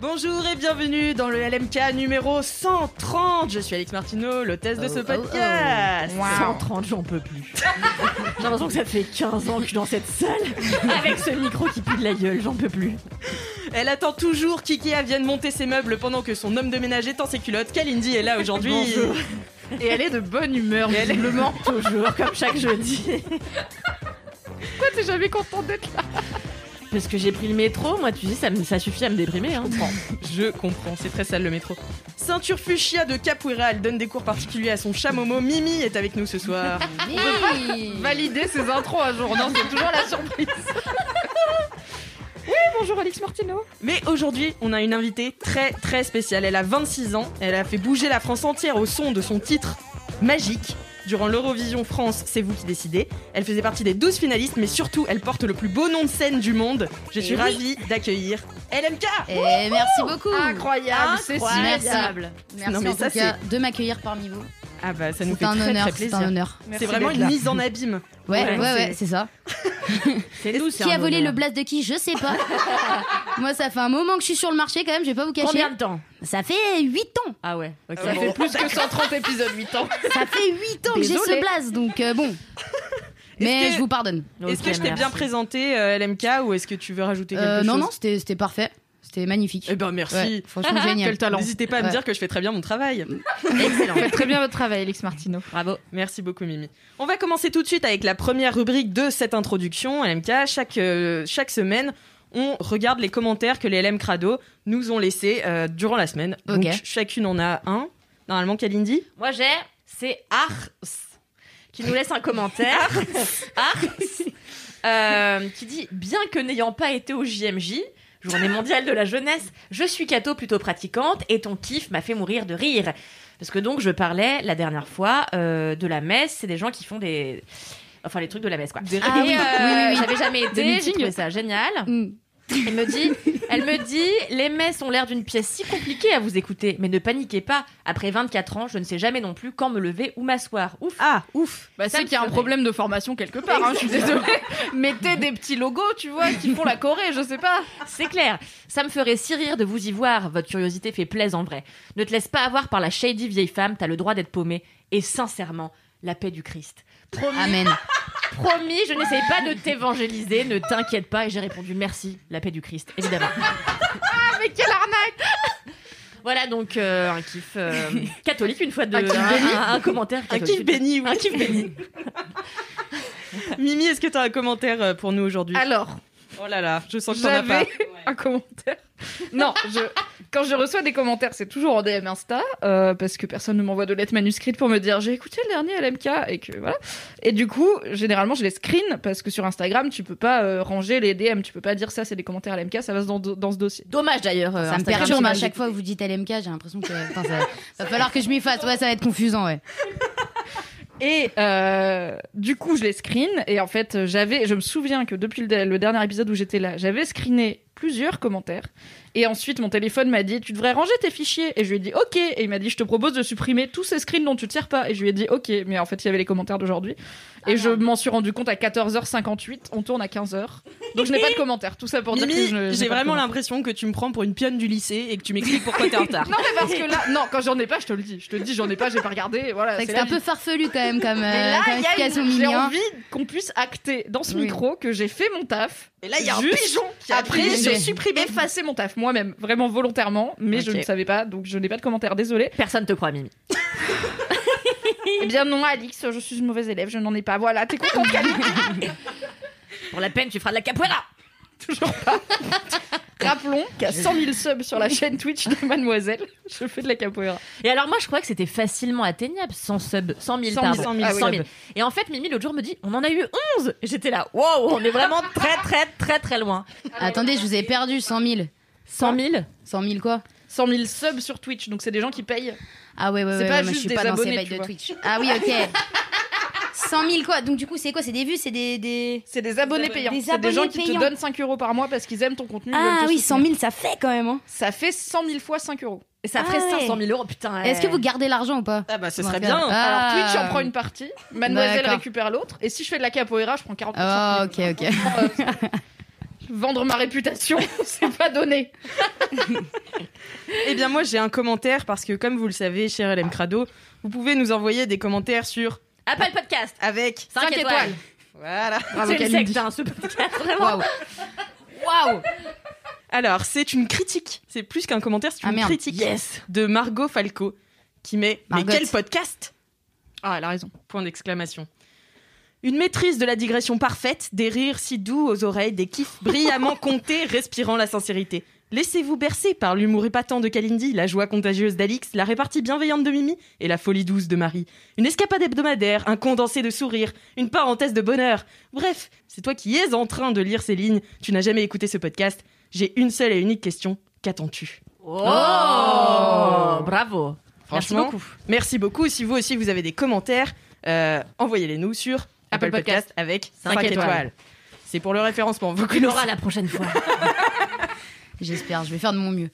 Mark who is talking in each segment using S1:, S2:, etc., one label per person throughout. S1: Bonjour et bienvenue dans le LMK numéro 130. Je suis Alix Martineau, l'hôtesse de ce
S2: Oh, oh, oh.
S1: podcast.
S2: 130, j'en peux plus. J'ai l'impression que ça fait 15 ans que je suis dans cette salle avec ce micro qui pue de la gueule, j'en peux plus.
S1: Elle attend toujours qu'Ikea vienne monter ses meubles pendant que son homme de ménage étend ses culottes. Kalindi est là aujourd'hui.
S2: Bonjour.
S1: Et elle est de bonne humeur, visiblement.
S2: Toujours, comme chaque jeudi.
S3: T'es jamais content d'être là.
S2: Parce que j'ai pris le métro, moi tu sais, ça, me- ça suffit à me déprimer. Hein.
S1: Je comprends, c'est très sale le métro. Ceinture fuchsia de capoeira, elle donne des cours particuliers à son chat Momo. Mimi est avec nous ce soir.
S3: Valider ses intros un jour, non, c'est toujours la surprise.
S4: Bonjour Alix Martineau.
S1: Mais aujourd'hui, on a une invitée très très spéciale. Elle a 26 ans, elle a fait bouger la France entière au son de son titre magique. Durant l'Eurovision France, c'est vous qui décidez. Elle faisait partie des 12 finalistes, mais surtout, elle porte le plus beau nom de scène du monde. Je suis
S2: oui.
S1: ravie d'accueillir LMK
S4: Et merci beaucoup.
S1: Incroyable,
S4: Merci. Merci
S1: Non, mais
S4: en
S1: ça,
S4: tout cas de m'accueillir parmi vous.
S1: Ah bah ça nous
S4: C'est
S1: fait
S4: un
S1: très
S4: honneur,
S1: très
S4: c'est
S1: plaisir.
S4: un honneur.
S1: C'est vraiment une mise en abîme.
S4: Ouais,
S1: Ouais,
S4: ouais,
S1: c'est-
S4: ouais, c'est ça.
S2: C'est nous, c'est
S4: Qui
S2: un
S4: a volé le
S2: honneur.
S4: blast de qui Je sais pas. Moi, ça fait un moment que je suis sur le marché quand même, je vais pas vous cacher.
S2: Combien de temps
S4: Ça fait 8 ans.
S2: Ah ouais, ok.
S1: Ça fait
S3: plus que 130 épisodes, 8 ans.
S4: Ça fait 8 ans que j'ai
S3: Désolée.
S4: ce blast, donc euh, bon. Mais
S1: que-
S4: je vous pardonne.
S1: Est-ce que
S2: Ok,
S1: je t'ai
S2: merci.
S1: bien présenté euh, LMK ou est-ce que tu veux rajouter quelque
S4: Euh,
S1: chose
S4: non, non, c'était c'était parfait. C'était magnifique.
S1: Eh ben merci.
S4: Ouais, franchement génial.
S3: Quel talent.
S1: N'hésitez pas à me
S4: Ouais.
S1: dire que je fais très bien mon travail.
S4: Excellent.
S3: Faites très bien votre travail, Alix Martineau.
S1: Bravo. Merci beaucoup, Mimi. On va commencer tout de suite avec la première rubrique de cette introduction, LMK. Chaque, euh, chaque semaine, on regarde les commentaires que les LM Crado nous ont laissés euh, durant la semaine. Donc,
S4: Ok.
S1: chacune en a un. Normalement, Kalindi
S5: Moi j'ai, c'est Ars qui nous laisse un commentaire. Ars euh, qui dit Bien que n'ayant pas été au JMJ, Journée mondiale de la jeunesse, je suis catho plutôt pratiquante et ton kiff m'a fait mourir de rire. Parce que donc je parlais la dernière fois euh, de la messe, c'est des gens qui font des. Enfin, les trucs de la messe, quoi.
S4: Ah
S5: Et, euh,
S4: oui, oui, oui, oui.
S5: J'avais jamais été, j'ai trouvé ça génial.
S4: Mm.
S5: Elle me dit, elle me dit, les messes ont l'air d'une pièce si compliquée à vous écouter, mais ne paniquez pas. Après 24 ans, je ne sais jamais non plus quand me lever ou m'asseoir. Ouf.
S1: Ah, ouf
S3: Bah,
S5: Ça
S3: c'est
S5: me
S3: qu'il y a un
S5: ferait.
S3: problème de formation quelque part, hein, je suis désolée. Mettez des petits logos, tu vois, qui font la Corée, je sais pas.
S5: C'est clair. Ça me ferait si rire de vous y voir. Votre curiosité fait plaise en vrai. Ne te laisse pas avoir par la shady vieille femme. T'as le droit d'être paumé. Et sincèrement, la paix du Christ. Promis,
S4: Amen.
S5: promis, je n'essaye pas de t'évangéliser. Ne t'inquiète pas. Et j'ai répondu merci, la paix du Christ, évidemment.
S3: Mais quelle arnaque
S5: Voilà donc euh, un kiff euh, catholique une fois de
S1: Un kiff béni.
S5: un- un commentaire
S1: Un
S5: catholique.
S1: kiff béni, oui.
S5: Un kiff béni.
S1: Mimi, est-ce que tu as un commentaire euh, pour nous aujourd'hui
S3: Alors,
S1: Oh là là, je sens que t'en as pas.
S3: Ah, j'avais un commentaire. Non, je... quand je reçois des commentaires, c'est toujours en DM Insta, euh, parce que personne ne m'envoie de lettres manuscrites pour me dire j'ai écouté le dernier LMK et que voilà. Et du coup, généralement, je les screen parce que sur Instagram, tu peux pas euh, ranger les DM, tu peux pas dire ça, c'est des commentaires LMK, ça va dans, dans ce dossier.
S5: Dommage d'ailleurs. euh,
S4: Ça me
S5: Instagram.
S4: perturbe à chaque fois que vous dites LMK, j'ai l'impression que putain, ça va falloir que je m'y fasse. Ouais, ça va être confusant, ouais.
S3: Ah, Et euh, du coup, je les screen. Et en fait, j'avais, je me souviens que depuis le, le dernier épisode où j'étais là, j'avais screené plusieurs commentaires. Et ensuite, mon téléphone m'a dit, tu devrais ranger tes fichiers. Et je lui ai dit, ok. Et il m'a dit, je te propose de supprimer tous ces screens dont tu tires pas. Et je lui ai dit, ok. Mais en fait, il y avait les commentaires d'aujourd'hui.
S1: Ah
S3: Et je m'en suis rendu compte à 14h58. On tourne à 15h. Donc je n'ai pas de commentaires. Tout ça pour dire que je-
S1: Mimi,
S3: n'ai
S1: j'ai
S3: pas de
S1: vraiment
S3: commentaires.
S1: l'impression que tu me prends pour une pionne du lycée et que tu m'expliques pourquoi t'es en retard.
S3: Non, mais parce que là, non, quand j'en ai pas, je te le dis. Je te dis, j'en ai pas, j'ai pas regardé. et Voilà,
S4: C'est vrai que
S3: c'est
S4: c'est
S3: la
S4: un peu farfelu quand même comme,
S3: Mais
S4: euh,
S3: là,
S4: comme
S3: il y a
S4: explication
S3: une- j'ai
S4: Mimi, hein.
S3: envie qu'on puisse acter dans ce
S4: Oui.
S3: micro que j'ai fait mon taf.
S1: Et là, il y a un
S3: Juste
S1: pigeon qui a
S3: Après,
S1: pris-
S3: j'ai
S4: j'ai-
S3: supprimé, effacé mon taf moi-même, vraiment volontairement, mais je
S1: Ok.
S3: ne savais pas, donc je n'ai pas de commentaire, désolé.
S5: Personne te croit, Mimi.
S3: Eh bien non, Alix, je suis une mauvaise élève, je n'en ai pas. Voilà, t'es contente Camille
S5: Pour la peine, tu feras de la capoeira.
S3: Rappelons qu'il y a 100 000 subs sur la chaîne Twitch de Mademoiselle. Je fais de la capoeira.
S5: Et alors moi je croyais que c'était facilement atteignable, 100 subs, 100
S1: 100
S5: 000,
S1: 000,
S5: pardon.
S1: 100 000,
S5: 100 000. Et en fait Mimi l'autre jour me dit on en a eu 11 Et J'étais là, wow, on est vraiment très très très très loin.
S4: Attendez, je vous ai perdu 100 000.
S5: 100 000
S4: 100 000 quoi
S3: 100 000 subs sur Twitch, donc c'est des gens qui payent.
S4: Ah ouais, ouais, ouais,
S3: C'est pas
S4: ouais, moi,
S3: juste
S4: je suis
S3: des
S4: pas dans ces
S3: abonnés, tu
S4: bails de
S3: vois.
S4: Twitch. Ah oui, ok. 100 000 quoi Donc du coup, c'est quoi C'est des vues, c'est des... des...
S3: C'est des abonnés
S5: abonnés.
S3: payants.
S4: Des
S3: C'est des gens
S4: abonnés
S3: qui te
S4: payants.
S3: donnent 5 euros par mois parce qu'ils aiment ton contenu. ils
S4: Ah
S3: veulent te
S4: oui, 100
S3: soutenir.
S4: 000, ça fait quand même. Hein.
S3: Ça fait 100 000 fois 5 euros.
S5: Et ça
S4: Ah
S5: ferait
S4: ouais.
S5: 500 000 euros, putain.
S4: Est-ce que
S5: eh.
S4: vous gardez l'argent ou pas
S1: Ah bah ce
S4: Comment
S1: serait
S4: faire
S1: bien.
S4: Ah.
S3: Alors Twitch en prend une partie, Mademoiselle
S4: D'accord.
S3: récupère l'autre, et si je fais de la capoeira, je prends 40%.
S4: Ah ok, ok.
S3: Vendre ma réputation, c'est pas donné.
S1: Eh bien, moi, j'ai un commentaire parce que, comme vous le savez, cher LM Crado, vous pouvez nous envoyer des commentaires sur
S5: Apple Podcast
S1: avec.
S5: 5,
S3: Cinq
S5: Ah. étoiles.
S3: étoiles.
S1: Voilà.
S5: C'est le sexe d'un ce podcast, vraiment.
S4: Waouh. Waouh
S1: Alors, c'est une critique. C'est plus qu'un commentaire, c'est
S4: Ah,
S1: une
S4: merde.
S1: critique
S5: Yes.
S1: de Margot Falco qui met
S4: Margot.
S1: Mais quel podcast
S3: Ah, elle a raison.
S1: Point d'exclamation. Une maîtrise de la digression parfaite, des rires si doux aux oreilles, des kiffs brillamment comptés, respirant la sincérité. Laissez-vous bercer par l'humour épatant de Kalindi, la joie contagieuse d'Alix, la répartie bienveillante de Mimi et la folie douce de Marie. Une escapade hebdomadaire, un condensé de sourires, une parenthèse de bonheur. Bref, c'est toi qui es en train de lire ces lignes, tu n'as jamais écouté ce podcast. J'ai une seule et unique question, qu'attends-tu
S5: Oh, Bravo. Merci
S1: Franchement,
S5: beaucoup.
S1: Merci beaucoup. Si vous aussi vous avez des commentaires, euh, envoyez-les nous sur Apple,
S5: Apple
S1: Podcast,
S5: Podcast
S1: avec 5,
S5: Cinq
S1: étoiles.
S5: étoiles.
S1: C'est pour le référencement. Vous
S5: Tu l'auras
S1: connaissez.
S5: la prochaine fois.
S4: J'espère, je vais faire de mon mieux.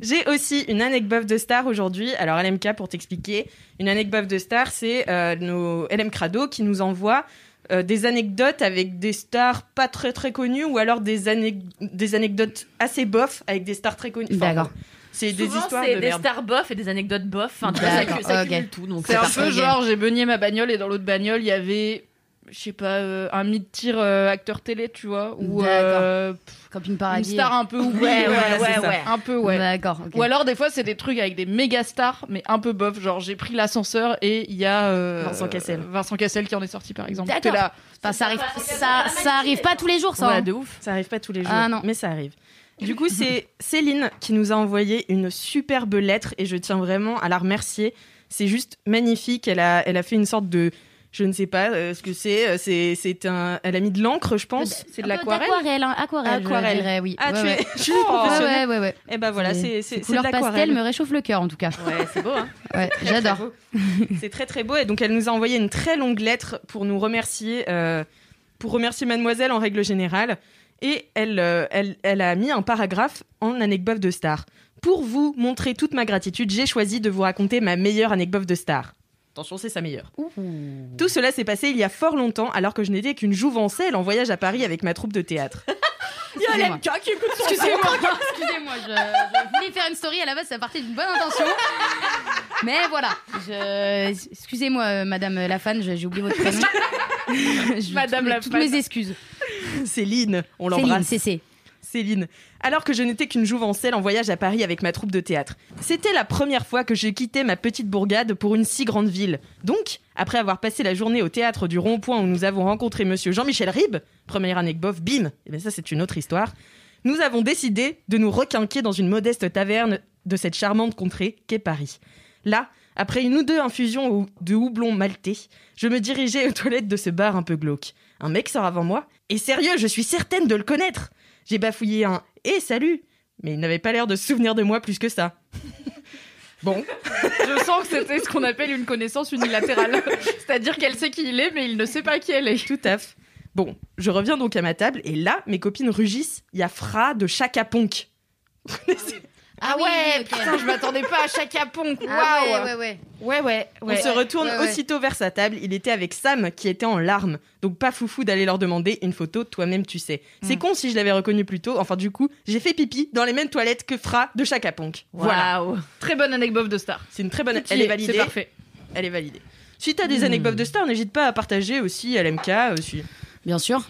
S1: J'ai aussi une anecdote de star aujourd'hui. Alors LMK pour t'expliquer, une anecdote de star, c'est euh, nos LM Crado qui nous envoie euh, des anecdotes avec des stars pas très très connues ou alors des, anec- des anecdotes assez bof avec des stars très connues.
S4: D'accord.
S1: C'est des
S5: Souvent,
S1: histoires
S5: c'est
S1: de
S5: des
S1: merde.
S5: stars bof et des anecdotes bof. Enfin, tu vois, ça
S4: D'accord,
S5: accu- ça accumule
S4: ok.
S5: tout. Donc
S3: C'est
S5: c'est
S3: un
S4: parfait,
S3: peu
S4: ok.
S3: genre, j'ai beugné ma bagnole et dans l'autre bagnole, il y avait, je sais pas, euh, un mid-tier euh, acteur télé, tu vois, ou euh,
S4: Camping
S3: une
S4: Paradis.
S3: star un peu oubliée.
S5: Ouais,
S1: Voilà,
S5: ouais,
S1: c'est
S5: ouais,
S1: ça.
S5: ouais.
S3: Un peu, ouais.
S4: D'accord, ok.
S3: Ou alors des fois c'est des trucs avec des méga stars mais un peu bof genre j'ai pris l'ascenseur et il y a euh,
S1: Vincent Cassel.
S3: Vincent Cassel qui en est sorti par exemple.
S4: D'accord.
S3: T'es là.
S4: Enfin, ça arrive, ça, ça arrive pas tous les jours, ça.
S5: Ouais,
S4: hein.
S5: de ouf.
S1: Ça arrive pas tous les jours,
S4: Ah, non.
S1: mais ça arrive. Du coup, c'est Céline qui nous a envoyé une superbe lettre et je tiens vraiment à la remercier. C'est juste magnifique. Elle a, elle a fait une sorte de, je ne sais pas euh, ce que c'est. euh, C'est, c'est un, elle a mis de l'encre, je pense.
S3: C'est de
S4: Un peu
S3: l'aquarelle
S4: d'aquarelle, hein, Aquarelle,
S1: Aquarelle.
S4: je dirais, oui.
S1: Ah,
S4: ouais,
S1: tu
S4: ouais. Oh.
S1: es, tu es
S4: Ouais,
S1: professionnelle.
S4: ouais, ouais, ouais.
S1: Eh ben voilà, c'est, c'est,
S4: Ces
S1: c'est de
S4: couleurs pastel
S1: l'aquarelle.
S4: me réchauffe le cœur, en tout cas.
S5: Ouais, c'est beau, hein.
S4: Ouais,
S1: Très, très
S4: j'adore.
S1: beau. C'est très très beau et donc elle nous a envoyé une très longue lettre pour nous remercier, euh, pour remercier Mademoiselle en règle générale. Et elle, euh, elle, elle a mis un paragraphe en anecdote de star. Pour vous montrer toute ma gratitude, j'ai choisi de vous raconter ma meilleure anecdote de star. Attention, c'est sa meilleure. Tout cela s'est passé il y a fort longtemps, alors que je n'étais qu'une jouvencelle en voyage à Paris avec ma troupe de théâtre.
S4: Excusez-moi.
S5: qui écoute son
S4: Excusez-moi, excusez-moi, je, je voulais faire une story à la base, ça partait d'une bonne intention. Mais voilà, je- excusez-moi, euh, Madame la fan, je- j'ai oublié votre prénom. Je-
S3: Madame
S4: toutes
S3: la
S4: mes- toutes
S3: fan.
S4: mes excuses.
S1: Céline, on
S4: Céline,
S1: l'embrasse.
S4: c'est c'est.
S1: Céline. Alors que je n'étais qu'une jouvencelle en voyage à Paris avec ma troupe de théâtre. C'était la première fois que je quittais ma petite bourgade pour une si grande ville. Donc, après avoir passé la journée au théâtre du Rond-Point où nous avons rencontré monsieur Jean-Michel Ribes, première anecdote, bim Et bien ça, c'est une autre histoire. Nous avons décidé de nous requinquer dans une modeste taverne de cette charmante contrée qu'est Paris. Là, après une ou deux infusions au- de houblon maltais, je me dirigeais aux toilettes de ce bar un peu glauque. Un mec sort avant moi, et sérieux, je suis certaine de le connaître j'ai bafouillé un Eh, salut Mais il n'avait pas l'air de se souvenir de moi plus que ça. bon,
S3: Je sens que c'était ce qu'on appelle une connaissance unilatérale. C'est-à-dire qu'elle sait qui il est, mais il ne sait pas qui elle est.
S1: tout à fait. Bon, je reviens donc à ma table et là, mes copines rugissent. Il y a Fra de Chaka Ponk.
S4: Ah, oui, ok.
S3: je m'attendais pas à Chaka Ponk.
S4: Ah ouais, ouais, ouais.
S3: ouais, ouais,
S1: On se retourne
S4: ouais, ouais.
S1: aussitôt vers sa table. Il était avec Sam qui était en larmes. Donc pas foufou d'aller leur demander une photo, toi-même tu sais. C'est con si je l'avais reconnu plus tôt. Enfin du coup, j'ai fait pipi dans les mêmes toilettes que Fra de Chaka Ponk. Voilà.
S5: Waouh.
S3: Très bonne anecdote de star.
S1: C'est une très bonne...
S3: Qui
S1: Elle est
S3: C'est
S1: validée.
S3: parfait.
S1: Elle est euh, validée. Si t'as des anecdotes de star, n'hésite pas à partager aussi à l'MK. Aussi.
S4: Bien sûr.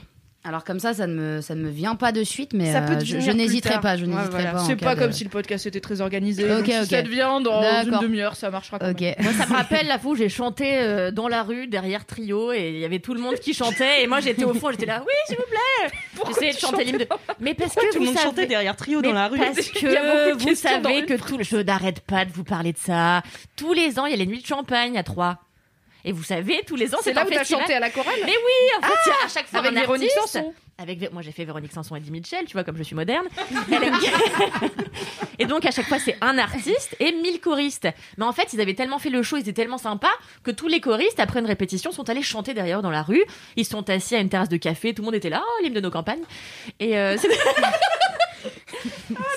S6: Alors comme ça, ça ne me, ça ne me vient pas de suite, mais
S1: Ça peut
S6: euh, je, je
S1: devenir plus
S6: n'hésiterai
S1: tard.
S6: pas. Je
S1: Ouais,
S6: n'hésiterai
S1: voilà.
S6: pas. en
S3: C'est
S6: cas
S3: pas
S6: de-
S3: comme si le podcast était très organisé.
S6: Ok,
S3: donc si
S6: ok.
S3: ça devient dans une
S6: D'accord.
S3: demi-heure, ça marchera quand
S6: Ok.
S3: même.
S5: Moi, ça me rappelle la fois où j'ai chanté euh, dans la rue derrière Trio et il y avait tout le monde qui chantait et moi j'étais au fond, j'étais là, oui, s'il vous plaît. J'essayais de chanter l'hymne de- Mais parce que
S1: tout le
S5: vous
S1: monde
S5: savez-
S1: chantait derrière Trio
S5: Mais
S1: dans la rue.
S5: Parce
S3: Il y a
S5: que
S3: beaucoup de
S5: vous
S3: questions dans
S5: savez
S3: une
S5: que tout le... Je n'arrête pas de vous parler de ça. Tous les ans, il y a les nuits de champagne à Troyes. Et vous savez, tous les ans,
S3: C'est
S5: c'est
S3: là
S5: un
S3: où t'as
S5: festival.
S3: chanté à la chorale
S5: Mais oui, en fait, il y a à chaque fois
S3: avec
S5: un
S3: Véronique
S5: artiste.
S3: Sanson.
S5: Avec Vé- moi j'ai fait Véronique Sanson et Eddie Mitchell, tu vois comme je suis moderne. Elle aime- et donc à chaque fois c'est un artiste et mille choristes. Mais en fait ils avaient tellement fait le show, ils étaient tellement sympas que tous les choristes après une répétition sont allés chanter derrière eux dans la rue. Ils sont assis à une terrasse de café, tout le monde était là, oh, l'hymne de nos campagnes. Et euh, c'était-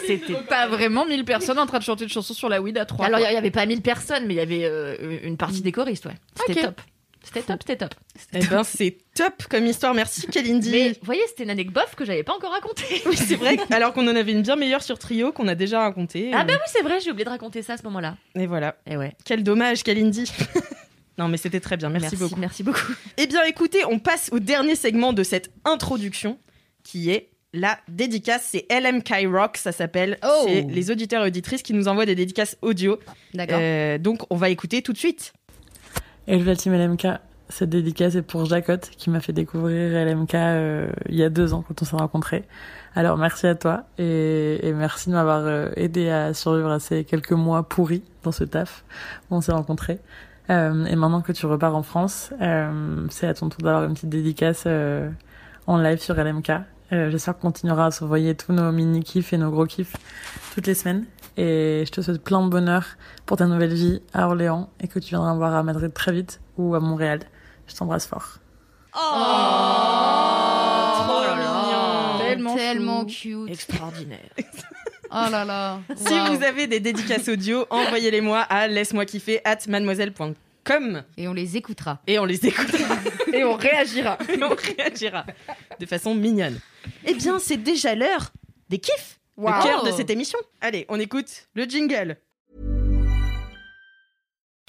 S5: c'était
S3: T'as vraiment 1000 personnes en train de chanter une chanson sur la weed à 3.
S5: alors il y avait pas mille personnes, mais il y avait euh, une partie des choristes, ouais. C'était
S3: Ok.
S5: top. C'était top, c'était top.
S1: Eh ben, c'est top comme histoire. Merci, Kalindi.
S5: Mais vous voyez, c'était une anecdote bof que j'avais pas encore racontée.
S1: Oui, c'est vrai. Alors qu'on en avait une bien meilleure sur Trio qu'on a déjà racontée.
S5: Ah
S1: Euh,
S5: bah oui, c'est vrai, j'ai oublié de raconter ça à ce moment-là.
S1: Et voilà.
S5: Et ouais.
S1: Quel dommage, Kalindi. non, mais c'était très bien. Merci, beaucoup.
S5: Merci beaucoup.
S1: Eh bien, écoutez, on passe au dernier segment de cette introduction qui est la dédicace. C'est LMK Rock, ça s'appelle.
S6: Oh.
S1: C'est les auditeurs et auditrices qui nous envoient des dédicaces audio.
S6: D'accord.
S1: Euh, donc, on va écouter tout de suite.
S7: Hello la team LMK, cette dédicace est pour Jacotte qui m'a fait découvrir LMK euh, il y a deux ans quand on s'est rencontrés. Alors merci à toi et, et merci de m'avoir euh, aidé à survivre à ces quelques mois pourris dans ce taf où on s'est rencontrés. Euh, et maintenant que tu repars en France, euh, c'est à ton tour d'avoir une petite dédicace euh, en live sur LMK. Euh, J'espère qu'on continuera à s'envoyer tous nos mini kiffs et nos gros kiffs toutes les semaines. Et je te souhaite plein de bonheur pour ta nouvelle vie à Orléans et que tu viendras me voir à Madrid très vite ou à Montréal. Je t'embrasse fort.
S1: Oh,
S6: Oh
S3: Oh,
S1: Trop
S6: là
S1: mignon.
S6: là.
S3: Tellement
S6: Oh, tellement cute.
S5: Extraordinaire.
S6: Oh là là.
S1: Si
S6: Waouh.
S1: vous avez des dédicaces audio, envoyez-les-moi à laisse-moi kiffer at mademoiselle.com
S6: Et on les écoutera.
S1: et on les écoutera
S3: Et on réagira.
S1: et on réagira de façon mignonne. Eh bien, c'est déjà l'heure des kiffs, le
S3: Waouh.
S1: cœur de cette émission. Allez, on écoute le jingle.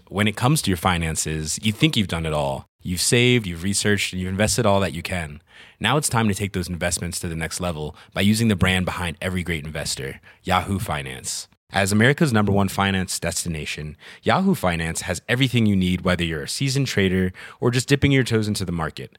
S8: when it comes to your finances, you think you've done it all. You've saved, you've researched, and you've invested all that you can. Now it's time to take those investments to the next level by using the brand behind every great investor, Yahoo Finance. As America's number one finance destination, Yahoo Finance has everything you need, whether you're a seasoned trader or just dipping your toes into the market.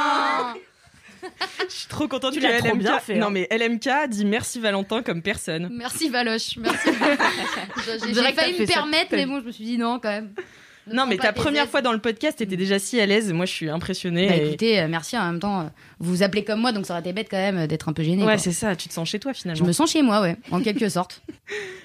S6: Valentin.
S1: Je suis trop contente
S5: Tu
S1: que
S5: l'as trop
S1: LMK
S5: bien fait, hein.
S1: Non mais LMK dit merci Valentin comme personne.
S6: Merci Valoche, merci. Je- J'ai
S3: dirait
S6: j'ai
S3: que t'as
S6: failli
S3: fait
S6: me
S3: ça toute
S6: permettre,
S3: ta
S6: mais
S3: vie.
S6: bon, je me suis dit non quand même. Ne
S1: Non
S6: prends
S1: mais
S6: pas
S1: ta
S6: tes
S1: première
S6: aises.
S1: fois dans le podcast, t'étais déjà si à l'aise. Moi, je suis impressionnée.
S6: Bah,
S1: et-
S6: écoutez, euh, merci en même temps. euh, Vous vous appelez comme moi, donc ça aurait été bête quand même euh, d'être un peu gêné.
S1: ouais,
S6: quoi.
S1: c'est ça. Tu te sens chez toi
S6: je
S1: finalement.
S6: me sens chez moi, ouais, en quelque sorte.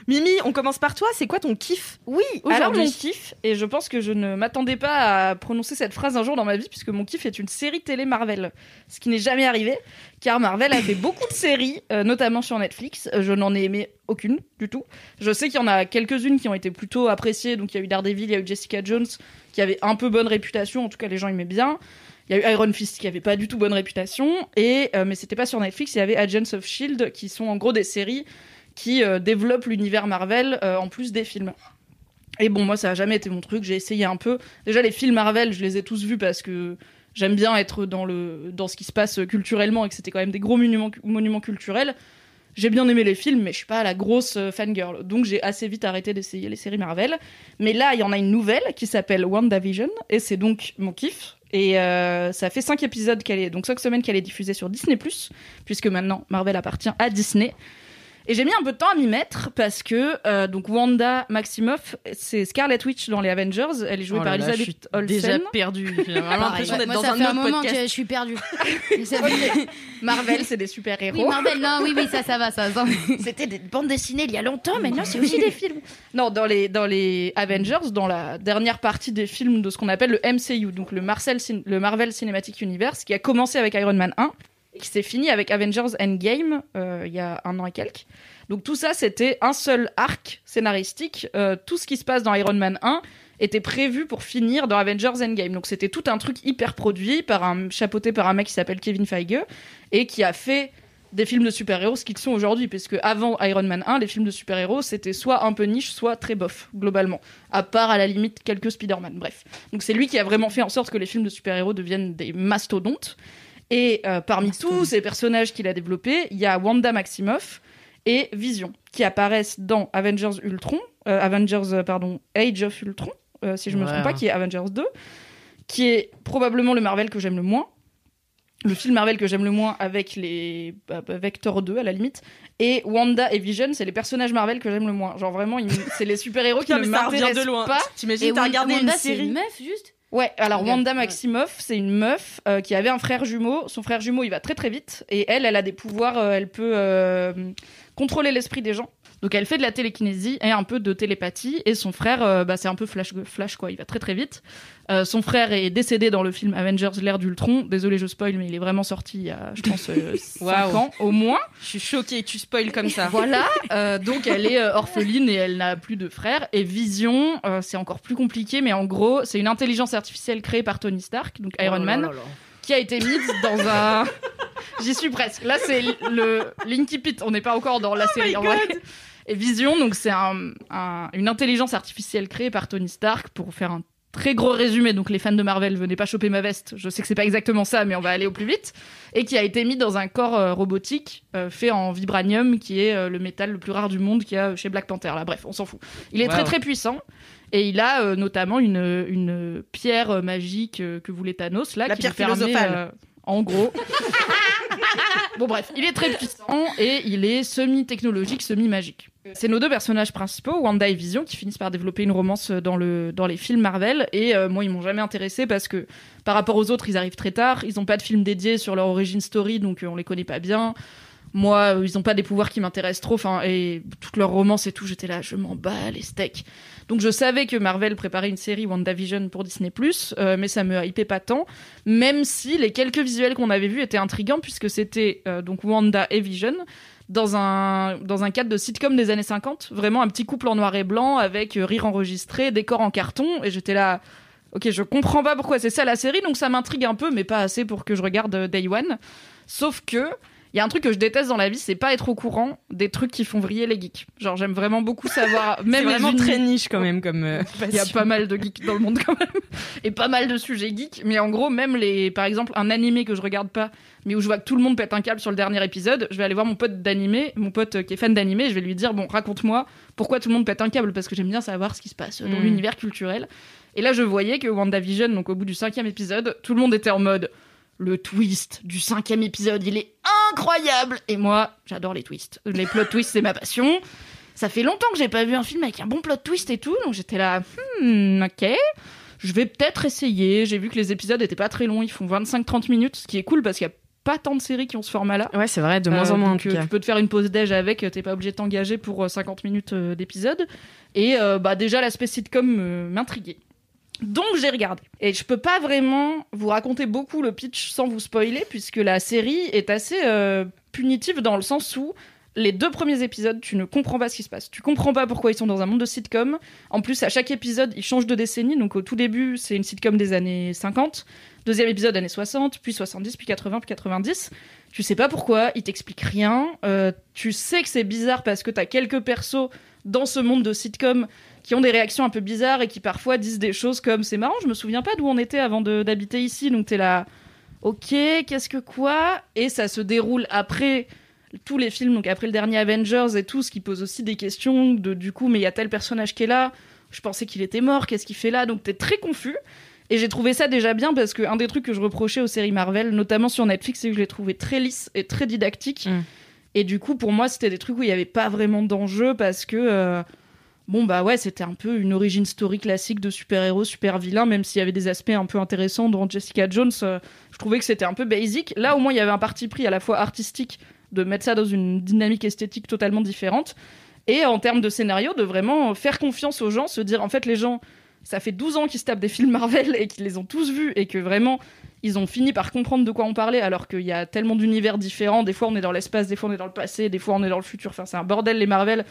S1: Mimi, on commence par toi. C'est quoi ton kiff
S3: Oui, alors
S1: aujourd'hui.
S3: mon kiff, et je pense que je ne m'attendais pas à prononcer cette phrase un jour dans ma vie, puisque mon kiff est une série télé Marvel, ce qui n'est jamais arrivé, car Marvel a fait beaucoup de séries, euh, notamment sur Netflix. Euh, Je n'en ai aimé aucune du tout. Je sais qu'il y en a quelques-unes qui ont été plutôt appréciées, donc il y a eu Daredevil, il y a eu Jessica Jones, qui avait un peu bonne réputation, en tout cas les gens aimaient bien. Il y a eu Iron Fist qui avait pas du tout bonne réputation, et euh, mais c'était pas sur Netflix. Il y avait Agents of Shield E qui sont en gros des séries qui euh, développent l'univers Marvel euh, en plus des films. Et bon, moi, ça a jamais été mon truc. J'ai essayé un peu. Déjà, les films Marvel, je les ai tous vus parce que j'aime bien être dans, le, dans ce qui se passe culturellement et que c'était quand même des gros monuments, monuments culturels. J'ai bien aimé les films, mais je suis pas la grosse euh, fangirl. Donc, j'ai assez vite arrêté d'essayer les séries Marvel. Mais là, il y en a une nouvelle qui s'appelle WandaVision. Et c'est donc mon kiff. Et euh, ça fait cinq épisodes qu'elle est. Donc, cinq semaines qu'elle est diffusée sur Disney, puisque maintenant Marvel appartient à Disney. Et j'ai mis un peu de temps à m'y mettre parce que euh, donc Wanda Maximoff, c'est Scarlet Witch dans les Avengers. Elle est jouée
S1: Oh
S3: par
S1: là là, je suis
S3: Elizabeth Olsen.
S1: Déjà perdu. J'ai vraiment l'impression
S6: Ouais,
S1: d'être
S6: moi,
S1: dans
S6: ça
S1: un
S6: fait
S1: autre
S6: un moment
S1: podcast.
S6: que je suis perdue. Et ça fait-
S3: Marvel, c'est des super
S6: Oui,
S3: héros.
S6: Marvel, non, oui, oui, ça, ça va, ça. ça.
S3: C'était des bandes dessinées il y a longtemps, maintenant c'est aussi des films. Non, dans les, dans les Avengers, dans la dernière partie des films de ce qu'on appelle le MCU, donc le, Marcel Cin- le Marvel Cinematic Universe, qui a commencé avec Iron Man 1 et qui s'est fini avec Avengers Endgame euh, il y a un an et quelques. Donc tout ça, c'était un seul arc scénaristique. Euh, tout ce qui se passe dans Iron Man 1 était prévu pour finir dans Avengers Endgame. Donc c'était tout un truc hyper produit, par un, chapeauté par un mec qui s'appelle Kevin Feige, et qui a fait des films de super-héros ce qu'ils sont aujourd'hui, parce que avant Iron Man 1, les films de super-héros, c'était soit un peu niche, soit très bof, globalement. À part, à la limite, quelques Spider-Man, bref. Donc c'est lui qui a vraiment fait en sorte que les films de super-héros deviennent des mastodontes. Et euh, parmi tous ces personnages qu'il a développés, il y a Wanda Maximoff et Vision, qui apparaissent dans Avengers Ultron, euh, Avengers, euh, pardon, Age of Ultron, euh, si je me
S7: Ouais.
S3: trompe pas, qui est Avengers 2, qui est probablement le Marvel que j'aime le moins. Le film Marvel que j'aime le moins avec les bah, bah, avec Thor 2 à la limite et Wanda et Vision c'est les personnages Marvel que j'aime le moins genre vraiment ils me- c'est les super héros qui
S1: Putain,
S3: ne
S1: mais ça revient
S3: m'intéressent
S1: de loin.
S3: pas
S1: T'imagines, t'as
S6: Wan-
S1: regardé une
S6: Wanda, c'est
S1: série.
S6: meuf, juste
S3: Ouais, alors
S6: Regarde,
S3: Wanda
S6: ouais.
S3: Maximoff, c'est une meuf euh, qui avait un frère jumeau. Son frère jumeau, il va très très vite. Et elle, elle a des pouvoirs, euh, elle peut euh, contrôler l'esprit des gens. Donc elle fait de la télékinésie et un peu de télépathie. Et son frère, euh, bah, c'est un peu flash, flash, quoi, il va très très vite. Euh, son frère est décédé dans le film Avengers l'ère d'Ultron. Désolé, je spoil, mais il est vraiment sorti il y a, je pense, 5
S1: Waouh.
S3: ans au moins.
S1: Je suis choquée, tu spoil comme ça.
S3: Voilà, euh, donc elle est euh, orpheline et elle n'a plus de frère. Et Vision, euh, c'est encore plus compliqué, mais en gros, c'est une intelligence artificielle créée par Tony Stark, donc Iron Man, qui a été mise dans un. J'y suis presque. Là, c'est le Linky Pit. On n'est pas encore dans la série en vrai. Et Vision, donc c'est un- un- une intelligence artificielle créée par Tony Stark pour faire un très gros résumé. Donc les fans de Marvel, venez pas choper ma veste. Je sais que c'est pas exactement ça, mais on va aller au plus vite. Et qui a été mis dans un corps euh, robotique euh, fait en vibranium, qui est euh, le métal le plus rare du monde qu'il y a chez Black Panther. Là, bref, on s'en fout. Il est très
S1: Waouh.
S3: très puissant. Et il a euh, notamment une, une pierre euh, magique euh, que voulait Thanos, là,
S1: La
S3: qui
S1: pierre
S3: lui permet,
S1: philosophale.
S3: euh, en gros. bon bref, il est très puissant et il est semi-technologique, semi-magique. C'est nos deux personnages principaux, Wanda et Vision, qui finissent par développer une romance euh, dans, le, dans les films Marvel. Et euh, moi, ils m'ont jamais intéressé parce que par rapport aux autres, ils arrivent très tard. Ils n'ont pas de film dédié sur leur origin story, donc euh, on les connaît pas bien. Moi, euh, ils n'ont pas des pouvoirs qui m'intéressent trop. Enfin, et toute leur romance et tout, j'étais là, je m'en bats les steaks. Donc je savais que Marvel préparait une série WandaVision pour Disney+, euh, mais ça me hypait pas tant. Même si les quelques visuels qu'on avait vus étaient intrigants puisque c'était euh, donc Wanda et Vision dans un, dans un cadre de sitcom des années 50. Vraiment un petit couple en noir et blanc avec euh, rire enregistré, décor en carton. Et j'étais là, ok, je comprends pas pourquoi c'est ça la série, donc ça m'intrigue un peu, mais pas assez pour que je regarde euh, Day One. Sauf que. Il y a un truc que je déteste dans la vie, c'est pas être au courant des trucs qui font vriller les geeks. Genre, j'aime vraiment beaucoup savoir,
S1: C'est
S3: même les
S1: vraiment
S3: uni-
S1: très niche quand même comme euh,
S3: il y a
S1: passion.
S3: pas mal de geeks dans le monde quand même. Et pas mal de sujets geeks. Mais en gros, même les, par exemple, un animé que je regarde pas, mais où je vois que tout le monde pète un câble sur le dernier épisode, je vais aller voir mon pote d'animé, mon pote euh, qui est fan d'animé, je vais lui dire, bon, raconte-moi pourquoi tout le monde pète un câble, parce que j'aime bien savoir ce qui se passe dans
S1: Mm.
S3: l'univers culturel. Et là, je voyais que WandaVision, donc au bout du cinquième épisode, tout le monde était en mode, le twist du cinquième épisode, il est incroyable. Et moi, j'adore les twists. Les plot twists, c'est ma passion. Ça fait longtemps que j'ai pas vu un film avec un bon plot twist et tout, donc j'étais là, hmm, ok. Je vais peut-être essayer. J'ai vu que les épisodes étaient pas très longs, ils font 25-30 minutes, ce qui est cool parce qu'il y a pas tant de séries qui ont ce format-là.
S1: Ouais, c'est vrai, de
S3: Euh,
S1: moins en moins en
S3: donc,
S1: tout
S3: euh,
S1: cas.
S3: Tu peux te faire une pause déj avec, euh, t'es pas obligé de t'engager pour euh, 50 minutes euh, d'épisode. Et euh, bah déjà l'aspect sitcom euh, m'intriguait. Donc j'ai regardé. Et je peux pas vraiment vous raconter beaucoup le pitch sans vous spoiler, puisque la série est assez euh, punitive dans le sens où les deux premiers épisodes, tu ne comprends pas ce qui se passe. Tu comprends pas pourquoi ils sont dans un monde de sitcom. En plus, à chaque épisode, ils changent de décennie. Donc au tout début, c'est une sitcom des années 50. Deuxième épisode, années 60, puis 70, puis 80, puis 90. Tu sais pas pourquoi, il t'explique rien. Euh, tu sais que c'est bizarre parce que t'as quelques persos dans ce monde de sitcom qui ont des réactions un peu bizarres et qui parfois disent des choses comme c'est marrant, je me souviens pas d'où on était avant de- d'habiter ici, donc t'es là. Ok, qu'est-ce que quoi Et ça se déroule après tous les films, donc après le dernier Avengers et tout, ce qui pose aussi des questions de du coup, mais il y a tel personnage qui est là, je pensais qu'il était mort, qu'est-ce qu'il fait là Donc t'es très confus. Et j'ai trouvé ça déjà bien parce que un des trucs que je reprochais aux séries Marvel, notamment sur Netflix, c'est que je les trouvais très lisses et très didactiques.
S1: Mm.
S3: Et du coup, pour moi, c'était des trucs où il n'y avait pas vraiment d'enjeu parce que. euh, Bon bah ouais, c'était un peu une origine story classique de super-héros, super-vilains, même s'il y avait des aspects un peu intéressants dans Jessica Jones, euh, je trouvais que c'était un peu basic. Là au moins il y avait un parti pris à la fois artistique de mettre ça dans une dynamique esthétique totalement différente et en termes de scénario de vraiment faire confiance aux gens, se dire en fait les gens ça fait 12 ans qu'ils se tapent des films Marvel et qu'ils les ont tous vus et que vraiment ils ont fini par comprendre de quoi on parlait, alors qu'il y a tellement d'univers différents. Des fois, on est dans l'espace, des fois, on est dans le passé, des fois, on est dans le futur. Enfin, c'est un bordel, les Marvel.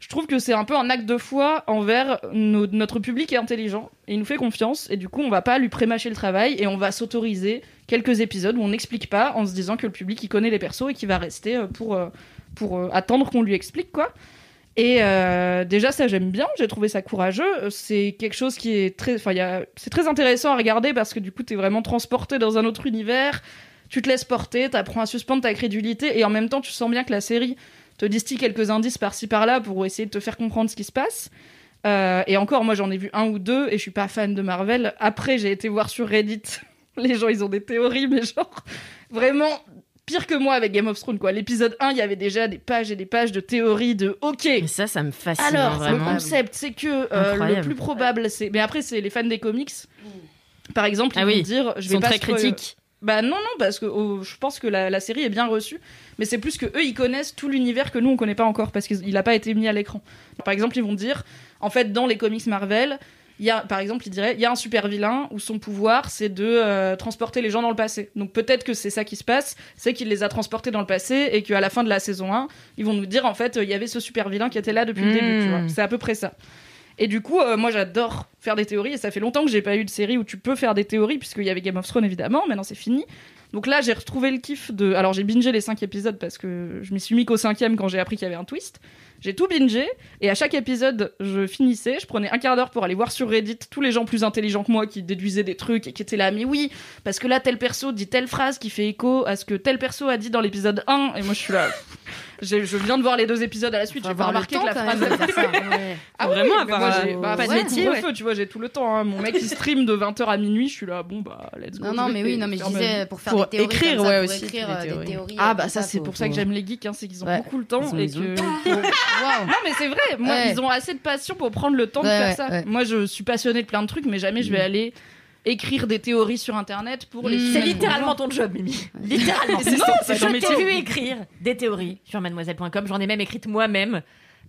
S3: Je trouve que c'est un peu un acte de foi envers nos- notre public est intelligent et il nous fait confiance et du coup on va pas lui prémâcher le travail et on va s'autoriser quelques épisodes où on n'explique pas en se disant que le public il connaît les persos et qu'il va rester euh, pour, euh, pour euh, attendre qu'on lui explique quoi. Et euh, déjà, ça j'aime bien, j'ai trouvé ça courageux. Euh, C'est quelque chose qui est très, enfin, il y a- c'est très intéressant à regarder parce que du coup, t'es vraiment transporté dans un autre univers. Tu te laisses porter, t'apprends à suspendre ta crédulité et en même temps, tu sens bien que la série te distille quelques indices par-ci par-là pour essayer de te faire comprendre ce qui se passe. Euh, et encore, moi j'en ai vu un ou deux et je suis pas fan de Marvel. Après, j'ai été voir sur Reddit. Les gens, ils ont des théories, mais genre vraiment pire que moi avec Game of Thrones quoi. L'épisode 1, il y avait déjà des pages et des pages de théories de OK,
S9: Mais ça, ça me fascine
S3: alors, le
S9: vraiment.
S3: concept, c'est que euh, le
S9: Incroyable.
S3: plus probable, c'est. Mais après, c'est les fans des comics. Par exemple, ils
S9: Ah oui,
S3: vont dire, je
S9: Ils
S3: vais
S9: sont
S3: pas
S9: très
S3: spoil-
S9: critiques.
S3: Bah non, non, parce que oh, je pense que la, la série est bien reçue, mais c'est plus que eux, ils connaissent tout l'univers que nous on connaît pas encore parce qu'il n'a pas été mis à l'écran. Par exemple, ils vont dire, en fait, dans les comics Marvel. Il y a, par exemple, ils diraient, il y a un super vilain où son pouvoir, c'est de euh, transporter les gens dans le passé. Donc peut-être que c'est ça qui se passe, c'est qu'il les a transportés dans le passé et qu'à la fin de la saison 1, ils vont nous dire en fait euh, il y avait ce super vilain qui était là depuis le
S9: Mm.
S3: début tu vois c'est à peu près ça et du coup euh, moi j'adore faire des théories et ça fait longtemps que j'ai pas eu de série où tu peux faire des théories puisqu'il y avait Game of Thrones évidemment maintenant c'est fini donc là j'ai retrouvé le kiff de alors j'ai bingé les cinq épisodes parce que je m'y suis mis qu'au cinquième quand j'ai appris qu'il y avait un twist j'ai tout bingé et à chaque épisode je finissais je prenais un quart d'heure pour aller voir sur Reddit tous les gens plus intelligents que moi qui déduisaient des trucs et qui étaient là mais oui parce que là tel perso dit telle phrase qui fait écho à ce que tel perso a dit dans l'épisode 1 et moi je suis là j'ai- je viens de voir les deux épisodes à la suite j'ai pas remarqué que la phrase ah oui,
S1: Vraiment,
S3: mais
S1: à
S3: moi,
S1: part,
S3: j'ai-
S1: euh,
S3: bah,
S6: pas de
S3: ouais,
S6: métier,
S3: couvre-feu, tu vois j'ai tout le temps hein. mon mec il stream de 20h à minuit je suis là bon bah let's go
S6: Non,
S3: je
S6: non,
S3: vais
S6: mais oui, non, mais je
S3: faire ma vie.
S6: disais pour faire
S1: Pour
S6: des théories.
S1: écrire,
S6: comme ça,
S1: ouais,
S6: pour
S1: aussi,
S6: écrire
S1: des
S6: euh, des
S1: théories.
S6: théories.
S3: ah
S6: euh,
S3: bah
S6: tout
S3: ça c'est
S6: faut-
S3: pour ça que
S6: faut-
S3: j'aime les geeks hein, c'est qu'ils ont
S6: Ouais.
S3: beaucoup le temps
S7: Ils ont
S3: et
S7: les
S3: que
S7: yeux.
S6: Waouh.
S3: non mais c'est vrai, moi
S6: Ouais.
S3: ils ont assez de passion pour prendre le temps de
S6: Ouais,
S3: faire
S6: ouais,
S3: ça.
S6: ouais.
S3: Moi je suis passionnée de plein de trucs mais jamais je vais aller écrire des théories sur internet pour les
S6: Mm.
S3: soumettre
S5: C'est
S3: aux
S5: littéralement ton job, Mimi. Littéralement.
S3: Mmh. C'est ça, c'est ton
S5: je
S3: métier.
S5: t'ai vu écrire des théories sur mademoiselle.com. J'en ai même écrites moi-même.
S3: gens.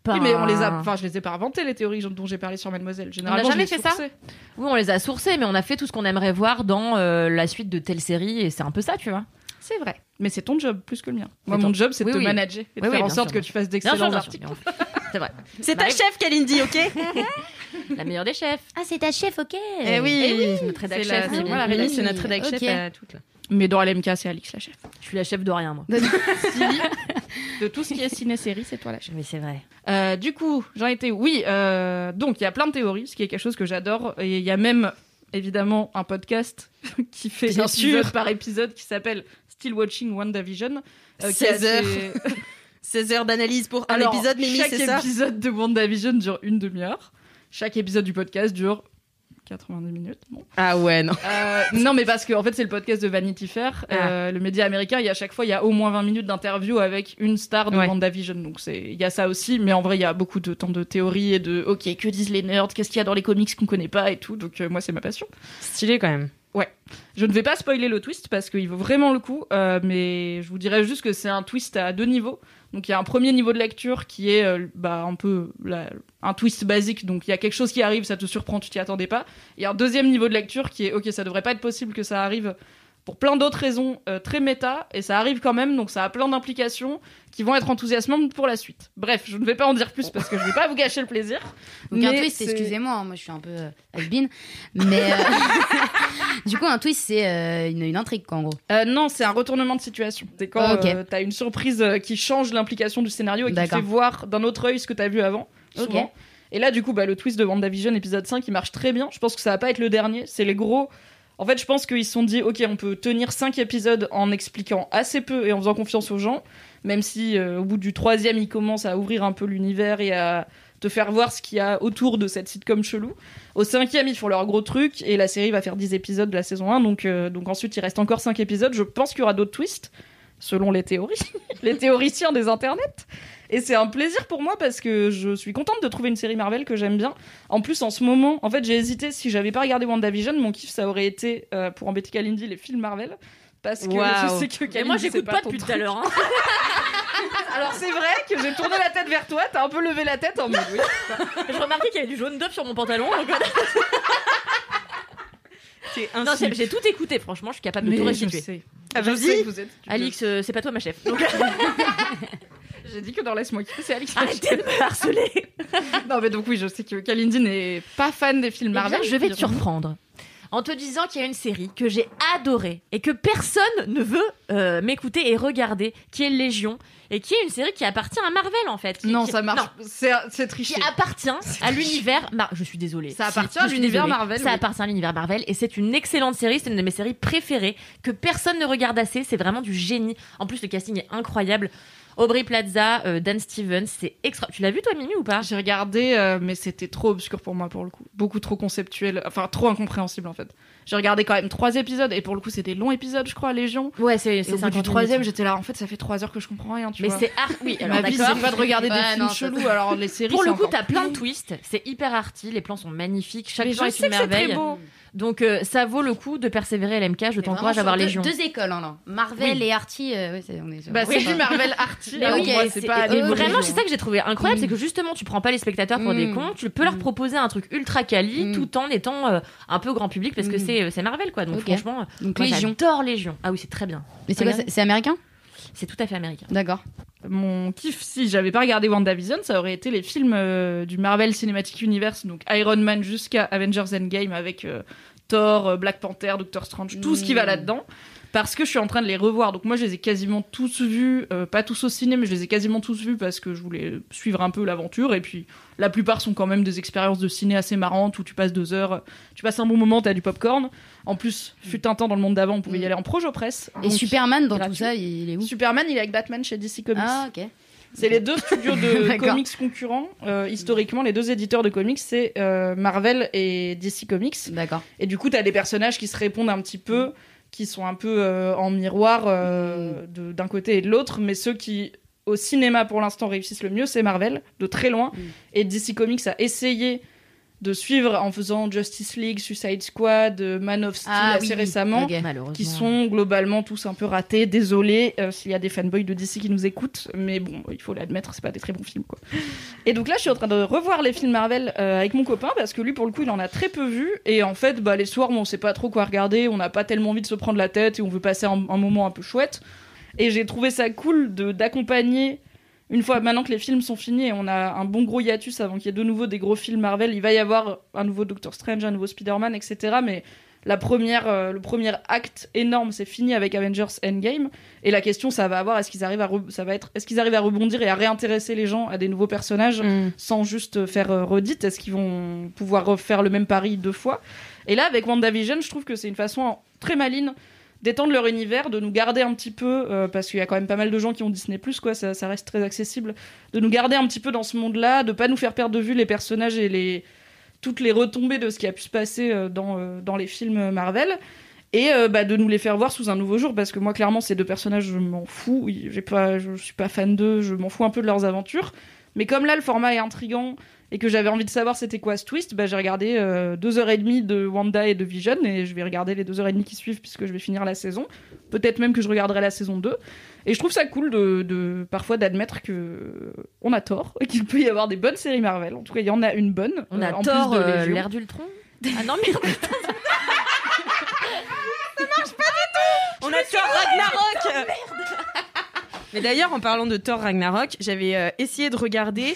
S5: Par-
S3: Oui, mais on les a enfin je les ai pas inventées les théories dont j'ai parlé sur mademoiselle. Généralement
S5: jamais
S3: je les
S5: fait ça
S3: sourçais.
S5: Oui, on les a sourcées, mais on a fait tout ce qu'on aimerait voir dans euh, la suite de telle série, et c'est un peu ça, tu vois.
S3: C'est vrai. Mais c'est ton job plus que le mien. Moi,
S5: Attends.
S3: mon job, c'est de
S5: Oui,
S3: te
S5: oui.
S3: manager et de
S5: Oui, oui,
S3: faire en
S5: bien
S3: sorte
S5: sûr,
S3: que tu fasses
S5: Bien sûr,
S3: d'excellents
S5: bien
S3: articles.
S5: sûr. C'est vrai.
S1: C'est ta
S5: Bah oui.
S1: chef, Kalindi, ok
S5: La meilleure des chefs.
S10: Ah, c'est ta chef, ok.
S1: Eh oui
S5: Notre rédac
S3: C'est la-
S5: chef.
S3: c'est-
S5: bien
S1: Voilà,
S5: évidemment.
S1: Rémi, c'est notre rédac
S6: Ok.
S1: chef à toutes. là.
S3: Mais dans LMK, c'est Alix la chef.
S5: Je suis la chef de rien, moi.
S3: De tout ce qui est ciné-série, c'est toi la chef.
S5: Mais c'est vrai.
S3: Euh, du coup, j'en étais. Oui, euh, donc il y a plein de théories, ce qui est quelque chose que j'adore. Et il y a même, évidemment, un podcast qui fait
S1: Bien
S3: épisode
S1: sûr.
S3: par épisode qui s'appelle Still Watching WandaVision. euh, qui
S1: 16
S3: a
S1: heures.
S3: ses-
S1: 16 heures d'analyse pour un
S3: Alors,
S1: épisode, Mimi,
S3: Chaque
S1: c'est ça
S3: épisode de WandaVision dure une demi-heure. Chaque épisode du podcast dure 90 minutes. Bon.
S1: Ah ouais, non.
S3: Euh, non, mais parce que en fait, c'est le podcast de Vanity Fair, euh, le média américain. Il y a à chaque fois, il y a au moins 20 minutes d'interview avec une star de
S1: Ouais.
S3: WandaVision. Donc c'est, il y a ça aussi. Mais en vrai, il y a beaucoup de temps de théorie et de ok, que disent les nerds, qu'est-ce qu'il y a dans les comics qu'on connaît pas et tout. Donc euh, moi, c'est ma passion.
S1: Stylé quand même.
S3: Je ne vais pas spoiler le twist parce qu'il vaut vraiment le coup, euh, mais je vous dirais juste que c'est un twist à deux niveaux. Donc il y a un premier niveau de lecture qui est euh, bah, un peu la- un twist basique, donc il y a quelque chose qui arrive, ça te surprend, tu t'y attendais pas. Et un deuxième niveau de lecture qui est ok, ça devrait pas être possible que ça arrive pour plein d'autres raisons euh, très méta, et ça arrive quand même, donc ça a plein d'implications qui vont être enthousiasmantes pour la suite. Bref, je ne vais pas en dire plus parce que je ne vais pas vous gâcher le plaisir.
S6: Donc un
S3: Mais
S6: twist,
S3: c'est-
S6: excusez-moi, hein, moi je suis un peu euh, has-been, mais euh, du coup un twist c'est euh, une, une intrigue quoi en gros.
S3: Euh, non, c'est un retournement de situation. C'est quand
S6: Ah, ok.
S3: euh, t'as une surprise euh, qui change l'implication du scénario et qui te
S6: D'accord.
S3: fait voir d'un autre œil ce que t'as vu avant.
S6: Ok.
S3: Souvent. Et là, du coup, bah, le twist de WandaVision épisode 5, il marche très bien. Je pense que ça va pas être le dernier. C'est les gros. En fait, je pense qu'ils se sont dit, ok, on peut tenir 5 épisodes en expliquant assez peu et en faisant confiance aux gens, même si euh, au bout du troisième, ils commencent à ouvrir un peu l'univers et à te faire voir ce qu'il y a autour de cette sitcom chelou. Au cinquième, ils font leur gros truc et la série va faire 10 épisodes de la saison 1. Donc, euh, donc ensuite, il reste encore 5 épisodes. Je pense qu'il y aura d'autres twists, selon les théories, les théoriciens des internets. Et c'est un plaisir pour moi parce que je suis contente de trouver une série Marvel que j'aime bien. En plus, en ce moment, en fait, j'ai hésité. Si j'avais pas regardé WandaVision, mon kiff, ça aurait été, euh, pour embêter Kalindi, les films Marvel. Parce que je
S1: Waouh.
S3: sais que
S5: Et
S3: Kalindi,
S5: moi,
S3: c'est
S5: j'écoute pas,
S3: ton
S5: depuis tout
S3: truc.
S5: à l'heure. hein.
S3: Alors, c'est vrai que j'ai tourné la tête vers toi, t'as un peu levé la tête en mode oui.
S5: Je remarquais qu'il y avait du jaune d'œuf sur mon pantalon. donc-
S1: C'est
S5: euh, Non,
S1: un
S5: j'ai j'ai tout écouté, franchement, je suis capable de
S3: Mais
S5: tout
S3: je
S5: restituer.
S3: sais.
S1: Ah,
S3: Je sais
S1: Vas-y.
S3: que vous êtes.
S5: Alix, euh, c'est pas toi ma chef. Donc euh,
S3: J'ai dit que dans Laisse-moi kiffer, c'est Alix.
S5: arrêtez de me harceler.
S3: Non, mais donc oui, je sais que Kalindi n'est pas fan des films Marvel.
S5: Marvel, je vais te surprendre. En te disant qu'il y a une série que j'ai adorée et que personne ne veut euh, m'écouter et regarder, qui est Légion, et qui est une série qui appartient à Marvel en fait. Qui-
S3: Non,
S5: qui-
S3: ça marche.
S5: non,
S3: C'est c'est
S5: qui
S3: triché.
S5: appartient à l'univers. Mar- je suis désolée.
S3: Ça
S5: Si,
S3: appartient
S5: je
S3: à
S5: suis
S3: l'univers
S5: désolée.
S3: Marvel,
S5: Ça
S3: oui.
S5: appartient à l'univers Marvel et c'est une excellente série. C'est une de mes séries préférées que personne ne regarde assez. C'est vraiment du génie. En plus, le casting est incroyable. Aubrey Plaza, euh, Dan Stevens, c'est extra. Tu l'as vu toi, Mimi, ou pas
S3: J'ai regardé, euh, mais c'était trop obscur pour moi pour le coup. Beaucoup trop conceptuel, enfin trop incompréhensible en fait. J'ai regardé quand même trois épisodes et pour le coup c'est des longs épisodes, je crois, Légion.
S5: Ouais, c'est
S3: Et au bout du troisième, j'étais là, en fait ça fait trois heures que je comprends rien, tu
S5: Mais
S3: vois.
S5: c'est art. Oui, alors
S3: Ma vie
S5: d'accord.
S3: c'est pas de regarder des
S6: Ouais,
S3: films
S6: non, ça-
S3: chelous, alors les séries.
S5: Pour
S3: c'est
S5: le coup,
S3: encore
S5: t'as plein de
S3: plus.
S5: twists. C'est hyper arty. Les plans sont magnifiques. Chaque
S3: Mais
S5: jour est
S3: je
S5: une
S3: sais que c'est
S5: merveille.
S3: très beau.
S5: Donc, euh, ça vaut le coup de persévérer, LMK. Je
S6: Mais vraiment,
S5: t'encourage à
S6: sur
S5: voir
S6: deux-
S5: Légion.
S6: Deux écoles, hein, là. Marvel et Arty. euh, ouais, c'est- on est sur-
S3: Bah, c'est
S6: Oui.
S3: du Marvel arty.
S5: Mais
S3: alors
S5: oui,
S3: moi,
S5: et
S3: c'est
S5: Ah, c'est-
S3: pas
S5: et
S3: les
S5: vraiment,
S3: Légions.
S5: c'est ça que j'ai trouvé incroyable,
S6: Mm.
S5: c'est que justement, tu prends pas les spectateurs pour des
S6: Mm.
S5: cons, tu peux leur
S6: Mm.
S5: proposer un truc ultra quali
S6: Mm.
S5: tout en étant euh, un peu grand public parce que
S6: Mm.
S5: c'est euh, c'est Marvel quoi. Donc
S6: Ok.
S5: franchement, euh,
S6: Donc
S5: moi,
S6: Légion.
S5: j'adore Légion. Ah oui, c'est très bien.
S6: Mais c'est quoi
S5: Regarde.
S6: C'est c'est américain
S5: C'est tout à fait américain.
S6: D'accord.
S3: Mon kiff, si j'avais pas regardé WandaVision, ça aurait été les films euh, du Marvel Cinematic Universe, donc Iron Man jusqu'à Avengers Endgame avec euh, Thor, euh, Black Panther, Doctor Strange, tout ce qui va
S6: Mm.
S3: là-dedans. Parce que je suis en train de les revoir. Donc moi, je les ai quasiment tous vus, euh, pas tous au ciné, mais je les ai quasiment tous vus parce que je voulais suivre un peu l'aventure. Et puis, la plupart sont quand même des expériences de ciné assez marrantes où tu passes deux heures, tu passes un bon moment, t'as du popcorn. En plus, fut un temps dans le monde d'avant, on pouvait y
S6: Mm.
S3: aller en projo presse.
S6: Et
S3: Donc,
S6: Superman dans tout
S3: gratuit.
S6: ça, il est où
S3: Superman, il est avec Batman chez DC Comics.
S6: Ah, ok.
S3: C'est les deux studios de
S6: D'accord.
S3: comics concurrents. Euh, historiquement, les deux éditeurs de comics, c'est euh, Marvel et DC Comics.
S6: D'accord.
S3: Et du coup, t'as des personnages qui se répondent un petit peu, qui sont un peu euh, en miroir euh,
S6: Mm-hmm.
S3: de- d'un côté et de l'autre, mais ceux qui, au cinéma pour l'instant, réussissent le mieux, c'est Marvel, de très loin.
S6: Mm.
S3: Et DC Comics a essayé de suivre en faisant Justice League, Suicide Squad, euh, Man of Steel
S6: Ah
S3: assez
S6: oui,
S3: récemment
S6: ok.
S5: Malheureusement.
S3: qui sont globalement tous un peu ratés. Désolé euh, s'il y a des fanboys de DC qui nous écoutent, mais bon, il faut l'admettre, c'est pas des très bons films quoi. Et donc là, je suis en train de revoir les films Marvel euh, avec mon copain parce que lui, pour le coup, il en a très peu vu. Et en fait, bah, les soirs, où on sait pas trop quoi regarder, on n'a pas tellement envie de se prendre la tête et on veut passer un, un moment un peu chouette. Et j'ai trouvé ça cool de d'accompagner. Une fois maintenant que les films sont finis et on a un bon gros hiatus avant qu'il y ait de nouveau des gros films Marvel, il va y avoir un nouveau Doctor Strange, un nouveau Spider-Man, etc. Mais la première, euh, le premier acte énorme, c'est fini avec Avengers Endgame. Et la question, ça va avoir, est-ce qu'ils arrivent à, re- ça va être, est-ce qu'ils arrivent à rebondir et à réintéresser les gens à des nouveaux personnages
S1: Mm.
S3: sans juste euh, faire euh, redite Est-ce qu'ils vont pouvoir refaire le même pari deux fois Et là, avec WandaVision, je trouve que c'est une façon très maline d'étendre leur univers, de nous garder un petit peu, euh, parce qu'il y a quand même pas mal de gens qui ont Disney+, quoi, ça, ça reste très accessible, de nous garder un petit peu dans ce monde-là, de pas nous faire perdre de vue les personnages et les toutes les retombées de ce qui a pu se passer euh, dans, euh, dans les films Marvel, et euh, bah, de nous les faire voir sous un nouveau jour, parce que moi, clairement, ces deux personnages, je m'en fous, ils- j'ai pas, je, je suis pas fan d'eux, je m'en fous un peu de leurs aventures, mais comme là, le format est intrigant et que j'avais envie de savoir c'était quoi ce twist, bah, j'ai regardé euh, deux heures et demie de Wanda et de Vision et je vais regarder les deux heures et demie qui suivent puisque je vais finir la saison. Peut-être même que je regarderai la saison 2. Et je trouve ça cool de, de- parfois d'admettre que euh, on a tort et qu'il peut y avoir des bonnes séries Marvel. En tout cas, il y en a une bonne.
S5: On
S3: euh, en
S5: a
S3: plus
S5: tort
S3: de
S5: euh,
S3: Légion.
S5: l'air d'Ultron. Ah non merde.
S1: On a Thor
S3: Oh,
S1: Ragnarok Mais d'ailleurs, en parlant de Thor Ragnarok, j'avais euh, essayé de regarder.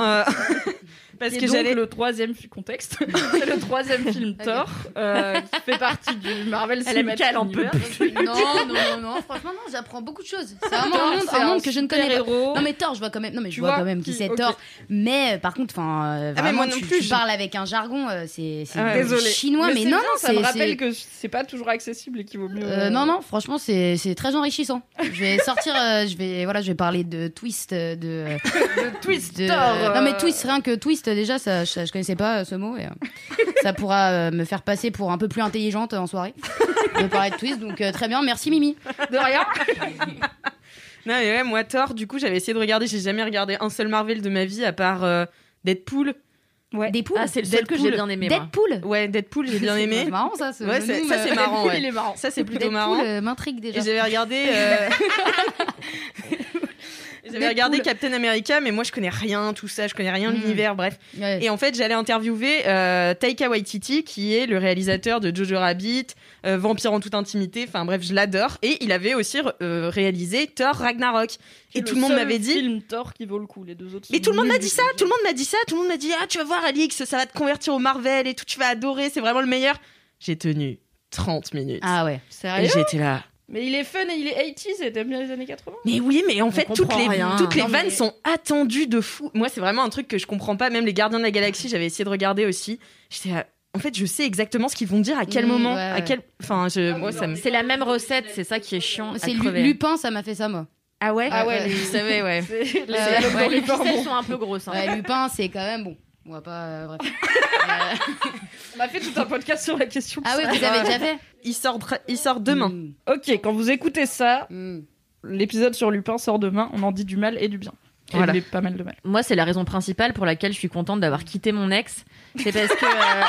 S1: euh, parce
S3: Et
S1: que
S3: donc,
S1: j'allais.
S3: le troisième fi- contexte, c'est le troisième film Thor euh, qui fait partie du Marvel
S5: Elle aime qu'elle en
S3: Cinematic
S5: peut
S3: Universe.
S6: Non, non, non, non, franchement, non, j'apprends beaucoup de choses. C'est vraiment
S3: Thor,
S6: un monde,
S3: c'est
S6: un
S3: un
S6: monde que je ne connais pas.
S3: super-héros.
S6: Non mais Thor, je vois quand même. Non mais je
S3: Tu
S6: vois,
S3: vois
S6: quand même qui
S3: qui-
S6: c'est
S3: ok.
S6: Thor. Mais euh, par contre, enfin, euh,
S1: Ah, mais
S6: vraiment,
S1: moi non
S6: tu,
S1: plus,
S6: tu
S1: je-
S6: parles avec un jargon, euh, c'est c'est
S1: Ah,
S3: Désolé.
S6: chinois, mais, non, non,
S3: ça me
S6: c'est-
S3: rappelle
S6: c'est-
S3: que c'est pas toujours accessible et qu'il vaut mieux.
S6: Euh, non, non, franchement, c'est c'est très enrichissant. Je vais sortir, euh, je vais voilà, je vais parler de twist, euh, de, de twist.
S3: Thor,
S6: Non mais
S3: euh.
S6: twist, rien que twist, déjà, ça, je, je connaissais pas euh, ce mot et euh, ça pourra euh, me faire passer pour un peu plus intelligente euh, en soirée. De parler de twist, donc euh, très bien, merci Mimi.
S3: De rien.
S1: Non, mais ouais, moi, Thor, du coup, j'avais essayé de regarder. J'ai jamais regardé un seul Marvel de ma vie, à part euh, Deadpool.
S6: Deadpool.
S5: Ah c'est le seul que j'ai bien aimé moi.
S6: Deadpool.
S1: Ouais, Deadpool, hein. j'ai bien
S6: C'est
S1: aimé.
S6: marrant ça. Ce
S1: Ouais, c'est-
S6: bonhomme,
S1: ça,
S6: euh,
S1: c'est marrant. ouais.
S3: Il est marrant.
S4: euh,
S1: Ça, c'est plutôt
S6: Deadpool,
S1: marrant.
S6: euh, m'intrigue déjà.
S1: Et j'avais regardé. euh, J'avais regardé Captain America, mais moi je connais rien, tout ça, je connais rien de
S6: Mm.
S1: l'univers, bref.
S6: Ouais.
S1: Et en fait, j'allais interviewer euh, Taika Waititi, qui est le réalisateur de Jojo Rabbit, euh, Vampire en toute intimité, enfin bref, je l'adore. Et il avait aussi euh, réalisé Thor Ragnarok. Et tout le monde
S3: seul
S1: m'avait dit.
S3: film Thor qui vaut le coup, les deux autres.
S1: Mais
S3: sont
S1: tout le monde m'a
S3: nuls.
S1: dit ça, tout le monde m'a dit ça, tout le monde m'a dit Ah, tu vas voir, Alix, ça va te convertir au Marvel et tout, tu vas adorer, c'est vraiment le meilleur. J'ai tenu 30 minutes.
S6: Ah ouais.
S1: et
S3: Sérieux
S1: j'étais là.
S3: Mais il est fun et il est 80s et t'aimes bien les années 80
S1: Mais oui, mais en fait, toutes
S5: comprend
S1: les,
S5: rien.
S1: toutes les
S3: Non,
S1: vannes
S3: mais-
S1: sont attendues de fou. Moi, c'est vraiment un truc que je comprends pas. Même les Gardiens de la Galaxie, j'avais essayé de regarder aussi. J'étais là, En fait, je sais exactement ce qu'ils vont dire, à quel
S6: Mm,
S1: moment,
S6: ouais,
S1: à
S6: ouais.
S1: quel. Enfin, je... moi, ça me.
S5: C'est la même recette, c'est ça qui est chiant. à
S6: C'est Lu-
S5: crever.
S6: Lupin, ça m'a fait ça, moi.
S1: Ah ouais
S6: Ah ouais,
S1: je savais, ouais.
S3: C'est- les-
S6: ouais,
S3: le-
S5: Ouais, les
S3: le-
S5: ficelles sont un peu grosses. hein.
S6: Ouais, Lupin, c'est quand même bon. On va pas. euh, bref. Euh,
S3: On a fait tout un podcast sur la question.
S6: Ah ouais, vous avez déjà fait
S1: Il sort, dra- il sort
S4: Mmh.
S1: demain.
S6: Mm,
S3: Ok, quand vous écoutez ça,
S6: mm.
S3: l'épisode sur Lupin sort demain. On en dit du mal et du bien. Et
S1: Voilà.
S3: il est pas mal de mal.
S5: Moi, c'est la raison principale pour laquelle je suis contente d'avoir quitté mon ex. C'est parce que. euh,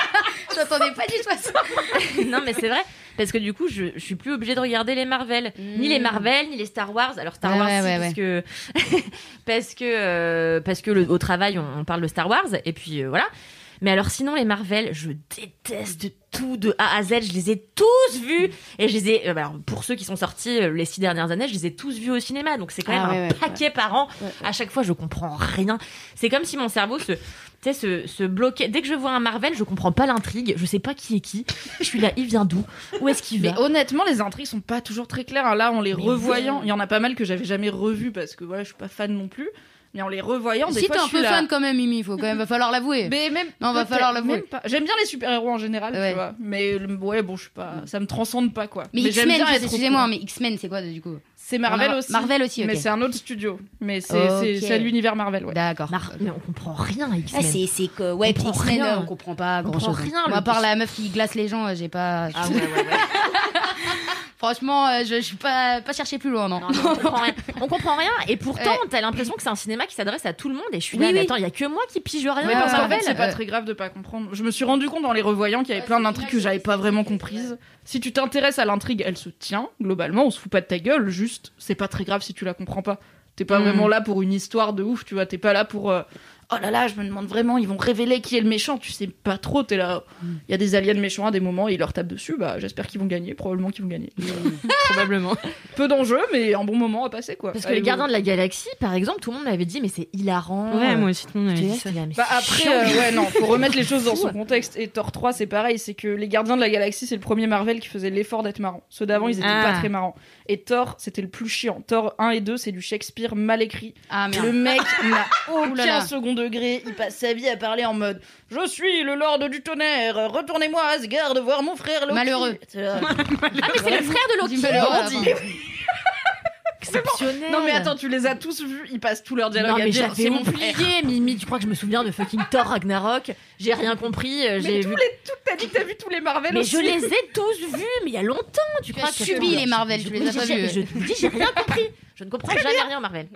S6: Je t'attendais pas du tout à ça.
S5: non, mais c'est vrai. Parce que du coup, je, je suis plus obligée de regarder les Marvel. Ni les Marvel, ni les Star Wars. Alors, Star
S6: Mm. Ouais,
S5: Wars,
S6: ouais,
S5: si,
S6: ouais,
S5: parce, Que... parce que. euh, Parce que le- au travail, on, on parle de Star Wars. Et puis, euh, voilà. Mais alors, sinon, les Marvel, je déteste tout de A à Z. Je les ai tous vus. Et je les ai. euh, bah, alors, pour ceux qui sont sortis euh, les six dernières années, je les ai tous vus au cinéma. Donc, c'est quand même
S6: Ah,
S5: un
S6: ouais, ouais,
S5: paquet par an.
S6: Ouais, ouais.
S5: À chaque fois, je comprends rien. C'est comme si mon cerveau se, tu sais, se, se bloquait. Dès que je vois un Marvel, je comprends pas l'intrigue. Je sais pas qui est qui. Je suis là, il vient d'où Où est-ce qu'il
S3: Mais
S5: va
S6: oh.
S3: honnêtement, les intrigues sont pas toujours très claires. hein. Là, en les
S5: Mais
S3: revoyant, il y en a pas mal que j'avais jamais revues parce que voilà, je suis pas fan non plus. Mais en les revoyant, des
S6: Si
S3: fois,
S6: t'es un
S3: je suis
S6: peu
S3: là.
S6: fan quand même, Mimi, faut quand même, va falloir l'avouer.
S3: Mais même.
S6: Non, va
S3: peut-être
S6: falloir l'avouer.
S3: même pas. J'aime bien les super-héros en général,
S6: Ouais.
S3: tu vois. Mais le- ouais, bon, je suis pas. Ça me transcende pas, quoi.
S6: Mais
S3: j'aime
S6: X-Men,
S3: bien être au
S6: excusez-moi,
S3: courant.
S6: mais X-Men, c'est quoi du coup
S3: C'est Marvel
S6: On a-
S3: aussi.
S6: Marvel aussi, ok.
S3: Mais c'est un autre studio. Mais c'est c'est-
S6: Ok.
S3: c'est à l'univers Marvel, ouais.
S6: D'accord.
S5: Mar- mais on comprend rien à X-Men.
S6: Ah, c'est c'est que ouais,
S5: comprend
S6: X-Men,
S5: rien.
S6: euh, on comprend pas
S5: On
S6: grand chose.
S5: comprend rien, le
S6: à part
S5: petit-
S6: la meuf qui glace les gens, euh, j'ai pas.
S5: Ah ouais, ouais, ouais.
S6: Franchement, euh, je je suis pas pas cherché plus loin, non.
S5: Non, mais on, comprend rien. on comprend rien. Et pourtant,
S6: Ouais.
S5: t'as l'impression que c'est un cinéma qui s'adresse à tout le monde. Et je suis
S6: Oui,
S5: là, mais
S6: oui.
S5: attends, il y a que moi qui pige rien.
S3: Mais
S6: Ah,
S5: à
S3: parce qu'en
S6: Marvel,
S3: fait, c'est pas
S6: euh.
S3: très grave de pas comprendre. Je me suis rendu compte en les revoyant qu'il y avait
S6: Ouais,
S3: plein
S6: c'est
S3: d'intrigues
S6: une
S3: que j'avais
S6: image
S3: pas vraiment
S6: spécifique,
S3: comprises. Si tu t'intéresses à l'intrigue, elle se tient. Globalement, on se fout pas de ta gueule. Juste, c'est pas très grave si tu la comprends pas. T'es pas
S5: Mm.
S3: vraiment là pour une histoire de ouf, tu vois. T'es pas là pour. euh, Oh là là, je me demande vraiment, ils vont révéler qui est le méchant. Tu sais pas trop, t'es là. Il y a des aliens méchants à des moments et ils leur tapent dessus. Bah, j'espère qu'ils vont gagner. Probablement qu'ils vont gagner.
S1: Probablement.
S3: Peu d'enjeux, mais un bon moment à passer, quoi.
S5: Parce que
S3: Allez,
S5: les Gardiens de la Galaxie, par exemple, tout le monde m'avait dit, mais c'est hilarant.
S1: Ouais, moi aussi, tout le monde avait
S5: J'étais là,
S1: dit ça.
S5: j'étais là, mais
S3: Bah
S5: c'est
S3: après,
S5: chiant.
S3: euh, ouais, non, faut remettre les choses dans son contexte. Et Thor 3, c'est pareil, c'est que les Gardiens de la Galaxie, c'est le premier Marvel qui faisait l'effort d'être marrant. Ceux d'avant, ils étaient
S1: Ah.
S3: pas très marrants. Et Thor, c'était le plus chiant. Thor 1 et 2, c'est du Shakespeare mal écrit.
S6: Ah merde.
S3: Le mec n'a
S6: Ouh
S3: aucun
S6: là là.
S3: second degré. Il passe sa vie à parler en mode Je suis le Lord du Tonnerre, retournez-moi à Asgard voir mon frère Loki.
S6: Malheureux.
S3: C'est là.
S5: Ah, mais c'est le frère de Loki.
S6: Du malheur à la
S3: Grandi.
S6: fin.
S5: Exceptionnel.
S3: Non, mais attends, tu les as tous vus, ils passent tout leur dialogue
S5: Non,
S3: à
S5: mais
S3: dire
S5: j'avais
S3: C'est mon frère.
S5: oublié, Mimi. Tu crois que je me souviens de fucking Thor Ragnarok J'ai rien compris. euh, J'ai
S3: tous
S5: vu.
S3: T'as dit que t'as vu tous les Marvel
S5: Mais
S3: aussi.
S5: je les ai tous vus, mais il y a longtemps. Tu,
S6: Tu
S5: crois
S6: as
S5: que-
S6: subi les Marvel,
S5: Je-
S6: tu les
S5: oui,
S6: as pas
S5: j'ai-
S6: vus.
S5: Je te dis, j'ai rien compris. Je ne comprends jamais rien en Marvel.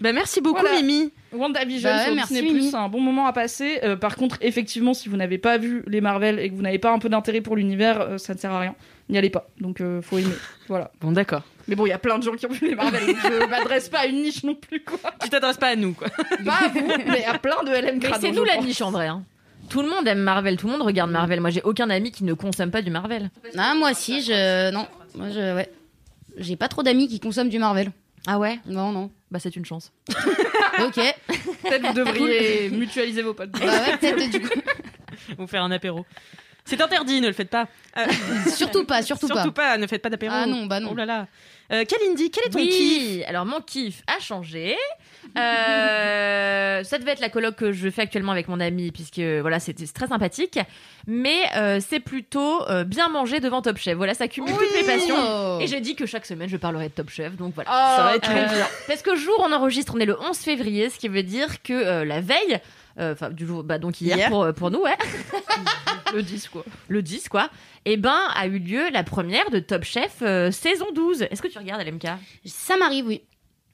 S1: Bah, merci beaucoup,
S3: Voilà.
S1: Mimi.
S3: WandaVision
S6: Bah ouais,
S3: sur
S6: merci,
S3: Disney+,
S6: Mimi.
S3: c'est un bon moment à passer. Euh, par contre, effectivement, si vous n'avez pas vu les Marvel et que vous n'avez pas un peu d'intérêt pour l'univers, euh, ça ne sert à rien. N'y allez pas. Donc, euh, faut aimer. Voilà.
S1: Bon, d'accord.
S3: Mais bon, il y a plein de gens qui ont vu les Marvel. donc je m'adresse pas à une niche non plus, quoi.
S1: Tu t'adresses pas à nous, quoi.
S3: Pas à vous, mais à plein de LM
S5: Mais
S3: Crado,
S5: c'est
S3: je
S5: nous la
S3: pense.
S5: niche en vrai. hein. Tout le monde aime Marvel, tout le monde regarde Marvel. Moi, j'ai aucun ami qui ne consomme pas du Marvel.
S6: Ah, moi aussi, je. Non. Moi, je. Ouais. J'ai pas trop d'amis qui consomment du Marvel.
S5: Ah ouais
S6: Non, non.
S5: Bah, c'est une chance.
S6: Ok. Bah
S3: Peut-être vous devriez mutualiser vos potes.
S6: ouais, peut-être du coup.
S1: Vous faire un apéro. C'est interdit, ne le faites pas. Euh,
S6: Surtout pas, surtout,
S1: surtout pas. ne faites pas d'apéro.
S6: Ah non, bah non.
S1: Oh là là. Euh, Kalindi, quel est ton kiff
S5: Oui, alors mon kiff a changé. Euh, ça devait être la colloque que je fais actuellement avec mon ami, puisque voilà, c'était c'est très sympathique. Mais euh, c'est plutôt euh, bien manger devant Top Chef. Voilà, ça cumule toutes mes passions.
S6: Oh.
S5: Et j'ai dit que chaque semaine, je parlerai de Top Chef, donc voilà.
S1: Ça va être
S5: Euh,
S1: très bien.
S5: Parce qu'au jour où on enregistre, on est le 11 février, ce qui veut dire que euh, la veille, euh, enfin du jour, bah donc hier,
S1: Hier.
S5: Pour, euh, pour nous, ouais,
S3: Le 10, quoi.
S5: le 10 quoi, et ben a eu lieu la première de Top Chef euh, saison 12. Est-ce que tu regardes LMK
S6: Ça m'arrive, oui.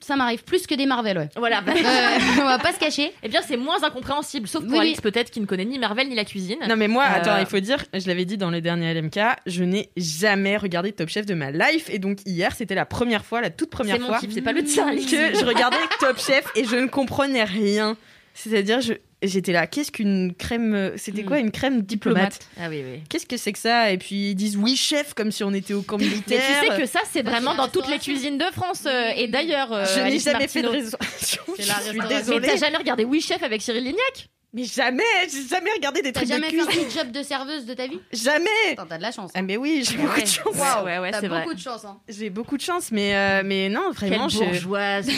S6: ça m'arrive plus que des Marvel, ouais.
S5: Voilà. bah,
S6: Euh, on va pas se cacher.
S5: eh bien, c'est moins incompréhensible, sauf pour
S6: Oui,
S5: Alex
S6: oui.
S5: peut-être qui ne connaît ni Marvel ni la cuisine.
S1: Non mais moi,
S5: Euh,
S1: attends, il faut dire, je l'avais dit dans le dernier LMK, je n'ai jamais regardé Top Chef de ma life et donc hier c'était la première fois, la toute première
S5: c'est mon
S1: fois
S5: type, c'est pas le tien.
S1: que
S5: Alex.
S1: je regardais Top Chef et je ne comprenais rien. C'est-à-dire je j'étais là, qu'est-ce qu'une crème,
S5: Hmm.
S1: c'était quoi une crème diplomate
S5: Ah oui, oui.
S1: Qu'est-ce que c'est que ça Et puis ils disent oui chef comme si on était au camp
S5: Mais
S1: militaire.
S5: tu sais que ça, c'est vraiment
S6: la
S5: dans toutes les
S6: restauration.
S5: cuisines de France euh, et d'ailleurs. euh,
S1: je n'ai
S5: Alice
S1: jamais
S5: Martineau.
S1: fait de restauration. Je
S6: la
S1: suis
S6: restauration.
S5: Mais
S1: désolée.
S5: t'as jamais regardé Oui Chef avec Cyril Lignac
S1: Mais jamais, j'ai jamais regardé des
S6: T'as
S1: trucs
S6: jamais
S1: de
S6: fait un
S1: cuisine.
S6: petit job de serveuse de ta vie
S1: Jamais.
S6: Attends, t'as de la chance.
S1: Ah mais oui, j'ai beaucoup de chance.
S5: Waouh, ouais, ouais,
S6: T'as
S5: c'est vrai.
S6: beaucoup de chance. Hein.
S1: J'ai beaucoup de chance, mais euh, mais non,
S5: Quelle
S1: vraiment, je-
S5: bourgeoise.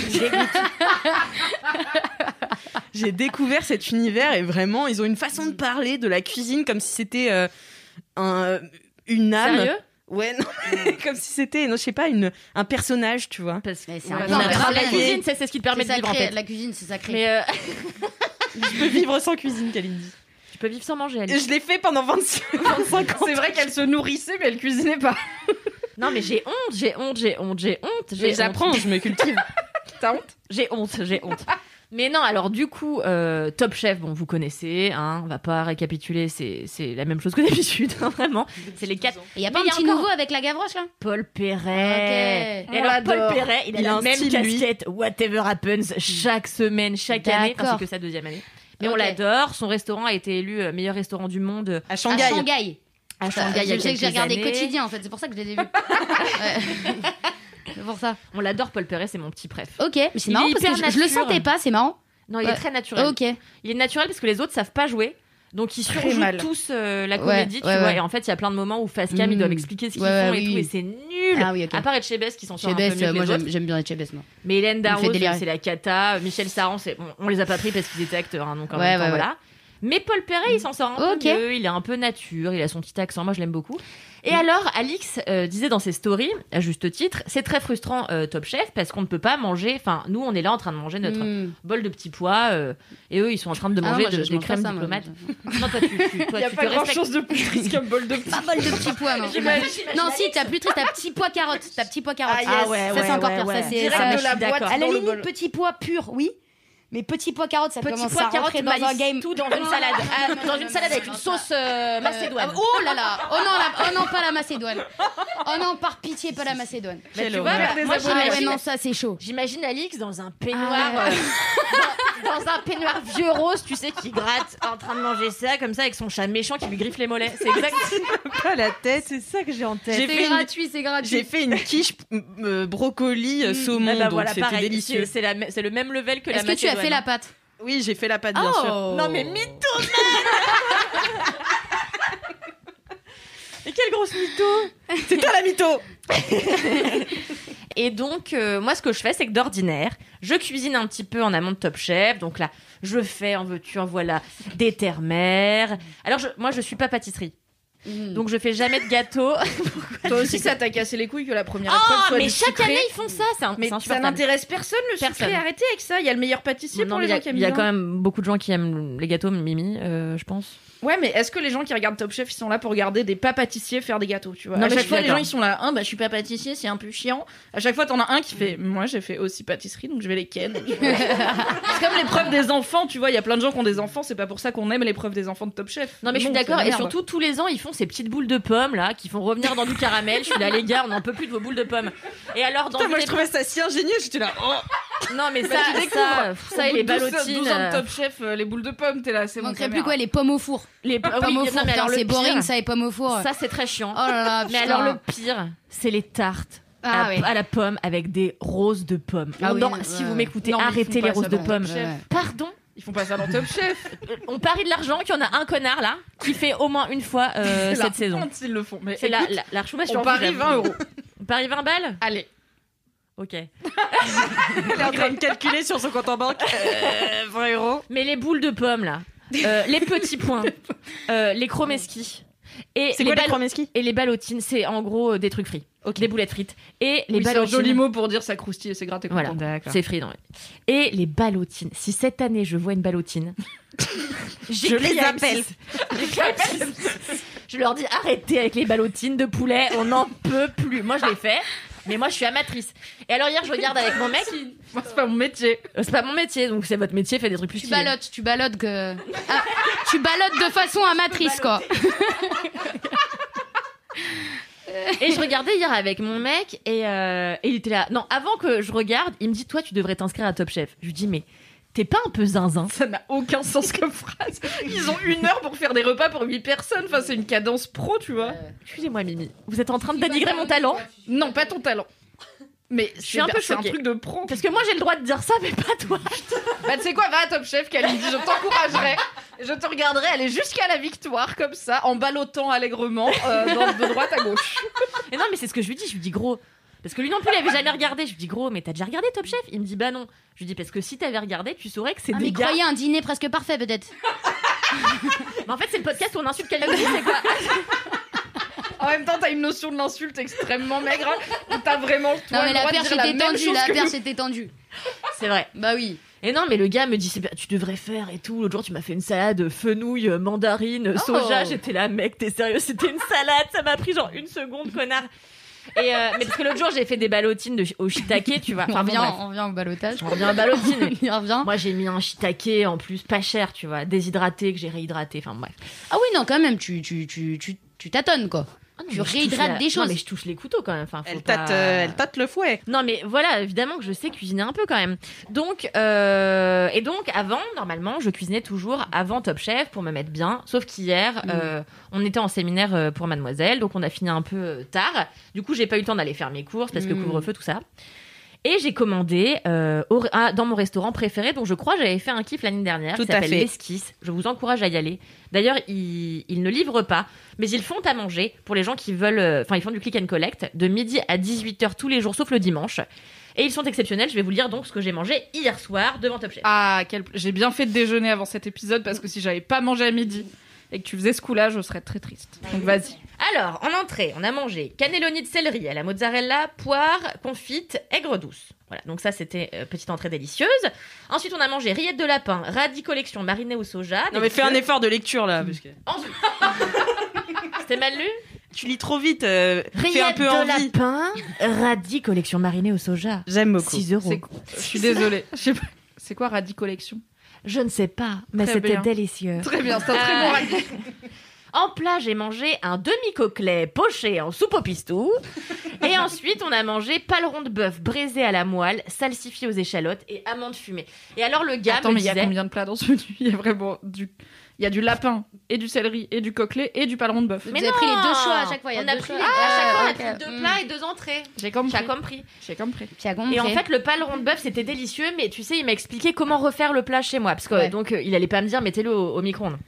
S1: j'ai découvert cet univers et vraiment, ils ont une façon de parler de la cuisine comme si c'était euh, un- euh, une âme.
S5: Sérieux
S1: ouais, non, mais comme si c'était, non, je sais pas, une un personnage, tu vois.
S5: Parce que c'est
S6: Ouais,
S5: un-
S6: non,
S5: on a
S6: mais
S5: travaillé.
S6: la
S5: La cuisine, c'est c'est ce qui te permet
S6: C'est
S5: de vivre en
S6: sacré,
S5: fait.
S6: La cuisine, c'est sacré.
S5: Mais euh,
S1: Je peux vivre sans cuisine, Kalindi.
S5: tu peux vivre sans manger, Alice.
S1: Je l'ai fait pendant 25, 25 ans.
S3: C'est vrai qu'elle se nourrissait, mais elle cuisinait pas.
S5: Non, mais j'ai honte, j'ai honte, j'ai honte, j'ai honte.
S1: Mais
S5: J'ai honte.
S1: j'apprends, je me cultive.
S5: J'ai honte, j'ai honte. Mais non, alors du coup, euh, Top Chef, bon, vous connaissez, hein, on va pas récapituler, c'est c'est la même chose que d'habitude, hein, vraiment. C'est les quatre.
S6: Et y a pas
S5: Mais
S6: un
S5: y a
S6: petit
S5: encore-
S6: nouveau avec la Gavroche là
S5: Paul Perret.
S6: Ok.
S5: Et
S3: On
S5: alors, Paul
S3: l'adore.
S5: Perret, il a
S1: Il a
S5: la
S1: un
S5: même
S1: style, lui.
S5: casquette Whatever Happens chaque semaine, chaque année,
S6: D'accord.
S5: parce que sa deuxième année. Mais on
S6: Ok.
S5: l'adore, son restaurant a été élu euh, meilleur restaurant du monde
S1: À
S6: À
S1: Shanghai.
S6: Ah, Shanghai.
S4: Ah,
S5: à Shanghai il y a
S6: Je sais que j'ai
S5: quelques
S6: regardé
S5: années.
S6: quotidien en fait, c'est pour ça que je l'ai vu. Ouais. C'est pour ça.
S5: On l'adore, Paul Perret, c'est mon petit préf.
S6: Ok, mais c'est
S5: Il
S6: marrant
S5: est
S6: parce
S5: hyper
S6: que je- je, le
S5: nature.
S6: sentais pas, c'est marrant.
S5: Non, il est
S6: Ouais.
S5: très naturel.
S6: Ok.
S5: Il est naturel parce que les autres savent pas jouer. Donc ils surjouent
S3: mal.
S5: tous euh, la
S6: Ouais,
S5: comédie, tu
S6: ouais,
S5: vois.
S6: ouais.
S5: Et en fait, il y a plein de moments où Face Cam, ils
S6: Mm.
S5: doivent expliquer ce qu'ils
S6: Ouais, ouais,
S5: font et
S6: oui,
S5: tout,
S6: oui.
S5: et c'est nul.
S6: Ah oui, ok.
S5: À part Etchebest qui s'en sort un peu
S6: Chebes,
S5: mieux
S6: euh,
S5: que
S6: moi
S5: les autres.
S6: j'aime j'aime bien les Chebes, moi.
S5: Mais Hélène
S6: me fait
S5: Darroze,
S6: délirer.
S5: c'est la cata. Michel Saran, c'est bon, on les a pas pris parce qu'ils étaient acteurs, hein, donc en
S6: Ouais,
S5: même temps,
S6: ouais, ouais.
S5: voilà. Mais Paul Perret, il s'en sort un
S6: Ok.
S5: peu mieux. Il est un peu nature, il a son petit accent. Moi, je l'aime beaucoup. Et alors, Alix euh, disait dans ses stories, à juste titre, c'est très frustrant euh, Top Chef parce qu'on ne peut pas manger. Enfin, nous, on est là en train de manger notre
S6: Mm.
S5: bol de petits pois euh, et eux ils sont en train de
S6: Ah non,
S5: manger
S6: moi,
S5: de-
S6: je- je
S5: des
S6: mange pas
S5: crèmes
S6: ça, moi.
S5: diplomates. Non, toi tu, tu, toi,
S3: Il y a
S5: tu
S3: pas
S5: te
S3: grand
S5: respectes.
S3: chose de plus triste qu'un bol de
S6: Pas bol de petits pois, non. Non, si, t'as plus triste, t'as petit pois carotte. T'as petit pois carotte.
S3: Ah, yes.
S6: ça,
S5: ouais,
S6: c'est encore
S5: ouais,
S6: pire.
S5: ouais.
S6: Ça, c'est
S3: Direct
S6: ça,
S3: de
S6: je
S3: la
S6: suis
S3: boîte
S6: d'accord.
S3: dans
S4: À la
S3: le
S4: limite,
S3: bol.
S4: petit pois pur, oui. Mais petit pois carotte, ça
S5: Petit
S4: commence
S5: pois
S4: à
S5: carotte
S4: rentrer
S5: et
S4: dans un
S5: maïs,
S4: game.
S5: tout dans une
S6: Non,
S5: salade,
S6: non,
S5: ah,
S6: non,
S5: dans
S6: non,
S5: une salade avec
S6: non,
S5: une
S6: non,
S5: sauce euh, macédoine.
S6: Euh, oh là là Oh non, la- oh non, pas la Macédoine. Oh non, par pitié, pas la Macédoine.
S5: Bah, tu
S1: Quelle
S5: vois,
S3: horreur.
S5: bah, moi
S6: Ah ouais,
S5: j'imagine,
S6: non, ça, c'est chaud.
S5: j'imagine Alix dans un peignoir,
S6: Ah ouais.
S5: euh, dans, dans un peignoir vieux rose, tu sais, qui gratte, en train de manger ça comme ça avec son chat méchant qui lui griffe les mollets. C'est exact.
S7: Pas la tête, c'est ça que j'ai en tête.
S1: J'ai
S6: C'est
S1: fait, une,
S6: gratuit, c'est
S1: j'ai
S6: gratuit.
S1: fait une quiche euh, brocoli euh, saumon,
S5: Ah bah
S1: donc
S5: voilà,
S1: c'était
S5: pareil,
S1: délicieux.
S5: c'est- C'est la me- c'est le même level que la
S6: Est-ce que tu as
S5: macédoine.
S6: fait la pâte
S1: Oui, j'ai fait la Oh. pâte bien sûr.
S5: Non mais mytho Et quelle grosse mytho
S1: C'est toi la mytho.
S5: Et donc, euh, moi, ce que je fais, c'est que d'ordinaire, je cuisine un petit peu en amont de Top Chef. Donc là, je fais, en veux-tu, en voilà, des terre-mères. Alors, je- moi, je suis pas pâtisserie. Donc, je fais jamais de gâteau.
S3: Toi aussi, ça t'a cassé les couilles que la première épreuve
S5: Oh,
S3: soit
S5: mais
S3: du
S5: chaque
S3: sucré.
S5: année, ils font ça. C'est un,
S3: Mais
S5: c'est
S3: ça
S5: insupportable.
S3: n'intéresse personne le
S5: Personne.
S3: sucré. Arrêtez avec ça. Il y a le meilleur pâtissier
S5: Non,
S3: pour
S5: mais
S3: les
S5: il y a-
S3: gens qui aiment
S5: il y a
S3: bien.
S5: quand même beaucoup de gens qui aiment les gâteaux, Mimi, euh, je pense.
S3: Ouais, mais est-ce que les gens qui regardent Top Chef, ils sont là pour regarder des pas pâtissiers faire des gâteaux, tu vois
S5: Non,
S3: À
S5: mais je
S3: chaque
S5: suis
S3: fois, les gens,
S5: d'accord.
S3: ils sont là. Un, bah, je suis pas pâtissier, c'est un peu chiant. À chaque fois, t'en as un qui fait. Moi, j'ai fait aussi pâtisserie, donc je vais les ken. tu vois. c'est comme l'épreuve des enfants, tu vois. Il y a plein de gens qui ont des enfants. C'est pas pour ça qu'on aime l'épreuve des enfants de Top Chef.
S5: Non, mais je suis
S3: c'est
S5: d'accord.
S3: la
S5: Et
S3: merde.
S5: surtout, tous les ans, ils font ces petites boules de pommes, là, qui font revenir dans du caramel. je suis là, les gars, on n'en peut plus de vos boules de pommes. Et alors, dans
S3: Ah,
S1: Putain,
S5: une
S1: moi je
S5: épreuve-
S1: trouvais ça si ingénieux, j'étais là. Oh.
S5: Non, mais ça,
S3: tu découvres.
S5: ça, pff, ça
S3: Au
S5: et
S3: bout
S5: les
S3: de 12 ans- 12
S5: ballotines.
S3: ans de
S5: euh,
S3: Top Chef, euh, les boules de pommes, t'es là, c'est
S6: Il
S3: bon.
S6: manquerait
S3: ta
S6: plus
S3: mère.
S6: quoi Les pommes au four.
S5: les
S4: Ah
S6: Pommes
S5: Ah oui,
S6: au
S5: non,
S6: four,
S5: mais
S6: putain,
S5: alors le
S6: c'est
S5: pire,
S6: boring ça, les pommes au four.
S5: Ça, c'est très chiant.
S6: Oh là là,
S5: mais
S6: putain.
S5: alors, le pire, c'est les tartes.
S6: Ah
S5: à,
S6: ouais.
S5: à la pomme avec des roses de pommes.
S6: Ah oui,
S5: Non,
S6: ouais,
S5: si
S6: ouais.
S5: vous m'écoutez,
S3: Non, mais ils
S5: arrêtez
S3: font
S5: les
S3: pas
S5: roses
S3: ça
S5: de
S3: dans
S5: pommes.
S3: Top Chef.
S5: Pardon,
S3: Ils font pas ça dans Top Chef.
S5: on parie de l'argent qu'il y en a un connard là qui fait au moins une fois euh,
S3: C'est la
S5: cette saison.
S3: honte s'ils le font. Mais
S5: C'est la, la, la Archuma, je suis
S3: on
S5: en
S3: parie
S5: vous,
S3: 20 euros.
S5: On parie 20 balles
S3: Allez.
S5: Ok.
S1: Elle est en train de calculer sur son compte en banque. Euh, 20 euros.
S5: Mais les boules de pommes là, euh, les petits points, euh, les chromeski et
S1: C'est
S5: les
S1: quoi les
S5: ball-
S1: promeski
S5: et les ballotines, c'est en gros euh, des trucs frits. Des boulettes frites. Et les
S3: Oui, c'est un
S5: ballotines.
S3: joli mot pour dire ça croustille et c'est gratté.
S5: Voilà.
S3: D'accord.
S5: C'est Free, non, ouais. Et les ballotines. Si cette année je vois une ballotine, je les appelle. Je leur dis arrêtez avec les ballotines de poulet, on n'en peut plus. Moi je l'ai fait. Mais moi, je suis amatrice. Et alors, hier, je regarde avec mon mec.
S3: Moi, c'est pas mon métier.
S5: Euh, C'est pas mon métier, donc c'est votre métier, fait des trucs plus
S4: Tu
S5: stylés.
S4: balottes, tu balottes que. Ah, tu balottes de façon amatrice, quoi.
S5: Et je regardais hier avec mon mec et, euh, et il était là. Non, avant que je regarde, il me dit Toi, tu devrais t'inscrire à Top Chef. Je lui dis Mais t'es pas un peu zinzin
S3: Ça n'a aucun sens comme phrase. Ils ont une heure pour faire des repas pour 8 personnes. Enfin, c'est une cadence pro, tu vois.
S5: Excusez-moi, Mimi, vous êtes en train de dénigrer mon talent
S3: Non, pas ton talent. Mais
S5: suis
S3: c'est-
S5: un peu
S3: c'est un
S5: choquée.
S3: truc de pro.
S5: Parce que moi, j'ai le droit de dire ça, mais pas toi.
S3: Bah, tu sais quoi, va à Top Chef, Kalindi, je t'encouragerai. Je te regarderai aller jusqu'à la victoire, comme ça, en ballottant allègrement euh, dans- de droite à gauche.
S5: Et non, mais c'est ce que je lui dis. Je lui dis Gros. Parce que lui non plus, il avait jamais regardé. Je lui dis Gros, mais t'as déjà regardé Top Chef Il me dit Bah non. Je lui dis Parce que si t'avais regardé, tu saurais que c'est
S4: Ah,
S5: des
S4: mais
S5: gars.
S4: croyez un dîner presque parfait, peut-être.
S5: Mais en fait, c'est le podcast où on insulte quelqu'un. c'est quoi
S3: En même temps, t'as une notion de l'insulte extrêmement maigre. où T'as vraiment
S4: Non,
S3: toi,
S4: mais
S3: le
S4: la
S3: droit de
S4: perche
S3: dire la
S4: était
S3: même
S4: tendue,
S3: chose
S4: la
S3: que
S4: perche était tendue.
S5: C'est vrai.
S4: Bah oui.
S5: Et non, mais le gars me dit c'est bien, tu devrais faire et tout. L'autre jour, tu m'as fait une salade fenouil, euh, mandarine,
S4: Oh.
S5: soja. J'étais là, mec, t'es sérieux C'était une salade. Ça m'a pris genre une seconde, connard. Et euh, mais parce que l'autre jour, j'ai fait des ballotines de, shi- au shiitake, tu vois.
S4: On
S5: Enfin, bon,
S4: revient,
S5: Ah, bref.
S4: on revient au balotage.
S5: On revient à ballotine.
S4: On y revient.
S5: Moi, j'ai mis un shiitake en plus, pas cher, tu vois, déshydraté que j'ai réhydraté. Enfin, bref.
S4: Ah oui, non, quand même, tu, tu, tu, tu, tu tâtonnes, quoi.
S5: Ah non,
S4: Tu
S5: mais je touche
S4: réhydrates
S5: la-
S4: des
S5: Non,
S4: choses.
S5: mais je touche les couteaux quand même. Enfin, faut
S1: Elle
S5: pas-
S1: tâte, euh, elle tâte le fouet.
S5: Non, mais voilà, évidemment que je sais cuisiner un peu quand même. Donc, euh, et donc avant, normalement, je cuisinais toujours avant Top Chef pour me mettre bien. Sauf qu'hier,
S1: Mm.
S5: euh, on était en séminaire euh, pour Mademoiselle, donc on a fini un peu euh, tard. Du coup, j'ai pas eu le temps d'aller faire mes courses parce que
S4: Mm.
S5: couvre-feu, tout ça. Et j'ai commandé euh, au- ah, dans mon restaurant préféré, dont je crois que j'avais fait un kiff l'année dernière,
S1: Tout
S5: qui
S1: à
S5: s'appelle
S1: fait.
S5: L'Esquisse. Je vous encourage à y aller. D'ailleurs, ils, ils ne livrent pas, mais ils font à manger pour les gens qui veulent. euh, Enfin, ils font du click and collect de midi à 18h tous les jours, sauf le dimanche. Et ils sont exceptionnels. Je vais vous lire donc ce que j'ai mangé hier soir devant Top Chef.
S3: Ah, quel... j'ai bien fait de déjeuner avant cet épisode parce que si j'avais pas mangé à midi et que tu faisais ce coup-là, je serais très triste. Donc vas-y.
S5: Alors, en entrée, on a mangé cannelloni de céleri à la mozzarella, poire, confite, aigre douce. Voilà, donc ça c'était euh, petite entrée délicieuse. Ensuite, on a mangé rillettes de lapin, radis collection marinée au soja.
S1: Non mais fais un
S5: délicieux.
S1: effort de lecture là, parce que
S5: C'était mal lu
S1: tu lis trop vite, euh, fais un
S5: Rillettes
S1: peu
S5: de
S1: envie.
S5: lapin, radis collection marinée au soja.
S1: J'aime beaucoup.
S5: 6 euros.
S3: C'est quoi Je suis désolée. Je sais pas. C'est quoi Radis Collection
S5: Je ne sais pas, mais
S3: Très
S5: c'était
S3: bien.
S5: délicieux.
S3: Très bien, c'est un
S5: très
S3: très
S4: Euh,
S5: bon
S3: bon radis.
S5: En plat, j'ai mangé un demi-coquelet poché en soupe au pistou. Et ensuite, on a mangé paleron de bœuf braisé à la moelle, salsifié aux échalotes et amandes fumées. Et alors, le gars
S3: Attends,
S5: me
S3: mais il y a
S5: disait...
S3: combien de plats dans ce menu Il y a vraiment du. Il y a du lapin, et du céleri, et du coquelet, et du paleron de bœuf.
S5: Mais
S4: Vous avez pris les deux choix à chaque fois, il y a
S5: Ah, on a
S4: deux
S5: pris
S4: choix.
S5: les- à chaque fois, on a
S4: Ah,
S5: pris
S4: ok.
S5: deux
S4: Mm.
S5: plats et deux entrées.
S3: J'ai compris.
S5: J'ai compris.
S3: J'ai compris.
S4: Puis à
S5: Et en fait, le paleron de bœuf, c'était délicieux, mais tu sais, il m'a expliqué comment refaire le plat chez moi. Parce que
S4: Ouais.
S5: donc, euh, il allait pas me dire, mettez-le au, au micro-ondes.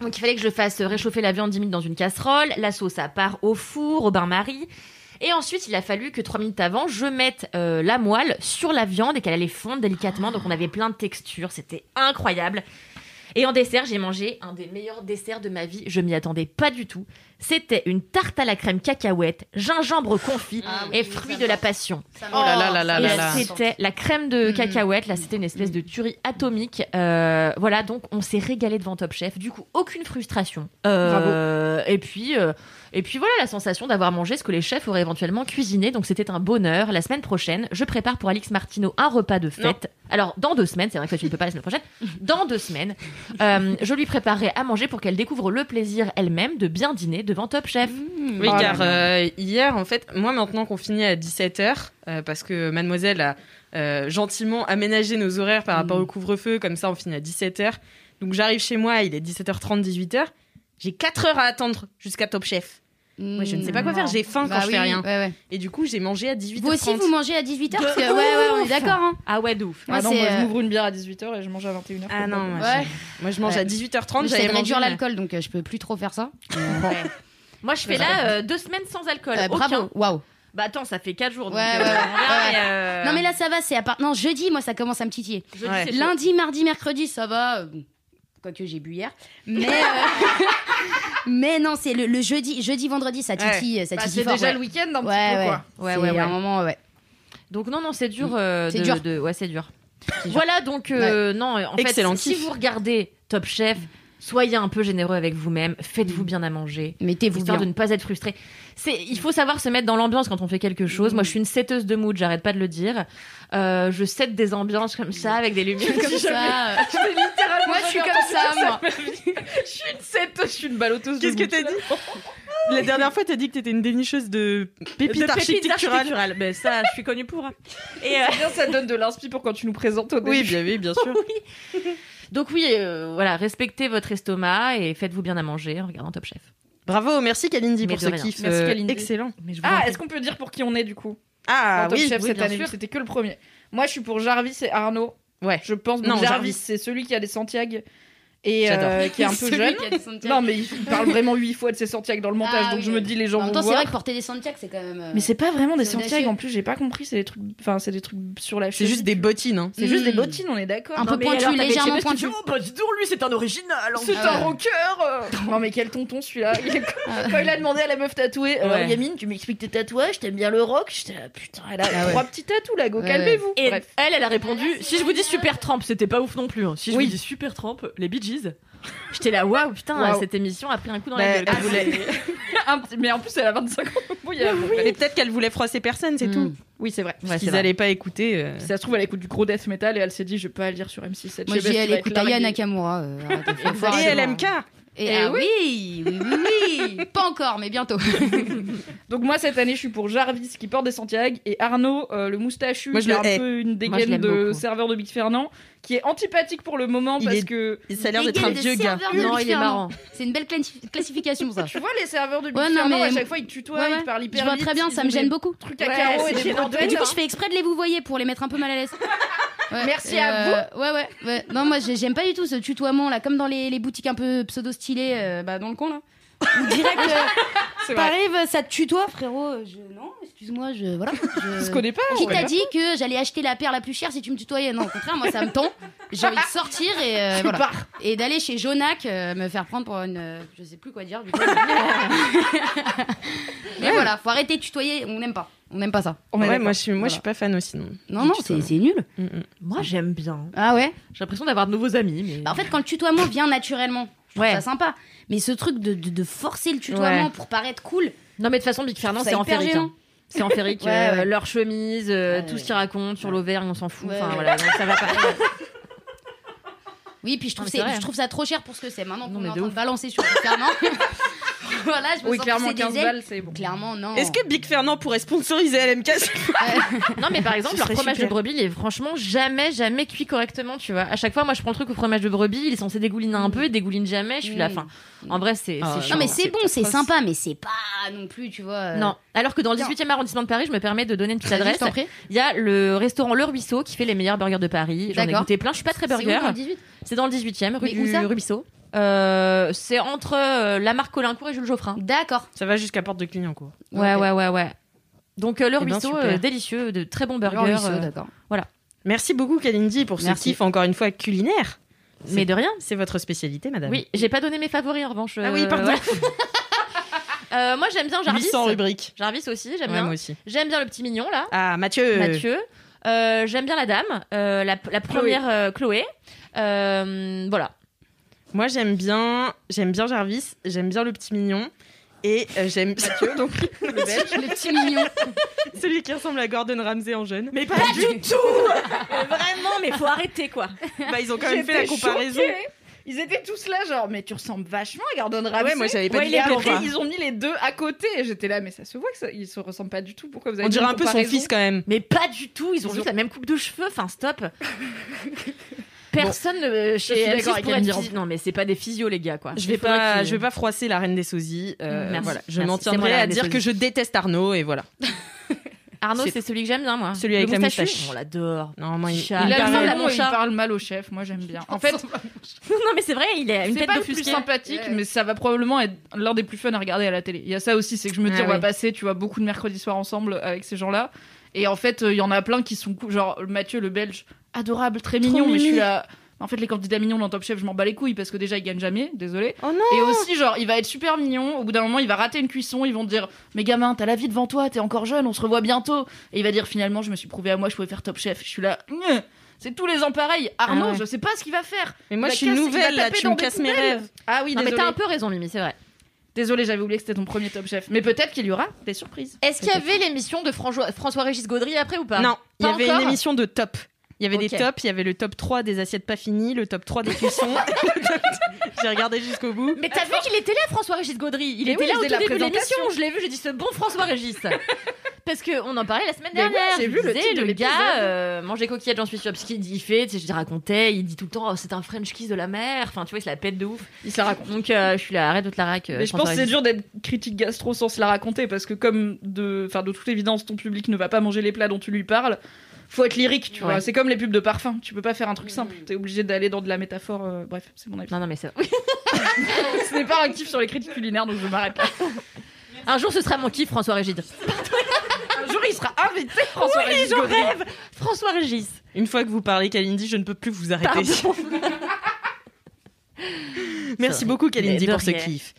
S5: Donc, il fallait que je fasse réchauffer la viande 10 minutes dans une casserole, la sauce à part au four, au bain-marie. Et ensuite, il a fallu que 3 minutes avant, je mette euh, la moelle sur la viande et qu'elle allait fondre délicatement. Donc, on avait plein de textures. C'était incroyable. Et en dessert, j'ai mangé un des meilleurs desserts de ma vie. Je m'y attendais pas du tout. C'était une tarte à la crème cacahuète, gingembre confit
S4: Ah oui,
S5: et
S4: oui,
S5: fruits
S4: ça
S5: de la
S4: va.
S5: passion.
S1: Oh là là là là
S5: Et
S1: là Mm. là.
S5: c'était la crème de
S4: Mm.
S5: cacahuète, là c'était une espèce de tuerie atomique. Euh, voilà, donc on s'est régalé devant Top Chef. Du coup, aucune frustration. Euh, Et puis, euh, et puis voilà la sensation d'avoir mangé ce que les chefs auraient éventuellement cuisiné. Donc c'était un bonheur. La semaine prochaine, je prépare pour Alix Martino un repas de fête. Alors dans deux semaines, c'est vrai que toi, tu ne peux pas la semaine prochaine. Dans deux semaines, euh, je lui préparerai à manger pour qu'elle découvre le plaisir elle-même de bien dîner devant Top Chef.
S4: Mm.
S1: Oui,
S3: Oh là
S1: car euh, hier, en fait, moi maintenant qu'on finit à 17h, parce que mademoiselle a euh, gentiment aménagé nos horaires par
S4: Mm.
S1: rapport au couvre-feu, comme ça on finit à 17h. Donc j'arrive chez moi, il est 17h30, 18h. J'ai 4 heures à attendre jusqu'à Top Chef.
S4: Mm.
S1: Moi je ne sais pas quoi faire, j'ai
S4: Bah
S1: faim quand je fais rien. Et du coup, j'ai mangé à 18h30.
S4: Vous aussi, vous mangez à 18h parce que... Ouais, ouais, on est d'accord. Hein.
S5: Ah ouais, de ouf.
S4: Moi,
S3: Ah non,
S4: c'est,
S3: moi
S4: euh,
S3: je m'ouvre une bière à 18h et je mange à 21h.
S1: Ah non, moi,
S4: Ouais.
S1: je- moi, je mange à 18h30,
S4: J'essaie
S1: j'avais
S4: de
S1: mangé
S4: réduire l'alcool, donc euh, je peux plus trop faire ça.
S5: Moi, je fais là euh, deux semaines sans alcool.
S4: Euh,
S5: Aucun.
S4: bravo, waouh.
S5: Bah attends, ça fait 4 jours. donc,
S4: Ouais,
S5: euh, on
S4: ouais, ouais.
S5: verra,
S4: Ouais.
S5: mais, euh,
S4: Non mais là ça va, c'est à part. Non, jeudi, moi ça commence à me titiller.
S5: je dis,
S1: Ouais.
S5: c'est chaud.
S4: Lundi, mardi, mercredi, ça va. euh, bon, Quoique j'ai bu hier. Mais, euh, mais non, c'est le, le jeudi, jeudi, vendredi, ça
S1: Ouais.
S4: titille. Ça
S3: Bah,
S4: titille
S3: c'est
S4: fort,
S3: déjà
S4: ouais.
S3: le week-end un petit
S4: ouais,
S3: peu
S4: ouais.
S3: quoi.
S4: Ouais,
S5: C'est
S4: ouais,
S5: un
S4: un moment, ouais.
S5: Donc non, non, c'est dur. euh,
S4: C'est
S5: de-
S4: dur.
S5: de- Ouais, c'est dur. Voilà, donc euh, non, euh, en fait,
S1: Excellent
S5: si
S1: kiff.
S5: vous regardez Top Chef, Soyez un peu généreux avec vous-même. Faites-vous bien à manger.
S4: Mettez-vous
S5: histoire
S4: bien.
S5: de ne pas être frustré. C'est, il faut savoir se mettre dans l'ambiance quand on fait quelque chose. Moi, je suis une setteuse de mood, j'arrête pas de le dire. Euh, je sette des ambiances comme ça avec des lumières
S6: Comme ça. euh, Moi, je suis comme ça, moi.
S3: je suis une balotteuse.
S1: Qu'est-ce que t'as dit La dernière fois, t'as dit que t'étais une dénicheuse de pépites
S5: de pépites
S1: architecturales.
S5: architecturales. Ben ça, je suis connue pour. Et euh,
S3: C'est bien, ça donne de l'inspi pour quand tu nous présentes au début.
S1: Oui, bien, oui, bien sûr.
S5: donc oui, euh, voilà, respectez votre estomac et faites-vous bien à manger en regardant Top Chef.
S1: Bravo, merci Kalindi
S5: Mais
S1: pour
S5: de
S1: ce
S5: rien.
S1: kiff.
S3: Merci,
S1: euh,
S3: Kalindi.
S1: Excellent.
S5: Mais je vous en
S3: Ah,
S5: prie.
S3: est-ce qu'on peut dire pour qui on est du coup
S1: Ah
S3: dans Top
S1: oui,
S3: Chef
S5: oui,
S3: cette
S5: bien
S3: année
S5: sûr.
S3: C'était que le premier. Moi, je suis pour Jarvis et Arnaud.
S1: ouais.
S3: Je pense que
S1: Non,
S3: Jarvis,
S1: Jarvis.
S3: c'est celui qui a des Santiago et
S1: J'adore.
S3: euh, qui est un peu
S6: Celui
S3: jeune.
S6: qui a des Santiago.
S3: Non, mais il parle vraiment huit fois de ses Santiago dans le montage,
S6: Ah
S3: donc
S6: oui,
S3: je me
S6: oui.
S3: dis les gens
S4: En même
S3: vont
S4: temps, c'est
S3: voir.
S4: vrai que porter des Santiago, c'est quand même. euh,
S3: Mais c'est pas vraiment des
S4: C'est audacieux.
S3: Santiago en plus, j'ai pas compris. C'est des trucs, enfin, c'est des trucs sur la
S1: C'est
S3: cheville.
S1: juste des bottines. Hein.
S3: c'est juste des
S4: Mm.
S3: bottines, on est d'accord.
S4: Un peu pointu, légèrement pointu.
S3: C'est
S4: Ah
S3: un
S5: Ah
S3: rocker euh. Non mais quel tonton celui-là Il est- Quand il a demandé à la meuf tatouée Alors
S5: Ouais.
S3: Yamine, tu m'expliques tes tatouages, t'aimes bien le rock J'étais là, putain, elle a
S1: Ah
S3: trois petits tatous là, go,
S4: Ouais,
S3: calmez-vous
S5: Et
S3: Bref.
S5: elle, elle a répondu Si je vous dis Super Tramp, c'était pas ouf non plus. hein. Si je vous dis Super Tramp, les Bee Gees. J'étais là, waouh, putain,
S3: Waouh.
S5: cette émission a pris un coup dans
S1: Bah,
S5: la gueule.
S1: elle voulait-
S3: Un petit- Mais en plus, elle a 25 ans Bon, il y a-
S1: Et peut-être qu'elle voulait froisser personne, c'est
S4: Mm.
S1: tout.
S3: Oui, c'est vrai.
S5: Ouais,
S1: Parce
S5: c'est
S1: qu'ils
S5: vrai.
S1: n'allaient pas écouter. euh.
S3: Si ça se trouve, elle écoute du gros death metal et elle s'est dit, je vais pas lire sur M6. cette
S4: Moi,
S3: chebesse
S4: j'ai
S3: qui
S4: elle
S3: va
S4: écoute
S3: être larguée.
S4: Aya Nakamura. euh, arrêtez, faut- faut arrêter
S1: Et
S4: de voir.
S1: LMK
S4: Et,
S6: Eh
S4: ah oui, oui, oui, oui.
S6: Pas encore, mais bientôt.
S3: Donc, moi, cette année, je suis pour Jarvis qui porte des Santiago et Arnaud, euh, le moustachu,
S1: Moi, je
S3: qui a
S1: le
S3: un
S1: hais.
S3: peu une
S5: Moi, je
S3: dégaine
S5: l'aime
S3: de
S5: beaucoup.
S3: serveur de Big Fernand, qui est antipathique pour le moment
S1: Il
S3: parce
S1: est-
S3: que.
S1: Ça a l'air d'être un
S6: Dégaine de
S1: vieux gars.
S6: serveur de
S5: Non,
S6: Big
S5: il est
S6: Fernand.
S5: marrant.
S4: C'est une belle classi- classification, ça.
S3: Tu vois les serveurs de Big
S6: Ouais, non,
S3: Fernand,
S6: mais
S3: à
S6: moi-
S3: chaque fois, ils te tutoient,
S4: Ouais, ouais.
S3: ils te parlent hyper
S4: Je vois
S3: vite,
S4: très bien,
S3: ils
S4: ça
S3: ont
S4: me
S3: des
S4: gêne beaucoup.
S3: Trucs à carreaux et des bandes de
S4: Et du coup,
S3: lin.
S4: je fais exprès de les vous voyez pour les mettre un peu mal à l'aise. Ouais,
S3: Merci
S4: et,
S3: à
S4: euh, Ouais, ouais, ouais. Non, moi, j'ai- j'aime pas du tout ce tutoiement là, comme dans les, les boutiques un peu pseudo-stylées, euh, bah, dans le coin là. Où direct, euh,
S3: C'est vrai.
S4: t'arrives, ça te tutoie, frérot. Je... Non, excuse-moi, je. Voilà. je-
S3: On se connaît pas. on
S4: Qui
S3: connaît
S4: t'a
S3: pas.
S4: dit que j'allais acheter la paire la plus chère si tu me tutoyais Non, au contraire, moi ça me tend. J'ai envie de sortir et euh,
S3: Tu
S4: voilà.
S3: pars.
S4: Et d'aller chez Jonac euh, me faire prendre pour une. euh, je sais plus quoi dire du coup. Mais voilà, faut arrêter de tutoyer, on n'aime pas. On n'aime pas ça.
S3: est
S1: Ouais,
S3: d'accord.
S1: moi, je suis, moi, je
S4: Voilà.
S1: suis pas fan aussi. Non,
S4: Non, non, c'est c'est nul.
S1: Mm, mm.
S5: Moi, j'aime bien.
S4: Ah ouais
S5: J'ai l'impression d'avoir de nouveaux amis. Mais...
S4: Bah, En fait, quand le tutoiement vient naturellement, je trouve
S5: Ouais.
S4: ça sympa. Mais ce truc de, de, de forcer le tutoiement
S5: Ouais.
S4: pour paraître cool,
S5: Non, mais de toute façon, Big Fernand,
S4: Ça
S5: c'est en
S4: hyper
S5: ferrique.
S4: gênant.
S5: hein. C'est en ferrique.
S4: Ouais,
S5: euh,
S4: ouais.
S5: Leur chemise, euh,
S4: Ouais,
S5: tout ce
S4: ouais.
S5: qu'ils racontent sur
S4: Ouais.
S5: l'auvergne, on s'en fout.
S4: Ouais,
S5: Enfin,
S4: ouais.
S5: voilà, donc ça va pas.
S4: oui, puis je trouve,
S5: Ah, mais
S4: c'est-
S5: c'est vrai.
S4: je trouve ça trop cher pour ce que c'est. Maintenant
S5: Non,
S4: qu'on
S5: mais
S4: est en
S5: de
S4: train
S5: ouf.
S4: de balancer sur le Fernand. voilà, je me
S3: Oui,
S4: sens
S3: clairement,
S4: pousser des
S3: 15
S4: ailes.
S3: balles, c'est bon.
S4: Clairement, non.
S1: Est-ce que Big Fernand pourrait sponsoriser LMK
S5: Non, mais par exemple,
S1: Ce
S5: leur
S1: serait
S5: fromage
S1: super.
S5: de brebis, il est franchement jamais, jamais cuit correctement, tu vois. À chaque fois, moi, je prends le truc au fromage de brebis, il est censé dégouliner
S1: Mm.
S5: un peu, il dégouline jamais, je suis là,
S4: Mm.
S5: fin. En vrai, c'est c'est
S1: Ah,
S5: chiant. hein.
S4: Non, mais c'est bon, c'est
S1: atroce.
S4: sympa, mais c'est pas non plus, tu vois. euh,
S5: Non, alors que dans le
S4: Non.
S5: 18e arrondissement de Paris, je me permets de donner une petite
S4: vas-y,
S5: adresse.
S4: je t'en prie.
S5: Il y a le restaurant Le Ruisseau qui fait les meilleurs burgers de Paris. J'en ai
S4: D'accord.
S5: goûté plein, je suis pas très
S4: C'est où,
S5: burger.
S4: dans le 18?
S5: C'est dans le 18e, rue
S4: Mais où
S5: du
S4: ça
S5: Ruisseau. Euh, c'est entre euh, la marque Colincourt et Jules Geoffrin.
S4: D'accord.
S1: Ça va jusqu'à Porte de Clignancourt.
S5: Hein. Ouais,
S4: Ok.
S5: ouais, ouais, ouais. Donc euh, le
S1: Eh ben,
S5: ruisseau,
S1: super.
S5: euh, délicieux, de très bons
S4: Dans le
S5: burgers.
S4: ruisseau,
S5: euh,
S4: d'accord.
S1: Merci beaucoup, Kalindi, pour ce
S4: Merci.
S1: kiff, encore une fois, culinaire.
S5: mais de rien.
S1: C'est votre spécialité, madame.
S5: Oui, j'ai pas donné mes favoris en revanche.
S1: Ah
S5: euh,
S1: oui, pardon.
S5: ouais. Euh, moi j'aime bien Jarvis.
S1: 800 rubriques.
S5: Jarvis aussi, j'aime
S1: Ouais,
S5: bien.
S1: moi aussi.
S5: J'aime bien le petit mignon là,
S1: Ah, Mathieu.
S5: Mathieu. Euh, j'aime bien la dame, euh, la, la première euh, Chloé. Euh, voilà.
S1: Moi, j'aime bien, j'aime bien Jarvis, j'aime bien le petit mignon. Et euh, j'aime Mathieu, donc
S4: Le petit mignon.
S1: celui qui ressemble à Gordon Ramsay en jeune. Mais
S5: Pas du tout Euh, Vraiment, mais faut arrêter quoi.
S1: bah, ils ont quand même fait
S3: J'étais
S1: la comparaison.
S3: choquée. Ils étaient tous là, genre, mais tu ressembles vachement à Gordon Ramsay.
S1: Ouais, moi, j'avais pas
S3: Ouais,
S1: dit
S3: et
S1: pourquoi.
S3: après, ils ont mis les deux à côté. Et j'étais là, mais ça se voit que ça, ils se ressemblent pas du tout. Pourquoi vous avez
S1: On
S3: mis
S1: dirait
S3: une
S1: un peu son
S3: comparaison
S1: fils quand même.
S5: Mais pas du tout, ils ont
S3: Ils
S5: juste
S3: ont-
S5: la même coupe de cheveux, enfin stop. Personne ne- euh, chez
S3: suis
S5: M6
S3: d'accord avec
S5: pourrait être
S3: Anne Durand.
S5: physio- Non mais c'est pas des physios les gars quoi.
S1: Je
S5: Il
S1: vais
S5: faudrait
S1: pas,
S5: qu'ils-
S1: je vais pas froisser la reine des sosies. euh,
S5: Merci,
S1: voilà, je
S5: merci.
S1: m'en
S5: C'est moi
S1: tiendrai
S5: la
S1: à
S5: reine des
S1: dire que je déteste Arnaud et voilà.
S5: Arnaud
S1: C'est-
S5: c'est celui que j'aime bien moi.
S1: Celui avec
S5: Le
S1: la
S5: moustachu, Oh,
S1: moustache.
S5: On l'adore.
S1: Non, moi, il,
S5: Chat.
S1: il
S3: Il a
S5: Il
S3: le
S5: parle
S3: même
S5: à mon
S3: nom et il
S5: chat.
S3: parle mal au chef. Moi, j'aime bien. En fait,
S5: non mais c'est vrai, il a une
S3: c'est
S5: tête
S3: pas le plus
S5: d'offusqué.
S3: sympathique, mais ça va probablement être l'un des plus fun à regarder à la télé. Il y a ça aussi, c'est que je me dis,
S1: Ah
S3: on va
S1: oui.
S3: passer, tu vois, beaucoup de mercredis soirs ensemble euh, avec ces gens-là. Et en fait, euh, il y en a plein qui sont cool. Genre, Mathieu le Belge, adorable, très mignon, mais je suis là. En fait, les candidats mignons dans Top Chef, je m'en bats les couilles parce que déjà, ils gagnent jamais, désolé.
S1: Oh non
S3: Et aussi, genre, il va être super mignon. Au bout d'un moment, il va rater une cuisson. Ils vont te dire, mais gamin, t'as la vie devant toi, t'es encore jeune, on se revoit bientôt. Et il va dire, finalement, je me suis prouvé à moi, je pouvais faire Top Chef. Je suis là, Gneu. C'est tous les ans pareil. Arnaud,
S5: Ah ouais.
S3: je sais pas ce qu'il va faire.
S1: Mais moi,
S3: Il va
S1: je suis
S3: casser-
S1: nouvelle
S3: il va
S1: là,
S3: taper
S1: tu
S3: dans
S1: me
S3: des
S1: casses mes
S3: poubelles.
S1: rêves.
S3: Ah oui,
S5: Non, mais
S3: désolé.
S5: t'as un peu raison, Mimi, c'est vrai.
S3: Désolé, j'avais oublié que c'était ton premier top chef. Mais peut-être qu'il y aura des surprises.
S9: Est-ce qu'il y avait l'émission de François-Régis Gaudry après ou pas
S1: Non, il y
S9: Pas
S1: avait
S9: encore
S1: une émission de top. Il y avait des
S9: Ok.
S1: tops, il y avait le top 3 des assiettes pas finies, le top 3 des cuissons. Le top- J'ai regardé jusqu'au bout.
S9: Mais t'as vu qu'il était là, François-Régis Gaudry Il
S3: Mais
S9: était
S3: oui,
S9: là au
S3: il faisait
S9: tout
S3: la
S9: début de l'émission.
S3: présentation.
S9: Je l'ai vu, j'ai dit ce bon François-Régis. Parce qu'on en parlait la semaine
S3: Mais oui,
S9: dernière.
S3: j'ai
S9: je
S3: vu le
S9: disais,
S3: titre de
S9: le
S3: l'épisode.
S9: gars euh, mange des coquillettes, j'en suis sûre. Parce qu'il dit- il fait, tu sais, je te racontais, il dit tout le temps, Oh, c'est un French kiss de la mer. Enfin, tu vois, il se la pète de ouf.
S3: Il se la raconte.
S9: Donc, euh, je suis là, arrête de te la rac. euh,
S3: Mais je pense que c'est
S9: François-Régis.
S3: dur d'être critique gastro sans se la raconter parce que comme de, enfin de toute évidence, ton public ne va pas manger les plats dont tu lui parles. Faut être lyrique, tu vois.
S9: Ouais.
S3: C'est comme les pubs de parfum. Tu peux pas faire un truc simple. T'es obligé d'aller dans de la métaphore. euh, bref, c'est mon avis.
S9: Non, non, mais c'est
S3: Ce n'est pas un kiff sur les critiques culinaires, donc je m'arrête là.
S9: Un jour, ce sera mon kiff, François-Régis.
S3: Un jour, il sera invité, François
S9: Oui, j'en rêve François-Régis.
S1: Une fois que vous parlez Kalindi, je ne peux plus vous arrêter.
S9: Pardon.
S1: Merci
S9: Sorry.
S1: beaucoup Kalindi
S9: Mais de
S1: pour ce
S9: rien.
S1: kiff.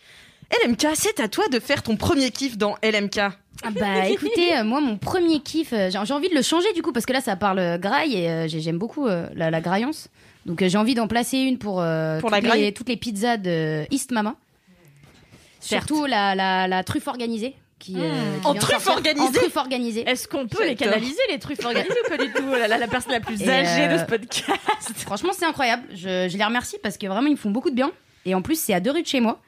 S1: LMK, c'est à toi de faire ton premier kiff dans LMK.
S4: Ah bah écoutez, euh, moi mon premier kiff, euh, j'ai j'ai envie de le changer du coup parce que là ça parle euh, graille et euh, j'ai- j'aime beaucoup euh, la, la graillance. Donc euh, j'ai envie d'en placer une pour, euh,
S1: Pour la
S4: toutes,
S1: graille
S4: les, toutes les pizzas de East Mama.
S9: Certes.
S4: Surtout la, la, la truffe organisée. Qui, euh, qui
S1: En
S4: vient de
S1: truffe
S4: sortir.
S1: organisée
S4: En truffe organisée.
S9: Est-ce qu'on peut
S1: J'adore.
S9: les canaliser, les truffes organisées ou pas du tout Oh là là, la personne la plus
S4: Et,
S9: âgée
S4: euh,
S9: de ce podcast.
S4: Franchement, c'est incroyable. Je, je les remercie parce que vraiment, ils me font beaucoup de bien. Et en plus, c'est à deux rues de chez moi.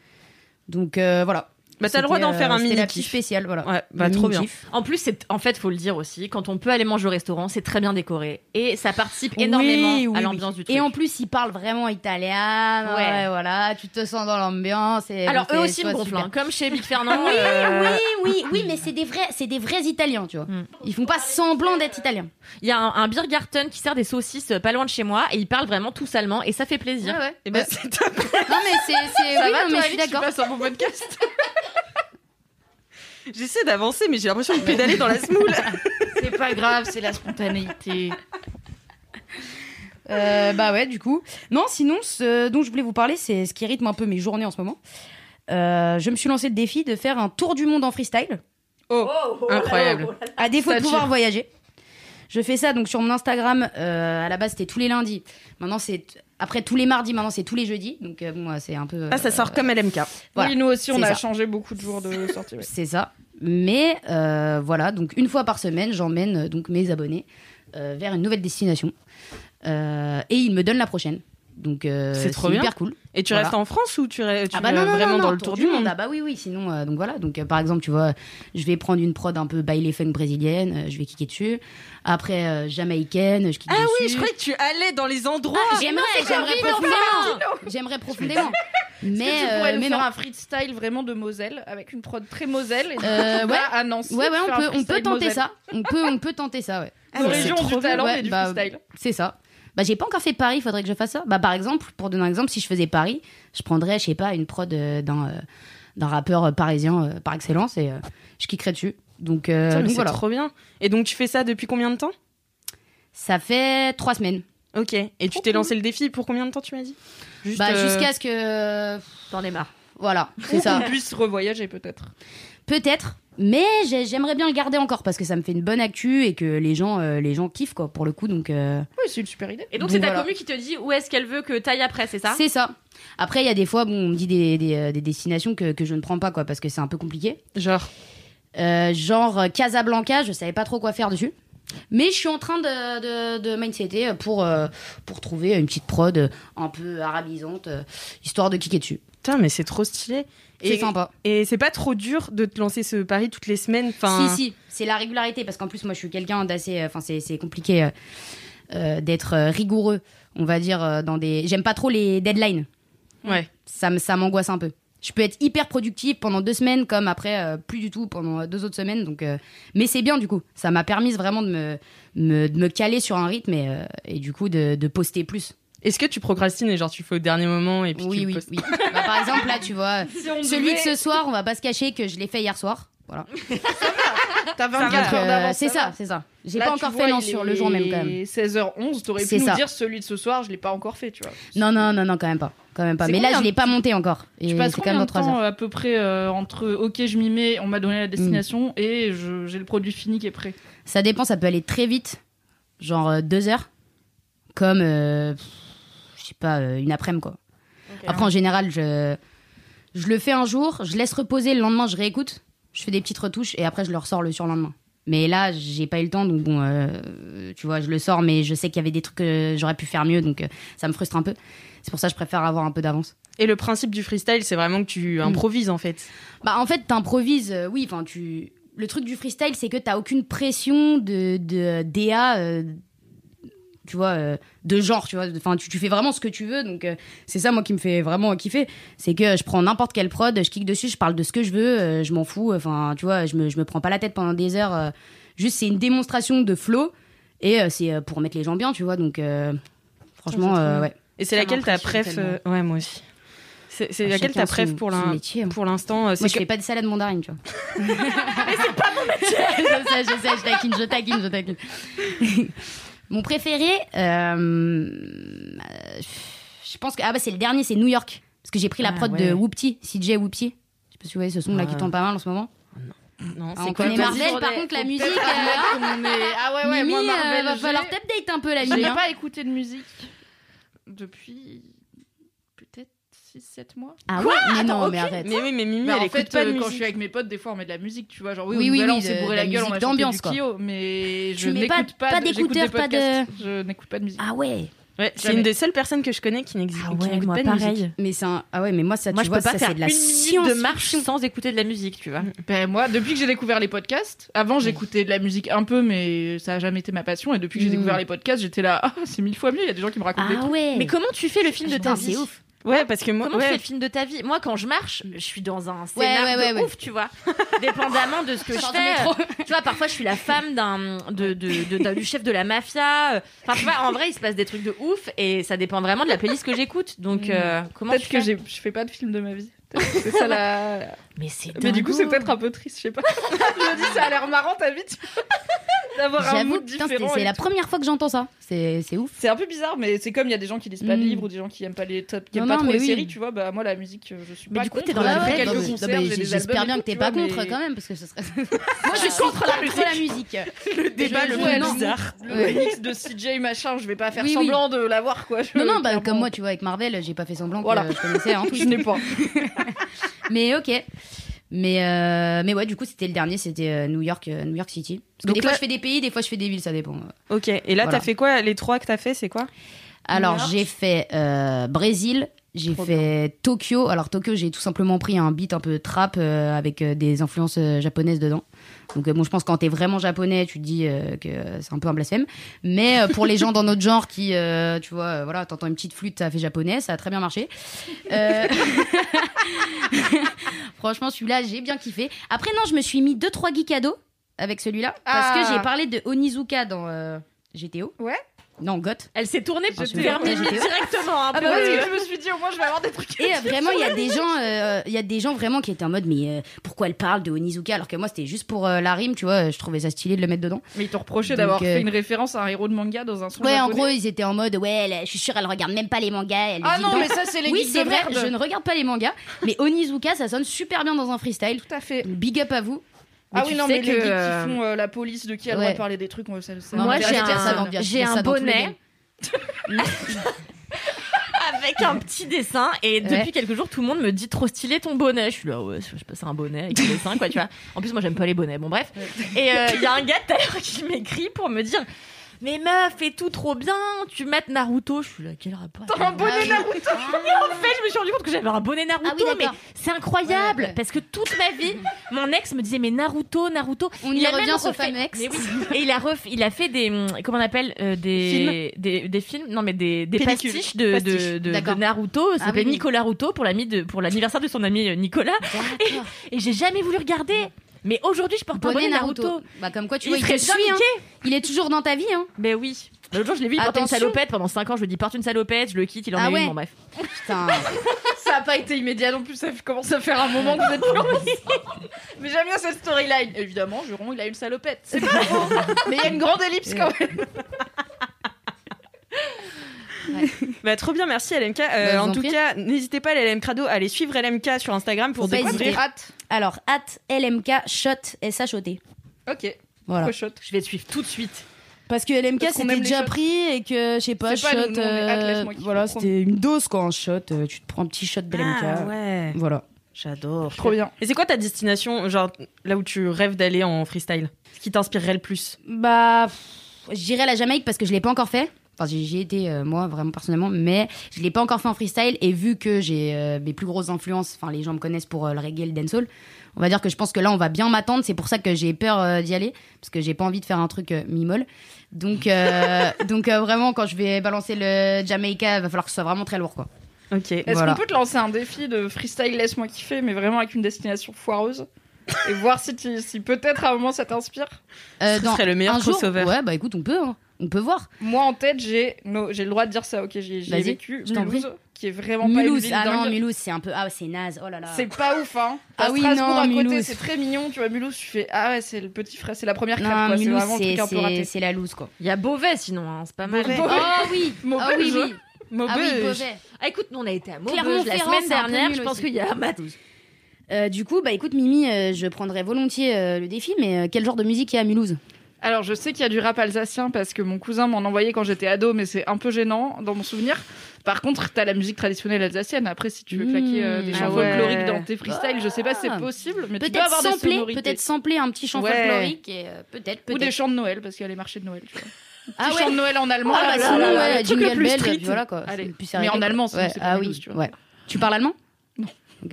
S4: Donc euh, voilà.
S1: Bah t'as le droit
S4: C'était,
S1: d'en
S4: euh,
S1: faire un
S4: c'était
S1: mini
S4: la petite
S1: kiff.
S4: spéciale, voilà.
S1: Ouais, bah
S4: Le
S1: trop bien.
S4: mini-kiff.
S9: En plus, c'est en fait, faut le dire aussi, quand on peut aller manger au restaurant, c'est très bien décoré et ça participe
S1: Oui,
S9: énormément
S1: oui,
S9: à
S1: oui.
S9: l'ambiance du truc.
S4: Et en plus, ils parlent vraiment italien. Ouais.
S9: Ouais.
S4: voilà, tu te sens dans l'ambiance. et-
S9: alors
S4: c'est-
S9: eux aussi
S4: soit
S9: me gonflent,
S4: super.
S9: hein, comme chez Big Fernand.
S4: Oui,
S9: euh,
S4: oui, oui, oui, mais c'est des vrais, c'est des vrais Italiens, tu vois.
S9: Hmm.
S4: Ils font pas semblant d'être Italiens.
S9: Il y a un, un Biergarten qui sert des saucisses euh, pas loin de chez moi et ils parlent vraiment tous allemand et ça fait plaisir.
S4: ouais.
S1: Et bah, c'est top.
S4: Euh, Non mais c'est, c'est, oui, non, mais je suis
S3: tu
S4: d'accord.
S3: passes un bon podcast.
S1: J'essaie d'avancer, mais j'ai l'impression de pédaler dans la smoule.
S3: C'est pas grave, c'est la spontanéité.
S4: Euh, bah ouais, du coup. Non, sinon, ce dont je voulais vous parler, c'est ce qui rythme un peu mes journées en ce moment. Euh, je me suis lancé le défi de faire un tour du monde en freestyle, Oh
S1: Incroyable.
S4: à défaut de
S3: Ça
S4: pouvoir
S3: tire.
S4: voyager. Je fais ça donc sur mon Instagram. euh, à la base, c'était tous les lundis. Maintenant, c'est après tous les mardis. Maintenant, c'est tous les jeudis. Donc euh, bon, c'est un peu.
S1: Ah, ça sort comme LMK.
S4: Voilà,
S3: Oui, nous aussi, on
S4: c'est
S3: a
S4: ça.
S3: changé beaucoup de jours de sortie. ouais.
S4: C'est ça. Mais euh, voilà, donc une fois par semaine, j'emmène euh, donc mes abonnés euh, vers une nouvelle destination. Euh, et ils me donnent la prochaine. Donc euh,
S1: C'est
S4: c'est
S1: trop bien.
S4: hyper cool.
S1: Et tu
S4: Voilà.
S1: restes en France ou tu, re- tu
S4: Ah bah
S1: vas
S4: non, non,
S1: vraiment
S4: non, non,
S1: dans le tour du monde,
S4: Ah bah oui, oui, sinon, euh, donc voilà. Donc euh, par exemple, tu vois, je vais prendre une prod un peu baile funk brésilienne, euh, je vais kicker dessus. Après, euh, jamaïcaine, je kick
S1: Ah
S4: dessus. Ah,
S1: oui, je croyais que tu allais dans les endroits.
S4: J'aimerais, j'aimerais profondément. J'aimerais profondément.
S3: Est-ce
S4: Mais,
S3: que tu pourrais
S4: euh,
S3: nous
S4: mais
S3: faire
S4: non.
S3: un freestyle vraiment de Moselle avec une prod très Moselle et
S4: Euh, ouais.
S3: ouais. à Nancy
S4: Ouais, ouais,
S3: faire
S4: on
S3: un
S4: peut, on peut
S3: freestyle
S4: tenter
S3: Moselle.
S4: ça. On peut, on peut tenter ça, ouais.
S1: Ah,
S3: Nos
S1: mais
S3: régions
S1: c'est
S3: ont
S1: trop
S3: du
S1: bien.
S3: talent
S4: Ouais,
S3: et du
S4: bah,
S3: freestyle.
S4: C'est ça. Bah, j'ai pas encore fait Paris, faudrait que je fasse ça. Bah, par exemple, pour donner un exemple, si je faisais Paris, je prendrais, je sais pas, une prod euh, d'un, euh, d'un rappeur euh, parisien euh, par excellence et euh, je kickerais dessus. Donc, euh,
S1: Putain, mais
S4: donc
S1: c'est
S4: voilà.
S1: trop bien. Et donc tu fais ça depuis combien de temps
S4: Ça fait trois semaines.
S1: Ok. Et tu t'es lancé le défi pour combien de temps tu m'as dit Juste,
S4: Bah,
S1: euh,
S4: jusqu'à ce que.
S9: T'en es marre.
S4: Voilà, c'est
S3: Qu'on
S4: ça.
S3: puisse revoyager peut-être.
S4: Peut-être. Mais j'ai- j'aimerais bien le garder encore parce que ça me fait une bonne actu et que les gens, euh, les gens kiffent, quoi, pour le coup. Donc, euh,
S3: Oui, c'est une super idée.
S9: Et donc
S4: Donc
S9: c'est ta
S4: voilà.
S9: commu qui te dit où est-ce qu'elle veut que t'ailles après, c'est ça
S4: C'est ça. Après, il y a des fois, bon, on me dit des, des, euh, des destinations que, que je ne prends pas, quoi, parce que c'est un peu compliqué.
S1: Genre.
S4: Euh, genre euh, Casablanca, je savais pas trop quoi faire dessus. Mais je suis en train de, de, de mindsetter pour, euh, pour trouver une petite prod un peu arabisante, euh, histoire de kicker dessus.
S1: Putain, mais c'est trop stylé.
S4: C'est
S1: Et,
S4: sympa.
S1: et c'est pas trop dur de te lancer ce pari toutes les semaines. Enfin,
S4: Si, si, c'est la régularité, parce qu'en plus, moi, je suis quelqu'un d'assez. euh, Enfin, c'est- c'est compliqué euh, euh, d'être euh, rigoureux, on va dire, euh, dans des. J'aime pas trop les deadlines.
S1: Ouais.
S4: Ça, me- ça m'angoisse un peu. Je peux être hyper productive pendant deux semaines, comme après, euh, plus du tout pendant deux autres semaines. Donc, euh, Mais c'est bien, du coup. Ça m'a permis vraiment de me, me- de me caler sur un rythme et, euh, et du coup, de, de poster plus.
S1: Est-ce que tu procrastines et genre tu le fais au dernier moment et puis tu
S4: oui,
S1: le
S4: oui,
S1: postes
S4: oui. Bah, par exemple, là, tu vois,
S3: on
S4: celui
S3: devait-
S4: de ce soir, on va pas se cacher que je l'ai fait hier soir. Voilà.
S3: T'as
S4: Donc,
S3: 24 heures
S4: euh,
S3: d'avance.
S4: c'est ça,
S3: va.
S4: c'est ça. J'ai
S3: Là,
S4: pas
S3: tu
S4: encore
S3: vois,
S4: fait non,
S3: il
S4: sur
S3: est
S4: le jour même quand même.
S3: 16h11, t'aurais pu
S4: C'est
S3: nous
S4: ça.
S3: dire celui de ce soir, je l'ai pas encore fait, tu vois.
S4: Non, non, non, non, quand même pas. Quand même pas.
S3: C'est
S4: Mais là,
S3: combien
S4: je l'ai pas monté encore. Et
S3: Tu passes
S4: c'est quand même
S3: combien
S4: dans
S3: de
S4: 3
S3: temps
S4: heures.
S3: euh, à peu près euh, entre OK, je m'y mets, on m'a donné la destination
S4: Mm.
S3: et je- j'ai le produit fini qui est prêt
S4: Ça dépend, ça peut aller très vite. Genre 2 euh, heures. comme, euh, pff, je sais pas, euh, une après-midi, quoi. Après, en général, je, je le fais un jour, je laisse reposer, le lendemain, je réécoute, je fais des petites retouches et après, je le ressors le surlendemain. Mais là, j'ai pas eu le temps, donc bon, euh, tu vois, je le sors, mais je sais qu'il y avait des trucs que j'aurais pu faire mieux, donc euh, ça me frustre un peu. C'est pour ça que je préfère avoir un peu d'avance.
S1: Et le principe du freestyle, c'est vraiment que
S4: Mm.
S1: tu improvises en fait.
S4: Bah, en fait, t'improvises, euh, oui, enfin, tu. Le truc du freestyle, c'est que t'as aucune pression de, de DA, euh, tu vois, euh, de genre, tu vois. Enfin, tu, tu fais vraiment ce que tu veux, donc euh, c'est ça, moi, qui me fait vraiment kiffer. C'est que je prends n'importe quelle prod, je clique dessus, je parle de ce que je veux, euh, je m'en fous, enfin, tu vois, je me, je me prends pas la tête pendant des heures. euh, juste, c'est une démonstration de flow et euh, c'est euh, pour mettre les gens bien, tu vois, donc euh, franchement,
S1: Ça, c'est
S4: euh,
S1: trop
S4: ouais.
S1: Et c'est
S4: Ça
S1: laquelle ta
S4: m'impressionne
S1: préf
S4: tellement. Ah,
S1: euh, Ouais, moi aussi. C'est c'est laquelle
S4: Chacun
S1: ta préf
S4: son-
S1: pour
S4: son
S1: l'in-
S4: métier, hein.
S1: pour l'instant euh,
S4: Moi,
S1: C'est
S4: je fais pas de salade mandarine, tu vois.
S6: J'ai
S4: je sais, je sais, je taquine, je taquine, je taquine. Mon préféré, euh, euh, je pense que ah bah c'est le dernier, c'est New York, parce que j'ai pris la
S5: Ah
S4: prod
S5: ouais.
S4: de Whoopty, CJ Whoopty. Je sais pas si vous voyez ce son là qui
S1: Ouais.
S4: tombe pas mal en ce moment.
S1: Non,
S4: Ah, on
S1: c'est quoi
S4: connaît
S1: le-
S4: Marvel,
S3: pour
S4: par
S3: des-
S4: contre la
S3: pour
S4: musique.
S3: peut-être
S4: euh,
S3: admettre qu'on est- Ah ouais, ouais,
S4: Mimi,
S3: moi,
S4: euh,
S3: Marvel,
S4: va
S3: j'ai-
S4: falloir t'update un peu la
S3: J'ai
S4: musique. hein.
S3: pas écouté de musique depuis peut-être 6-7 mois.
S4: Ah ouais, mais non, mais arrête.
S1: Mais oui, mais Mimi,
S3: Bah,
S1: elle
S3: en
S1: écoute
S3: fait,
S1: pas de
S3: euh, quand je
S1: musique.
S3: suis avec mes potes, des fois on met de la musique, tu vois. Genre, oui,
S4: Oui,
S3: oui,
S4: oui,
S3: oui,
S4: oui,
S3: on s'est
S4: de-
S3: bourré
S4: de
S3: la
S4: la
S3: gueule,
S4: musique
S3: on va chanter
S4: d'ambiance,
S3: du
S4: quoi.
S3: Kio, mais je
S4: Tu mets pas-
S3: n'écoute pas,
S4: pas
S3: de- j'écoute
S4: d'écouteurs,
S3: des
S4: pas de-
S3: podcasts, Je n'écoute pas de musique.
S4: Ah ouais.
S1: Ouais, c'est
S3: Jamais.
S1: une des seules personnes que je connais qui
S5: Ah
S1: n'existe qui n'écoute pas de musique.
S4: Mais c'est un... ah ouais, mais moi ça,
S5: Moi,
S4: tu
S5: je
S4: vois,
S5: peux pas
S4: ça
S5: faire
S4: c'est de la
S5: une
S4: science.
S5: minute de marche sans écouter de la musique, tu vois.
S1: Mm.
S3: Ben moi, depuis que j'ai découvert les podcasts, avant j'écoutais de la musique un peu, mais ça a jamais été ma passion. Et depuis que j'ai
S4: Mm.
S3: découvert les podcasts, j'étais là, ah, c'est mille fois mieux. Il y a des gens qui me racontent des
S4: Ah
S3: trucs.
S4: ouais.
S5: Mais comment tu fais le film de ta
S4: Putain, c'est
S5: vie
S4: ouf.
S1: Ouais, parce que moi,
S5: Comment tu
S1: ouais,
S5: fais le film de ta vie Moi, quand je marche, je suis dans un scénario
S4: ouais, ouais,
S5: de
S4: ouais.
S5: ouf, tu vois. Dépendamment de ce que je
S4: Sors du
S5: fais. Tu vois, parfois, je suis la femme d'un, de, de- de- d'un- du chef de la mafia. Enfin, tu vois, en vrai, il se passe des trucs de ouf et ça dépend vraiment de la playlist que j'écoute. Donc, euh, comment
S3: Mm. Peut-être
S5: tu
S3: que
S5: fais
S3: j'ai- je fais pas de film de ma vie. Peut-être que C'est ça la.
S5: Mais c'est
S3: Mais du
S5: dingo.
S3: coup, c'est peut-être un peu triste, je sais pas. je me dis, ça a l'air marrant ta vie, tu vois, d'avoir un
S4: J'avoue,
S3: mood
S4: putain,
S3: différent.
S4: c'est- c'est
S3: et
S4: la
S3: tout.
S4: première fois que j'entends ça. C'est c'est ouf.
S3: C'est un peu bizarre, mais c'est comme il y a des gens qui lisent pas de
S4: Mm.
S3: livres ou des gens qui aiment pas les top, qui
S4: Non,
S3: aiment pas
S4: non,
S3: trop
S4: mais
S3: les
S4: oui.
S3: séries, tu vois. Bah moi, la musique, euh, je suis
S5: Mais
S3: pas
S5: du coup,
S3: contre.
S5: t'es dans la
S3: J'ai
S4: Ouais,
S5: vraie
S4: ouais,
S3: quelques
S4: bah,
S5: vie.
S4: bah,
S3: concerts,
S4: bah,
S3: j'ai des
S4: J'espère
S3: albums
S4: bien
S3: et
S4: que t'es
S3: tout,
S4: pas
S3: tu vois,
S4: contre
S3: mais-
S4: quand même, parce que ce serait. Moi, je suis contre la musique.
S3: Le débat le
S4: le
S3: plus
S4: non.
S3: bizarre. Le
S4: Ouais.
S3: remix de CJ machin, je vais pas faire
S4: Oui, oui.
S3: semblant de l'avoir quoi. Je-
S4: Non, non, bah,
S3: clairement.
S4: comme moi, tu vois, avec Marvel, j'ai pas fait semblant
S3: Voilà.
S4: que je connaissais. Hein, tout.
S3: Je n'ai pas.
S4: mais ok. Mais, euh, mais ouais, du coup, c'était le dernier, c'était euh, New York, euh, New York City. Parce que
S1: Donc
S4: des fois,
S1: là-
S4: je fais des pays, des fois, je fais des villes, ça dépend.
S1: Ok, et là,
S4: Voilà.
S1: t'as fait quoi Les trois que t'as fait, c'est quoi
S4: Alors,
S1: New York.
S4: j'ai fait euh, Brésil, j'ai
S1: Trop
S4: fait Tokyo. Alors, Tokyo, j'ai tout simplement pris un beat un peu trap euh, avec euh, des influences euh, japonaises dedans. Donc, euh, bon, je pense que quand t'es vraiment japonais, tu te dis euh, que c'est un peu un blasphème. Mais euh, pour les gens dans notre genre qui, euh, tu vois, euh, voilà, t'entends une petite flûte, ça fait japonais, ça a très bien marché. Euh, Franchement, celui-là, j'ai bien kiffé. Après, non, je me suis mis deux trois geeks cadeaux avec celui-là parce
S3: Ah.
S4: que j'ai parlé de Onizuka dans euh, GTO.
S3: Ouais.
S4: Non, GOT.
S5: Elle s'est tournée
S4: Je
S5: pour
S4: suis
S5: faire
S4: contre la
S5: Mimi
S4: GTO.
S5: directement. hein, euh, Un
S3: Ah
S5: peu.
S3: bah parce que je me suis dit au moins je vais avoir des trucs.
S4: Et euh, vraiment, il y a des gens, euh, il y a des gens vraiment qui étaient en mode, mais euh, pourquoi elle parle de Onizuka alors que moi c'était juste pour euh, la rime, tu vois, je trouvais ça stylé de le mettre dedans.
S3: Mais ils t'ont reproché
S4: Donc,
S3: d'avoir
S4: euh,
S3: fait une référence à un héros de manga dans un son
S4: ouais, en
S3: japonais.
S4: gros, ils étaient en mode, ouais, elle- je suis sûre elle regarde même pas les mangas. Elle
S3: Ah
S4: vit
S3: non,
S4: dans-
S3: mais ça c'est les
S4: oui,
S3: geeks
S4: c'est
S3: de
S4: vrai,
S3: merde.
S4: je ne regarde pas les mangas, mais Onizuka ça sonne super bien dans un freestyle.
S3: Tout à fait.
S4: Donc, Big up à vous. Mais
S3: Ah
S4: tu
S3: oui, non,
S4: sais
S3: mais les
S4: que,
S3: geeks
S4: euh,
S3: qui font euh, la police de qui a le droit
S4: ouais.
S3: de parler des trucs, on ça, ça
S4: Non,
S5: Moi,
S4: mais
S5: j'ai
S3: m'intéresse personne.
S5: un,
S4: dans-
S5: j'ai
S4: ça
S5: un
S4: dans tous les
S5: bonnet avec un petit dessin. Et depuis
S4: Ouais.
S5: quelques jours, tout le monde me dit trop stylé ton bonnet. Je suis là, ouais, je sais pas, c'est un bonnet avec un dessin, quoi, tu vois. En plus, moi, j'aime pas les bonnets. Bon, bref. Et euh, il y a un gars tout à l'heure qui m'écrit pour me dire. Mais meuf, et tout trop bien, tu mates Naruto. Je suis là, quel rapport avec
S3: T'as un bonnet
S4: Ah
S3: Naruto
S5: En fait, je me suis rendu compte que j'avais un bonnet Naruto,
S4: Ah oui,
S5: mais
S4: d'accord.
S5: c'est incroyable
S4: Ouais, ouais.
S5: parce que toute ma vie, mon ex me disait mais Naruto, Naruto.
S4: On
S5: il
S4: y
S5: a même
S4: revient, ce
S5: refait-
S4: fameux ex.
S5: Mais oui. Et il a ref- il a fait des hum, comment on appelle euh, des, des des films, non mais des, des
S1: Pellicules.
S5: pastiches de, de,
S1: Pastiches.
S5: de-
S4: D'accord.
S5: de Naruto. Ça
S4: Ah
S5: s'appelait
S4: oui, oui.
S5: Nicolas Ruto pour l'ami de pour l'anniversaire de son ami euh, Nicolas.
S4: D'accord.
S5: Et j'ai jamais voulu regarder. Mais aujourd'hui, je porte un
S4: Bonnet
S5: bonnet Naruto.
S4: Naruto. Bah comme quoi tu vois, il
S5: serait
S4: te suit,
S5: bien
S4: hein.
S5: niqué.
S4: il est toujours dans ta vie. Hein.
S5: Mais Ben oui. L'autre jour, je l'ai vu, il portait une
S4: Attention.
S5: salopette pendant 5 ans. Je lui dis, porte une salopette, je le quitte, il en
S4: Ah
S5: a
S4: ouais.
S5: une. Bon, bref.
S4: Putain.
S3: Ça a pas été immédiat non plus, ça commence à faire un moment que vous êtes plus ensemble. Mais j'aime bien cette storyline. Évidemment, Juron, il a une salopette. C'est pas faux. Mais il y a une grande ellipse quand même.
S1: Bah trop bien, merci LMK. Euh,
S4: Bah, je vous
S1: en
S4: en
S1: tout
S4: prie.
S1: cas, n'hésitez pas les LM Crado à aller suivre LMK sur Instagram pour
S4: Faut pas
S1: découvrir.
S3: Hâte.
S4: Alors at lmk shot s h o t.
S3: Ok,
S4: Voilà.
S3: cochotte.
S5: Je vais te suivre tout de suite.
S4: Parce que LMK
S3: Parce qu'on
S4: c'était
S3: aime les
S4: déjà
S3: shots.
S4: pris et que, je sais pas,
S3: C'est
S4: shot.
S3: pas le nom, mais
S4: euh,
S3: Atlas, moi, qui
S4: voilà,
S3: comprends.
S4: c'était une dose quoi, un shot. euh, tu te prends un petit shot de LMK.
S1: Ah ouais,
S4: Voilà.
S1: j'adore.
S3: Trop bien.
S1: Et c'est quoi ta destination, genre là où tu rêves d'aller en freestyle Ce qui t'inspirerait le plus
S4: Bah, pff, je dirais la Jamaïque parce que je l'ai pas encore fait. Enfin, j'y j'y ai été euh, moi vraiment personnellement, mais je l'ai pas encore fait en freestyle. Et vu que j'ai euh, mes plus grosses influences, enfin les gens me connaissent pour euh, le reggae, et le dancehall. On va dire que je pense que là on va bien m'attendre. C'est pour ça que j'ai peur euh, d'y aller parce que j'ai pas envie de faire un truc euh, mi-molle. Donc, euh, donc euh, vraiment quand je vais balancer le Jamaica, va falloir que ce soit vraiment très lourd quoi.
S1: Ok.
S3: Est-ce
S4: Voilà.
S3: qu'on peut te lancer un défi de freestyle laisse-moi kiffer, mais vraiment avec une destination foireuse et voir si, tu- si peut-être à un moment ça t'inspire.
S4: Euh,
S1: Ce
S4: dans
S1: serait le meilleur
S4: un jour,
S1: crossover.
S4: ouais bah écoute on peut, hein. on peut voir.
S3: Moi en tête, j'ai no, j'ai le droit de dire ça. Ok, j'ai j'ai
S4: Vas-y,
S3: vécu
S4: je t'en
S3: Mulhouse, qui est vraiment pas une
S4: Mulhouse,
S3: ville
S4: ah non
S3: dingue.
S4: Mulhouse c'est un peu ah c'est naze, oh là là.
S3: C'est pas ouf, hein. T'as
S4: Ah oui,
S3: Strasbourg
S4: non,
S3: à côté,
S4: Mulhouse.
S3: c'est très mignon. Tu vois, Mulhouse, tu fais Ah ouais, c'est le petit frère, c'est la première crêpe,
S4: Non
S3: quoi. C'est
S4: Mulhouse
S3: vraiment le
S4: c'est-
S3: truc un peu
S4: c'est
S3: raté.
S4: c'est la loose quoi.
S9: Il y a Beauvais sinon, hein, c'est pas mal.
S1: Beauvais.
S9: Beauvais.
S4: Oh oui, oh
S3: Mauvais
S4: oui,
S3: jeu.
S4: oui.
S1: Maubeuge.
S4: Ah oui, Beauvais.
S9: Ah, écoute, nous on a été à Maubeuge la
S4: Clermont-Ferrand,
S9: semaine
S4: c'est un peu
S9: dernière,
S4: nul
S9: je pense
S4: aussi.
S9: qu'il y a Matouze.
S4: Euh, du coup, bah écoute Mimi, euh, je prendrais volontiers euh, le défi, mais euh, quel genre de musique il y a à Mulhouse
S3: Alors, je sais qu'il y a du rap alsacien parce que mon cousin m'en envoyait quand j'étais ado, mais c'est un peu gênant dans mon souvenir. Par contre, t'as la musique traditionnelle alsacienne. Après, si tu veux claquer euh, des
S4: Mmh,
S3: chants
S4: ah
S1: ouais.
S3: folkloriques dans tes freestyles, je sais pas si c'est possible, mais tu dois
S4: Peut-être
S3: avoir des
S4: sampler,
S3: sonorités.
S4: peut-être sampler un petit chant
S1: Ouais.
S4: folklorique et euh, peut-être
S3: Ou des
S4: peut-être.
S3: chants de Noël parce qu'il y a les marchés de Noël, tu vois.
S4: Ah
S3: Petit
S4: ouais.
S3: chant de Noël en allemand.
S4: Ah bah
S3: là, là,
S4: sinon,
S3: là, là,
S4: ouais,
S3: là, le truc
S4: jingle
S3: le plus
S4: bell,
S3: street.
S4: puis voilà quoi.
S3: Allez.
S4: c'est plus
S3: Mais
S4: arrêté,
S3: en
S4: quoi.
S3: allemand, sinon,
S4: Ouais,
S3: c'est pas
S4: Ah
S3: Mulhouse,
S4: oui,
S3: tu vois.
S4: ouais. Tu parles allemand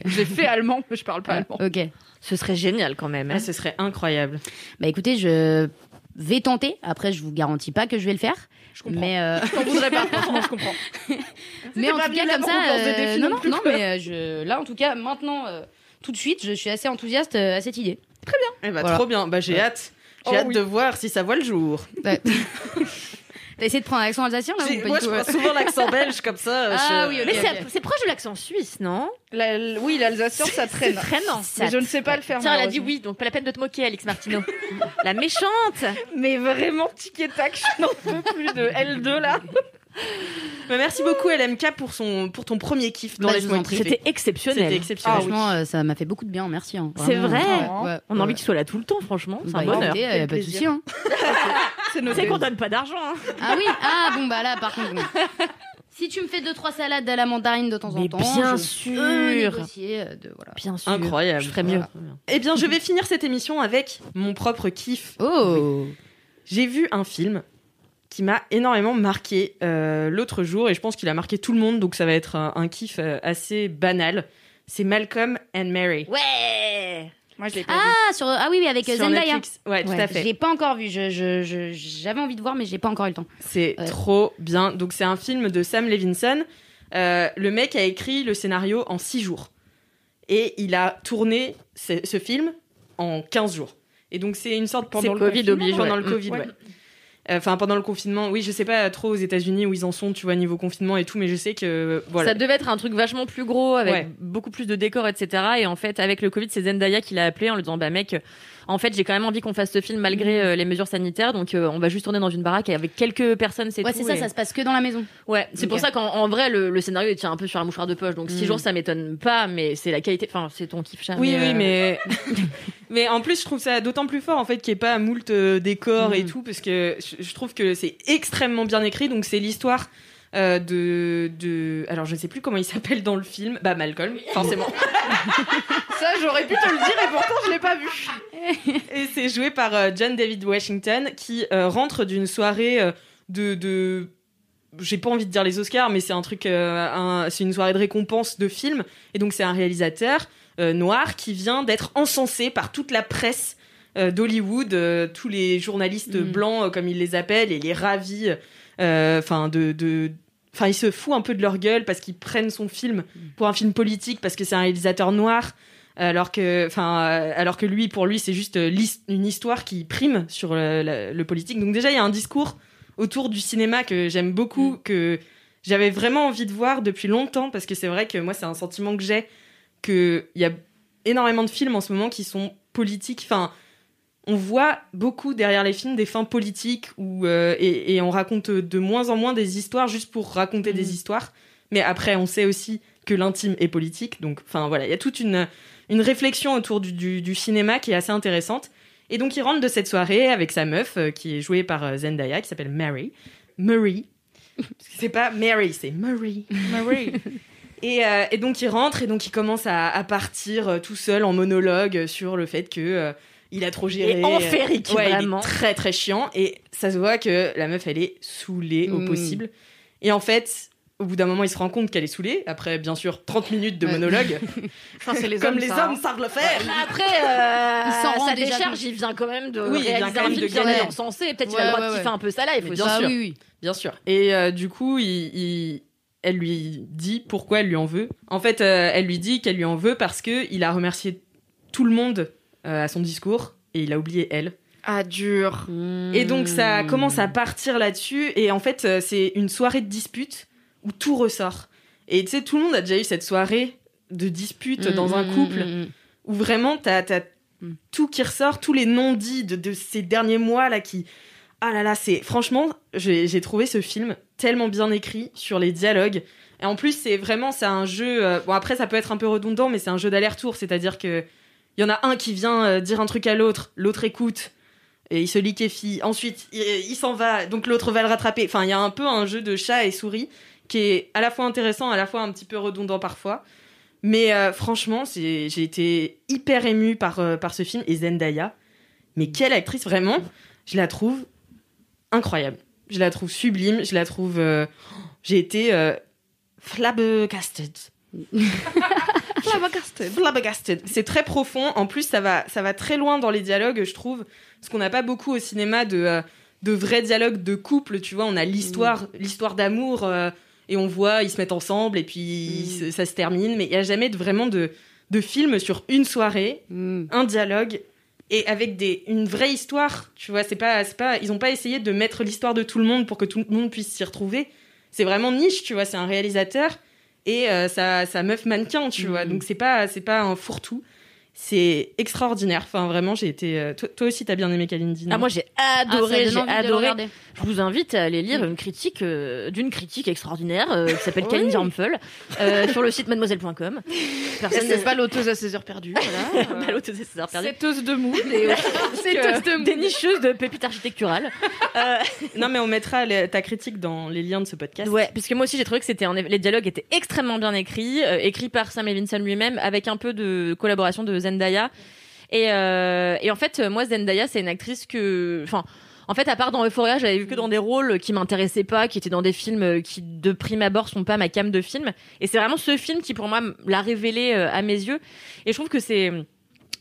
S3: J'ai fait allemand, mais je parle pas allemand.
S4: Ah, Ok.
S9: Ce serait génial quand même. hein.
S1: Ah, ce serait incroyable.
S4: Bah écoutez, je vais tenter. Après, je vous garantis pas que je vais le faire,
S3: Je comprends.
S4: mais euh,
S3: Je t'en voudrais pas, franchement, je comprends.
S4: mais en
S3: pas
S4: tout cas
S3: bien
S4: comme
S3: avant qu'on
S4: ça.
S3: lance des
S4: euh,
S3: défis
S4: non
S3: non
S4: non
S3: plus,
S4: non,
S3: quoi.
S4: mais euh, je là en tout cas maintenant euh, tout de suite, je suis assez enthousiaste euh, à cette idée.
S1: Eh bah,
S4: Voilà.
S1: trop bien. Bah, j'ai hâte. J'ai
S3: Oh
S1: hâte
S3: oui.
S1: de voir si ça voit le jour.
S4: Ouais. T'as essayé de prendre un accent alsacien là ou
S1: J'ai-
S4: pas
S1: Moi,
S4: du
S1: je
S4: tout, euh,
S1: prends souvent l'accent belge comme ça.
S4: Ah
S1: je-
S4: oui, ok.
S9: Mais c'est- c'est proche de l'accent suisse, non
S3: La- l- oui, l'Alsacien, ça traîne.
S9: Vraiment.
S3: Mais je ne sais pas le faire.
S9: Tiens, elle a dit
S3: malheureusement.
S9: oui, donc pas la peine de te moquer, Alex Martino. la méchante.
S3: Mais vraiment, tic et tac, je n'en peux plus de L2 là.
S1: Bah, merci beaucoup, LMK, pour, son, pour ton premier kiff dans
S4: Bah,
S1: les
S4: je vous en prie.
S9: C'était
S1: C'était
S9: exceptionnel.
S1: exceptionnel.
S3: Ah
S4: Franchement, euh, ça m'a fait beaucoup de bien, merci. hein.
S9: C'est
S4: Vraiment.
S9: vrai
S4: Ouais, ouais,
S9: On a envie
S4: ouais.
S9: qu'il soit là tout le temps, franchement. C'est
S4: Bah,
S9: un bonheur.
S4: écoutez, euh,
S3: Quel
S4: pas de
S3: plaisir.
S4: souci. hein.
S3: C'est
S9: C'est qu'on donne pas d'argent. hein.
S4: Ah oui, ah bon bah là par contre. bon. Si tu me fais deux trois salades à la mandarine de temps en
S9: Mais
S4: temps,
S9: bien
S4: je
S9: sûr.
S4: peux négocier, euh, de- voilà.
S9: Bien sûr.
S1: Incroyable.
S9: Je ferais mieux.
S1: Eh bien, je vais finir cette émission avec mon propre kiff.
S4: Oh,
S1: J'ai vu un film qui m'a énormément marqué euh, l'autre jour et je pense qu'il a marqué tout le monde, donc ça va être un, un kiff euh, assez banal. C'est Malcolm and Mary.
S9: Ouais.
S3: Moi, je l'ai pas vu.
S4: ah sur ah oui oui avec euh,
S1: Sur
S4: Zendaya.
S1: Netflix. Ouais, tout
S4: Ouais,
S1: à
S4: Je
S1: fait.
S4: l'ai pas encore vu. Je, je- je- j'avais envie de voir mais j'ai pas encore eu le temps.
S1: C'est
S4: Ouais.
S1: trop bien. Donc c'est un film de Sam Levinson. Euh, le mec a écrit le scénario en 6 jours. Et il a tourné ce, ce film en 15 jours. Et donc c'est une sorte
S3: Pendant
S1: c'est
S3: le
S1: Covid
S3: confinement,
S1: oblige,
S3: ouais.
S1: pendant le Covid,
S3: Ouais.
S1: ouais. Euh, Enfin pendant le confinement, oui, je sais pas trop aux États-Unis où ils en sont, tu vois, niveau confinement et tout, mais je sais que voilà.
S9: Ça devait être un truc vachement plus gros avec
S1: Ouais.
S9: beaucoup plus de décors, etc. Et en fait, avec le Covid, c'est Zendaya qui l'a appelé en lui disant Bah, mec, en fait, j'ai quand même envie qu'on fasse ce film malgré euh, les mesures sanitaires. Donc, euh, on va juste tourner dans une baraque et avec quelques personnes, c'est
S4: Ouais
S9: tout.
S4: c'est ça,
S9: Et-
S4: ça se passe que dans la maison.
S9: Ouais, c'est pour
S4: Ok.
S9: ça qu'en en vrai, le, le scénario il tient un peu sur un mouchoir de poche. Donc, six
S1: Mm.
S9: jours, ça m'étonne pas, mais c'est la qualité. Enfin, c'est ton kiff, Charles.
S1: Oui,
S9: euh,
S1: oui, mais mais en plus je trouve ça d'autant plus fort en fait qu'il n'y ait pas moult euh, décors et tout parce que je je trouve que c'est extrêmement bien écrit donc c'est l'histoire euh, de de alors je ne sais plus comment il s'appelle dans le film bah Malcolm forcément
S3: Ça, j'aurais pu te le dire et pourtant, je l'ai pas vu.
S1: et c'est joué par euh, John David Washington qui euh, rentre d'une soirée euh, de de j'ai pas envie de dire les Oscars, mais c'est un truc, euh, un- c'est une soirée de récompense de films. Et donc c'est un réalisateur euh, noir qui vient d'être encensé par toute la presse euh, d'Hollywood, euh, tous les journalistes
S9: Mhm.
S1: blancs euh, comme ils les appellent, et les ravis. euh, Enfin de, de, enfin il se fout un peu de leur gueule parce qu'ils prennent son film pour un film politique parce que c'est un réalisateur noir. Alors que, enfin, euh, alors que lui, pour lui, c'est juste euh, l'his- une histoire qui prime sur le- le- le politique. Donc déjà, il y a un discours autour du cinéma que j'aime beaucoup, que j'avais vraiment envie de voir depuis longtemps, parce que c'est vrai que moi, c'est un sentiment que j'ai, qu'il y a énormément de films en ce moment qui sont politiques. Enfin, on voit beaucoup derrière les films des fins politiques, où, euh, et, et on raconte de moins en moins des histoires juste pour raconter des histoires. Mais après, on sait aussi que l'intime est politique. Donc, enfin, voilà, il y a toute une, une réflexion autour du, du- du cinéma qui est assez intéressante. Et donc il rentre de cette soirée avec sa meuf euh, qui est jouée par euh, Zendaya, qui s'appelle Mary. Murray. Parce que c'est pas Mary, c'est Murray. Murray. Et, euh, et donc il rentre et donc il commence à, à partir euh, tout seul en monologue euh, sur le fait que euh, il a trop géré.
S5: Et enférique,
S1: euh, ouais, il est
S5: vraiment.
S1: très très chiant et ça se voit que la meuf elle est saoulée au
S4: Mm.
S1: possible. Et en fait, au bout d'un moment, il se rend compte qu'elle est saoulée après bien sûr 30 minutes de
S4: Ouais.
S1: monologue
S3: Enfin, c'est les
S1: comme
S3: hommes,
S1: les
S3: ça,
S1: hommes
S3: hein.
S1: savent le faire.
S5: Après, euh,
S6: Il s'en rend
S5: sa
S6: déjà
S5: décharge, il vient quand même de
S1: Oui, il vient
S5: réaliser
S1: quand
S5: un
S1: même
S5: film
S1: de
S5: bien
S1: gagner.
S5: insensé. Peut-être qu'il
S6: Ouais,
S5: a le droit
S6: ouais,
S5: de kiffer
S6: ouais.
S5: un peu ça là, il
S1: Mais
S5: faut
S1: bien
S5: se-
S4: Ah
S1: sûr.
S4: oui, oui.
S1: Bien sûr. Et euh, du coup, il- il- elle lui dit pourquoi elle lui en veut. En fait, euh, elle lui dit qu'elle lui en veut parce que il a remercié tout le monde euh, à son discours et il a oublié elle.
S3: Ah, dur.
S1: Et donc
S5: Mm.
S3: Hmm.
S1: ça commence à partir là-dessus et en fait euh, c'est une soirée de dispute où tout ressort. Et tu sais tout le monde a déjà eu cette soirée de dispute dans
S5: Mm,
S3: Hmm.
S1: un couple où vraiment t'as t'as
S4: Mm.
S1: tout qui ressort, tous les non-dits de, de ces derniers mois là qui. Ah là là, c'est. Franchement, j'ai j'ai trouvé ce film tellement bien écrit sur les dialogues. Et en plus, c'est vraiment, c'est un jeu. euh, Bon, après, ça peut être un peu redondant, mais c'est un jeu d'aller-retour. C'est-à-dire que il y en a un qui vient euh, dire un truc à l'autre, l'autre écoute, et il se liquéfie. Ensuite, il, il s'en va, donc l'autre va le rattraper. Enfin, il y a un peu un jeu de chat et souris qui est à la fois intéressant, à la fois un petit peu redondant parfois. Mais euh, franchement, c'est- j'ai été hyper émue par, euh, par ce film et Zendaya. Mais quelle actrice, vraiment Je la trouve incroyable. Je la trouve sublime. Je la trouve. euh, j'ai été euh, flabbergasted.
S3: Ah,
S1: flabbergasted. Flabbergasted. C'est très profond. En plus, ça va, ça va très loin dans les dialogues, je trouve. Parce qu'on n'a pas beaucoup au cinéma de, euh, de vrais dialogues de couple. Tu vois, on a l'histoire, l'histoire d'amour. euh, et on voit, ils se mettent ensemble et puis ils se- ça se termine. Mais il n'y a jamais de, vraiment de, de film sur une soirée,
S4: Mm.
S1: un dialogue et avec des, une vraie histoire. Tu vois, c'est pas, c'est pas, ils n'ont pas essayé de mettre l'histoire de tout le monde pour que tout le monde puisse s'y retrouver. C'est vraiment niche, tu vois. C'est un réalisateur et euh, sa, sa meuf mannequin, tu vois.
S5: Mm.
S1: Donc c'est pas, c'est pas un fourre-tout. C'est extraordinaire. Enfin, vraiment, j'ai été. euh, toi, toi aussi, t'as bien aimé Kalindi. non
S5: Ah, moi j'ai adoré, j'ai adoré. Je vous invite à aller lire une critique euh, d'une critique extraordinaire euh, qui s'appelle Kalindi Ramphel euh, sur le site mademoiselle.com. Personne
S3: C'est pas l'auteuse à ses heures perdues. Voilà. Euh,
S5: pas l'autre de ses heures perdues.
S3: Setteuse de moules et
S5: Cette dénicheuse de pépites architecturales. Euh,
S1: non, mais on mettra les- ta critique dans les liens de ce podcast.
S5: Ouais, parce que moi aussi j'ai trouvé que c'était un- les dialogues étaient extrêmement bien écrits, euh, écrits par Sam Levinson lui-même, avec un peu de collaboration de Zendaya. Et, euh, et en fait, euh, moi Zendaya, c'est une actrice que, enfin, en fait, à part dans Euphoria, j'avais vu que dans des rôles qui m'intéressaient pas, qui étaient dans des films euh, qui de prime abord sont pas ma cam de film. Et c'est vraiment ce film qui pour moi m- l'a révélé euh, à mes yeux. Et je trouve que c'est,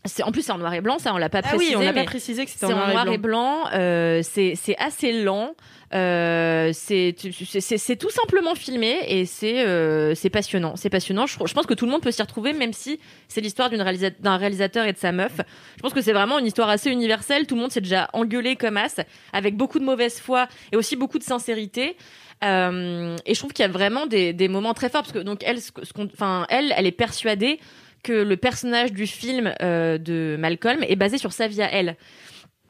S5: c'est en plus c'est en noir et blanc, ça on l'a pas
S1: Ah
S5: précisé.
S1: oui, on n'a
S5: mais-
S1: pas précisé que
S5: c'est
S1: c'était
S5: en noir, et blanc, euh, c'est c'est assez lent, euh, c'est tu- c'est- c'est- c'est tout simplement filmé et c'est euh, c'est passionnant, c'est passionnant. Je, je pense que tout le monde peut s'y retrouver, même si c'est l'histoire d'une réalisa- d'un réalisateur et de sa meuf. Je pense que c'est vraiment une histoire assez universelle. Tout le monde s'est déjà engueulé comme as, avec beaucoup de mauvaise foi et aussi beaucoup de sincérité. Euh, et je trouve qu'il y a vraiment des, des moments très forts parce que donc elle, ce que- ce qu'on- enfin elle, elle est persuadée que le personnage du film euh, de Malcolm est basé sur sa vie à elle.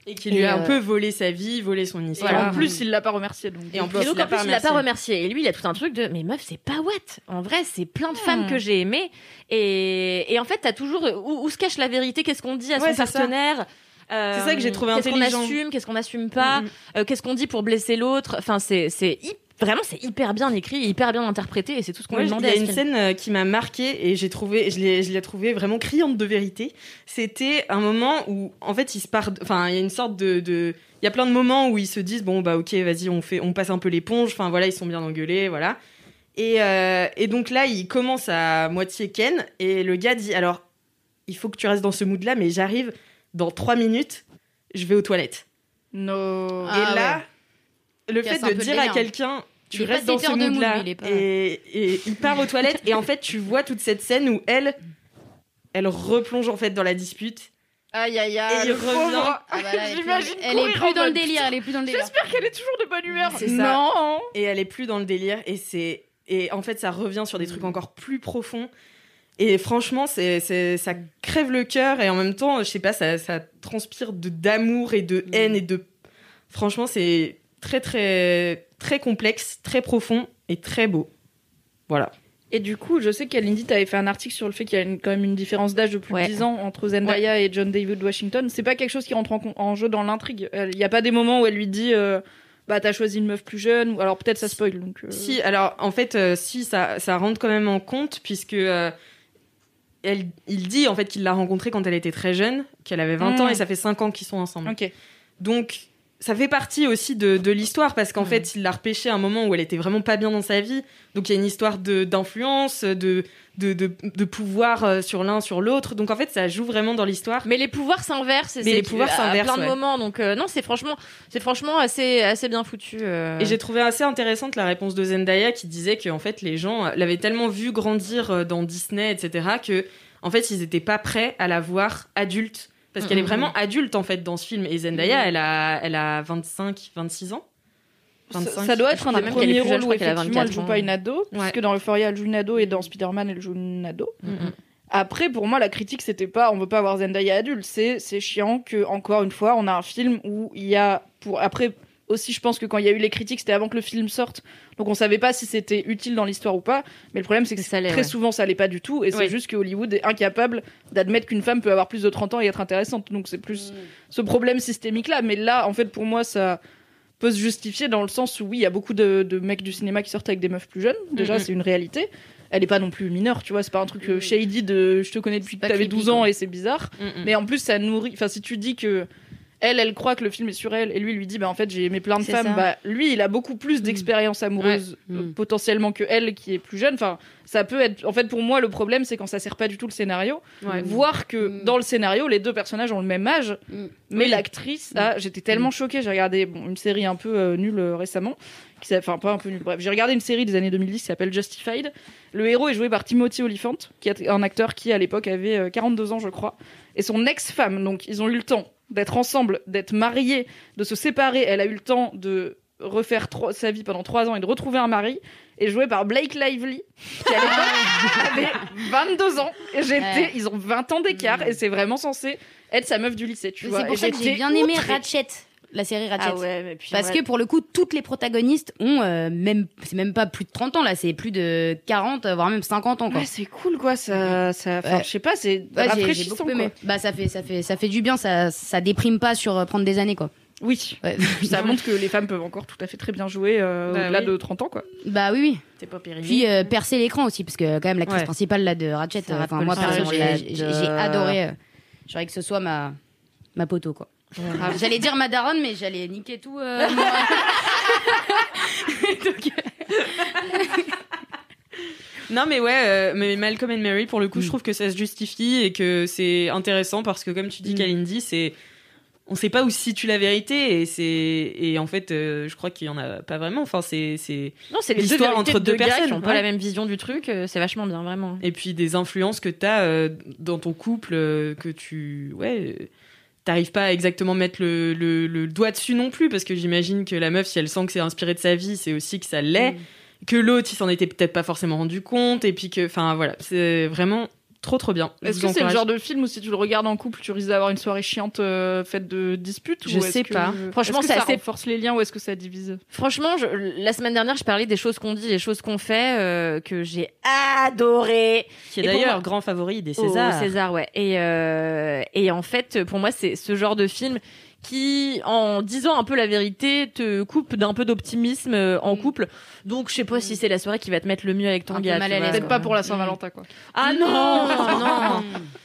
S1: Et qui lui
S5: Et,
S1: a
S5: euh,
S1: un peu volé sa vie, volé son histoire.
S3: en plus, il l'a pas remercié. Donc.
S1: Et en plus,
S5: Et donc,
S1: il
S5: en
S1: l'a
S5: plus,
S1: pas
S5: il l'a pas
S1: remercié.
S5: remercié. Et lui, il a tout un truc de Mais meuf, c'est pas what En vrai, c'est plein de femmes
S1: Hmm.
S5: que j'ai aimées. Et, et en fait, t'as toujours. Où, où se cache la vérité Qu'est-ce qu'on dit à
S1: Ouais,
S5: son
S1: c'est ça.
S5: partenaire Euh,
S1: C'est ça que j'ai trouvé
S5: Qu'est-ce
S1: intelligent.
S5: qu'on assume Qu'est-ce qu'on assume pas
S1: Mhm.
S5: Euh, Qu'est-ce qu'on dit pour blesser l'autre Enfin, c'est c'est hy- vraiment, c'est hyper bien écrit, hyper bien interprété. Et c'est tout ce qu'on
S1: Moi,
S5: lui
S1: je- il y
S5: demandait
S1: a
S5: à ce
S1: une
S5: film.
S1: scène euh, qui m'a marquée et j'ai trouvé, je l'ai, je l'ai trouvée vraiment criante de vérité. C'était un moment où, en fait, ils se partent. Enfin, il y a une sorte de, de- il y a plein de moments où ils se disent bon bah ok, vas-y, on fait, on passe un peu l'éponge. Enfin voilà, ils sont bien engueulés, voilà. Et, euh, et donc là, il commence à moitié Ken et le gars dit alors, il faut que tu restes dans ce mood là, mais j'arrive dans trois minutes, je vais aux toilettes.
S3: No.
S6: Ah.
S1: et là, le
S6: Casse
S1: fait
S6: un
S1: de
S6: peu le
S1: dire à
S6: délire. hein.
S1: quelqu'un,
S6: Il
S1: tu
S6: est
S1: restes
S6: pas
S1: dans ce
S6: Peter de Moule,
S1: mood-là,
S6: lui, il est pas-
S1: et, et il part aux toilettes, et en fait, tu vois toute cette scène où elle, elle replonge en fait dans la dispute.
S3: Aïe aïe aïe.
S1: Et il
S3: le
S1: revient.
S3: pauvre.
S6: Ah bah là, elle est plus-
S3: J'imagine
S6: elle est
S3: courir en
S6: plus dans le
S3: mode,
S6: délire, elle est plus dans le délire.
S3: J'espère qu'elle est toujours de bonne humeur.
S1: C'est ça.
S3: Non.
S1: et elle est plus dans le délire et c'est et en fait ça revient sur des
S6: Mm.
S1: trucs encore plus profonds et franchement c'est c'est- ça crève le cœur et en même temps je sais pas ça, ça transpire de d'amour et
S6: Mm.
S1: de haine et de franchement c'est très très très complexe très profond et très beau voilà
S3: Et du coup, je sais qu'Alindy, t'avais fait un article sur le fait qu'il y a une- quand même une différence d'âge de plus
S11: Ouais.
S3: de 10 ans entre Zendaya et John David Washington. C'est pas quelque chose qui rentre en, com- en jeu dans l'intrigue. Elle- Il n'y a pas des moments où elle lui dit euh, Bah, t'as choisi une meuf plus jeune, ou alors peut-être ça spoil. Donc, euh,
S1: Si, alors en fait, euh, si, ça, ça rentre quand même en compte, puisque euh, elle, il dit en fait qu'il l'a rencontrée quand elle était très jeune, qu'elle avait 20 ans,
S3: Mm.
S1: et ça fait 5 ans qu'ils sont ensemble.
S3: Ok.
S1: Donc ça fait partie aussi de, de l'histoire, parce
S3: Mm.
S1: qu'en fait, il l'a repêchée à un moment où elle était vraiment pas bien dans sa vie. Donc il y a une histoire de- d'influence, de, de, de, de pouvoir euh, sur l'un, sur l'autre. Donc en fait, ça joue vraiment dans l'histoire.
S5: Mais les pouvoirs s'inversent. et
S1: Mais
S5: c'est
S1: les
S5: que-
S1: pouvoirs
S5: à-
S1: s'inversent,
S5: À plein de
S1: ouais.
S5: moments. Donc, euh, non, c'est franchement, c'est franchement assez, assez bien foutu. euh.
S1: Et j'ai trouvé assez intéressante la réponse de Zendaya qui disait que en fait les gens euh, l'avaient tellement vue grandir euh, dans Disney etc que en fait ils étaient pas prêts à la voir adulte parce qu'elle est vraiment adulte en fait dans ce film et Zendaya elle a elle a 25 26 ans
S3: Ça,
S1: 25.
S3: ça doit
S5: Je
S3: être un
S5: crois
S3: des
S5: même qu'elle est
S3: premiers
S5: plus jeune,
S3: rôles
S5: je
S3: où
S5: crois qu'elle a
S3: effectivement elle
S5: 24
S3: joue
S5: ans.
S3: pas une ado, parce que dans Euphoria elle joue une ado et dans Spider-Man elle joue une ado.
S5: Mhm.
S3: Après pour moi la critique c'était pas on veut pas avoir Zendaya adulte, c'est c'est chiant que encore une fois on a un film où il y a pour après aussi je pense que quand il y a eu les critiques c'était avant que le film sorte donc on savait pas si c'était utile dans l'histoire ou pas mais le problème c'est que
S5: Ça l'est,
S3: très
S5: ouais.
S3: souvent ça l'est pas du tout et c'est
S1: Oui.
S3: juste que Hollywood est incapable d'admettre qu'une femme peut avoir plus de 30 ans et être intéressante donc c'est plus ce problème systémique là mais là en fait pour moi ça peut se justifier dans le sens où oui il y a beaucoup de, de mecs du cinéma qui sortent avec des meufs plus jeunes déjà
S5: Mm-hmm.
S1: Mhm.
S3: c'est une réalité elle est pas non plus mineure tu vois c'est pas un truc euh, shady de je te connais depuis que
S12: pas
S3: t'avais
S12: creepy,
S3: 12 ans
S12: quoi.
S3: et c'est bizarre
S1: Mm, mm.
S3: mais en plus ça nourrit enfin si tu dis que elle, elle croit que le film est sur elle, et lui lui dit, bah en fait j'ai aimé plein de
S12: C'est
S3: femmes.
S12: ça. Mm.
S3: Bah lui, il a beaucoup plus d'expérience amoureuse euh,
S4: Mm.
S3: potentiellement que elle qui est plus jeune. Enfin, ça peut être. En fait, pour moi, le problème c'est quand ça sert pas du tout le scénario.
S1: Ouais.
S3: Voir que
S12: Mm.
S3: dans le scénario, les deux personnages ont le même âge,
S12: Mm.
S3: mais
S1: Oui.
S3: l'actrice, ah, j'étais tellement choquée. J'ai regardé bon, une série un peu euh, nulle euh, récemment, qui s'a- enfin pas un peu nulle. Bref, j'ai regardé une série des années 2010 qui s'appelle Justified. Le héros est joué par Timothy Olyphant, qui est un acteur qui à l'époque avait euh, 42 ans, je crois, et son ex-femme. Donc ils ont eu le temps d'être ensemble, d'être mariés, de se séparer. Elle a eu le temps de refaire trois- sa vie pendant trois ans et de retrouver un mari est joué par Blake Lively qui à l'époque avait 22 ans et j'étais
S12: Ouais.
S3: ils ont 20 ans d'écart et c'est vraiment censé être sa meuf du lycée tu
S4: Mais
S3: vois
S4: C'est pour
S3: Et
S4: ça que j'ai
S3: j'étais
S4: bien aimé
S3: outrée.
S4: Ratchet, la série Ratchet.
S5: Ah ouais, mais puis.
S4: Parce
S5: ouais.
S4: que pour le coup, toutes les protagonistes ont euh, même, c'est même pas plus de 30 ans là, c'est plus de 40, voire même 50 ans quoi.
S3: Ouais, c'est cool quoi ça ça enfin,
S4: Ouais.
S3: je sais pas c'est
S4: Ouais, j'ai- j'ai
S3: rafraîchissant
S4: beaucoup aimé.
S3: quoi.
S4: Bah ça fait, ça fait, ça fait du bien, ça, ça déprime pas sur euh, prendre des années quoi.
S3: oui
S4: Ouais.
S3: ça montre que les femmes peuvent encore tout à fait très bien jouer euh,
S1: Bah
S3: au-delà
S1: oui.
S3: de 30 ans quoi
S4: bah oui oui.
S1: T'es pas périmée.
S4: Puis euh, percer l'écran aussi, parce que quand même l'actrice
S1: Ouais.
S4: principale là de Ratchet,
S1: Sarah
S4: euh, enfin, moi
S1: Paulson,
S4: perso, j'ai
S1: Paulson.
S4: j'ai- j'ai adoré. euh, J'aurais que ce soit ma ma poteau quoi. J'allais dire ma daronne, mais j'allais niquer tout. euh, mon-
S1: Non, mais ouais, euh, mais Malcolm and Mary, pour le coup, je trouve que ça se justifie et que c'est intéressant parce que, comme tu dis,
S4: Mm.
S1: Kalindi, c'est. On sait pas où se situe la vérité et c'est. Et en fait, euh, je crois qu'il y en a pas vraiment. Enfin, c'est. c'est-
S5: Non, c'est les deux
S1: l'histoire
S5: vérités
S1: entre
S5: de
S1: deux
S5: gars qui
S1: personnes,
S5: n'ont pas
S1: ouais.
S5: la même vision du truc. euh, C'est vachement bien, vraiment.
S1: Et puis des influences que t'as euh, dans ton couple euh, que tu. Ouais. euh, T'arrives pas à exactement mettre le, le- le doigt dessus non plus parce que j'imagine que la meuf, si elle sent que c'est inspiré de sa vie, c'est aussi que ça l'est. Que l'autre, il s'en était peut-être pas forcément rendu compte et puis que. Enfin, voilà. C'est vraiment trop, trop bien. Je
S3: est-ce
S1: vous
S3: que c'est le
S1: encourage.
S3: genre de film où si tu le regardes en couple tu risques d'avoir une soirée chiante euh, faite de disputes
S1: Je
S3: ou est-ce
S1: sais
S3: que-
S1: pas.
S5: Franchement,
S3: est-ce
S5: c'est
S3: que ça
S5: assez-
S3: renforce les liens ou est-ce que ça divise
S5: Franchement, je- la semaine dernière, je parlais des choses qu'on dit, des choses qu'on fait, euh, que j'ai adoré.
S1: Qui est
S5: Et pour
S1: d'ailleurs
S5: moi-
S1: grand favori des
S5: Au
S1: Césars.
S5: César, ouais. Et, euh, et en fait, pour moi, c'est ce genre de film qui, en disant un peu la vérité, te coupe d'un peu d'optimisme euh, en couple. Donc, je sais pas si c'est la soirée qui va te mettre le mieux avec ton
S4: Un peu
S5: gars.
S4: mal
S5: tu
S4: à
S5: vois.
S4: l'aise,
S3: peut-être pas pour la Saint-Valentin quoi
S5: Ah non, non.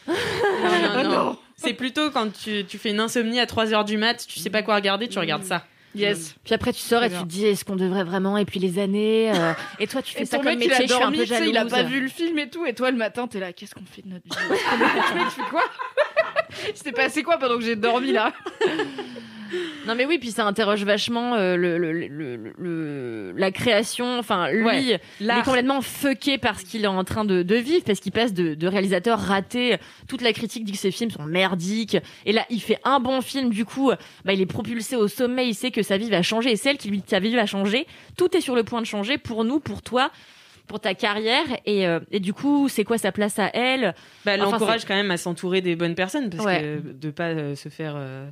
S1: Non, non, non. C'est plutôt quand tu, tu fais une insomnie à 3h du mat, tu sais pas quoi regarder, tu regardes ça.
S3: yes
S5: Puis après, tu sors et tu te dis, est-ce qu'on devrait vraiment Et puis les années. euh, et toi, tu fais
S3: Et
S5: ça
S3: ton
S5: comme
S3: mec, il
S5: métier.
S3: a
S5: Je suis un
S3: dormi,
S5: peu
S3: tu sais,
S5: jalouse.
S3: il a pas vu le film et tout. Et toi, le matin, t'es là, qu'est-ce qu'on fait de notre vie Mec, tu fais quoi Il s'est passé quoi pendant que j'ai dormi là
S5: Non mais oui, puis ça interroge vachement euh, le, le- le- le- le- la création. Enfin, lui,
S1: Ouais,
S5: il est complètement fucké par ce qu'il est en train de, de vivre, parce qu'il passe de, de réalisateur raté. Toute la critique dit que ses films sont merdiques. Et là, il fait un bon film, du coup, bah, il est propulsé au sommet, il sait que sa vie va changer, et celle qui lui sa vie va changer, tout est sur le point de changer pour nous, pour toi pour ta carrière et, euh, et du coup c'est quoi sa place à elle
S1: Bah, elle
S5: Enfin,
S1: l'encourage quand même à s'entourer des bonnes personnes parce
S5: Ouais.
S1: que de pas euh, se faire. euh,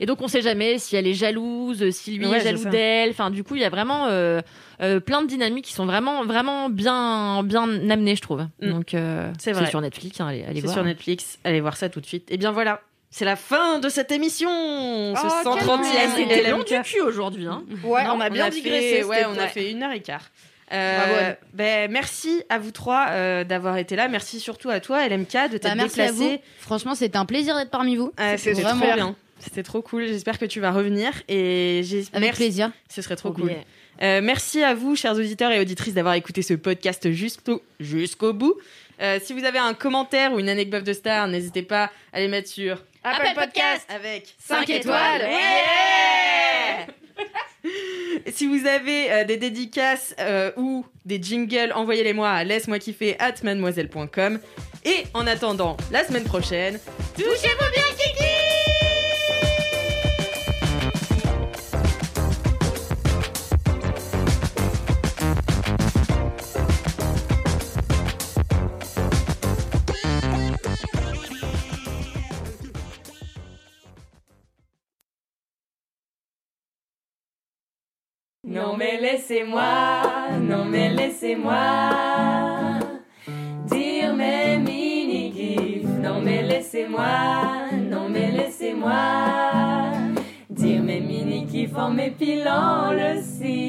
S5: Et donc on sait jamais si elle est jalouse, si lui
S3: Ouais,
S5: est
S3: c'est
S5: jaloux
S3: ça.
S5: d'elle. Enfin, du coup, il y a vraiment euh, euh, plein de dynamiques qui sont vraiment, vraiment bien, bien amenées, je trouve.
S1: Mm.
S5: Donc euh,
S1: C'est vrai.
S5: sur Netflix, hein, allez, allez
S1: C'est
S5: voir.
S1: sur Netflix. Allez voir ça tout de suite. Et bien voilà, c'est la fin de cette émission. Ce
S3: Oh, quel
S1: 130e.
S3: moment.
S5: C'était
S1: LMK.
S5: long du cul aujourd'hui. Hein.
S3: Ouais,
S1: Non,
S3: on a bien
S1: fait-
S3: digressé.
S1: ouais,
S3: c'était-
S1: on a fait une heure et quart. Euh,
S3: Bravo, Anne.
S1: ben, merci à vous trois euh, d'avoir été là. Merci surtout à toi, LMK, de
S4: Bah,
S1: t'être
S4: merci à vous.
S1: déplacée.
S4: Franchement, c'était un plaisir d'être parmi vous.
S1: Euh,
S3: C'était
S1: C'était
S4: vraiment
S1: trop bien. C'était trop cool. J'espère que tu vas revenir. Et j'espère.
S4: Avec plaisir.
S1: Ce serait trop cool. Euh, merci à vous, chers auditeurs et auditrices, d'avoir écouté ce podcast jusqu'au jusqu'au bout. Euh, si vous avez un commentaire ou une anecdote de star, n'hésitez pas à les mettre sur
S3: Apple Podcast
S1: avec
S3: Cinq étoiles.
S1: Ouais si vous avez euh, des dédicaces euh, ou des jingles, envoyez-les-moi à laisse-moi kiffer at mademoiselle.com. Et en attendant, la semaine prochaine, touchez-vous bien, Kiki!
S13: Non mais laissez-moi, non mais laissez-moi dire mes mini-gifs. Non mais laissez-moi, non mais laissez-moi dire mes mini-gifs en m'épilant le cif.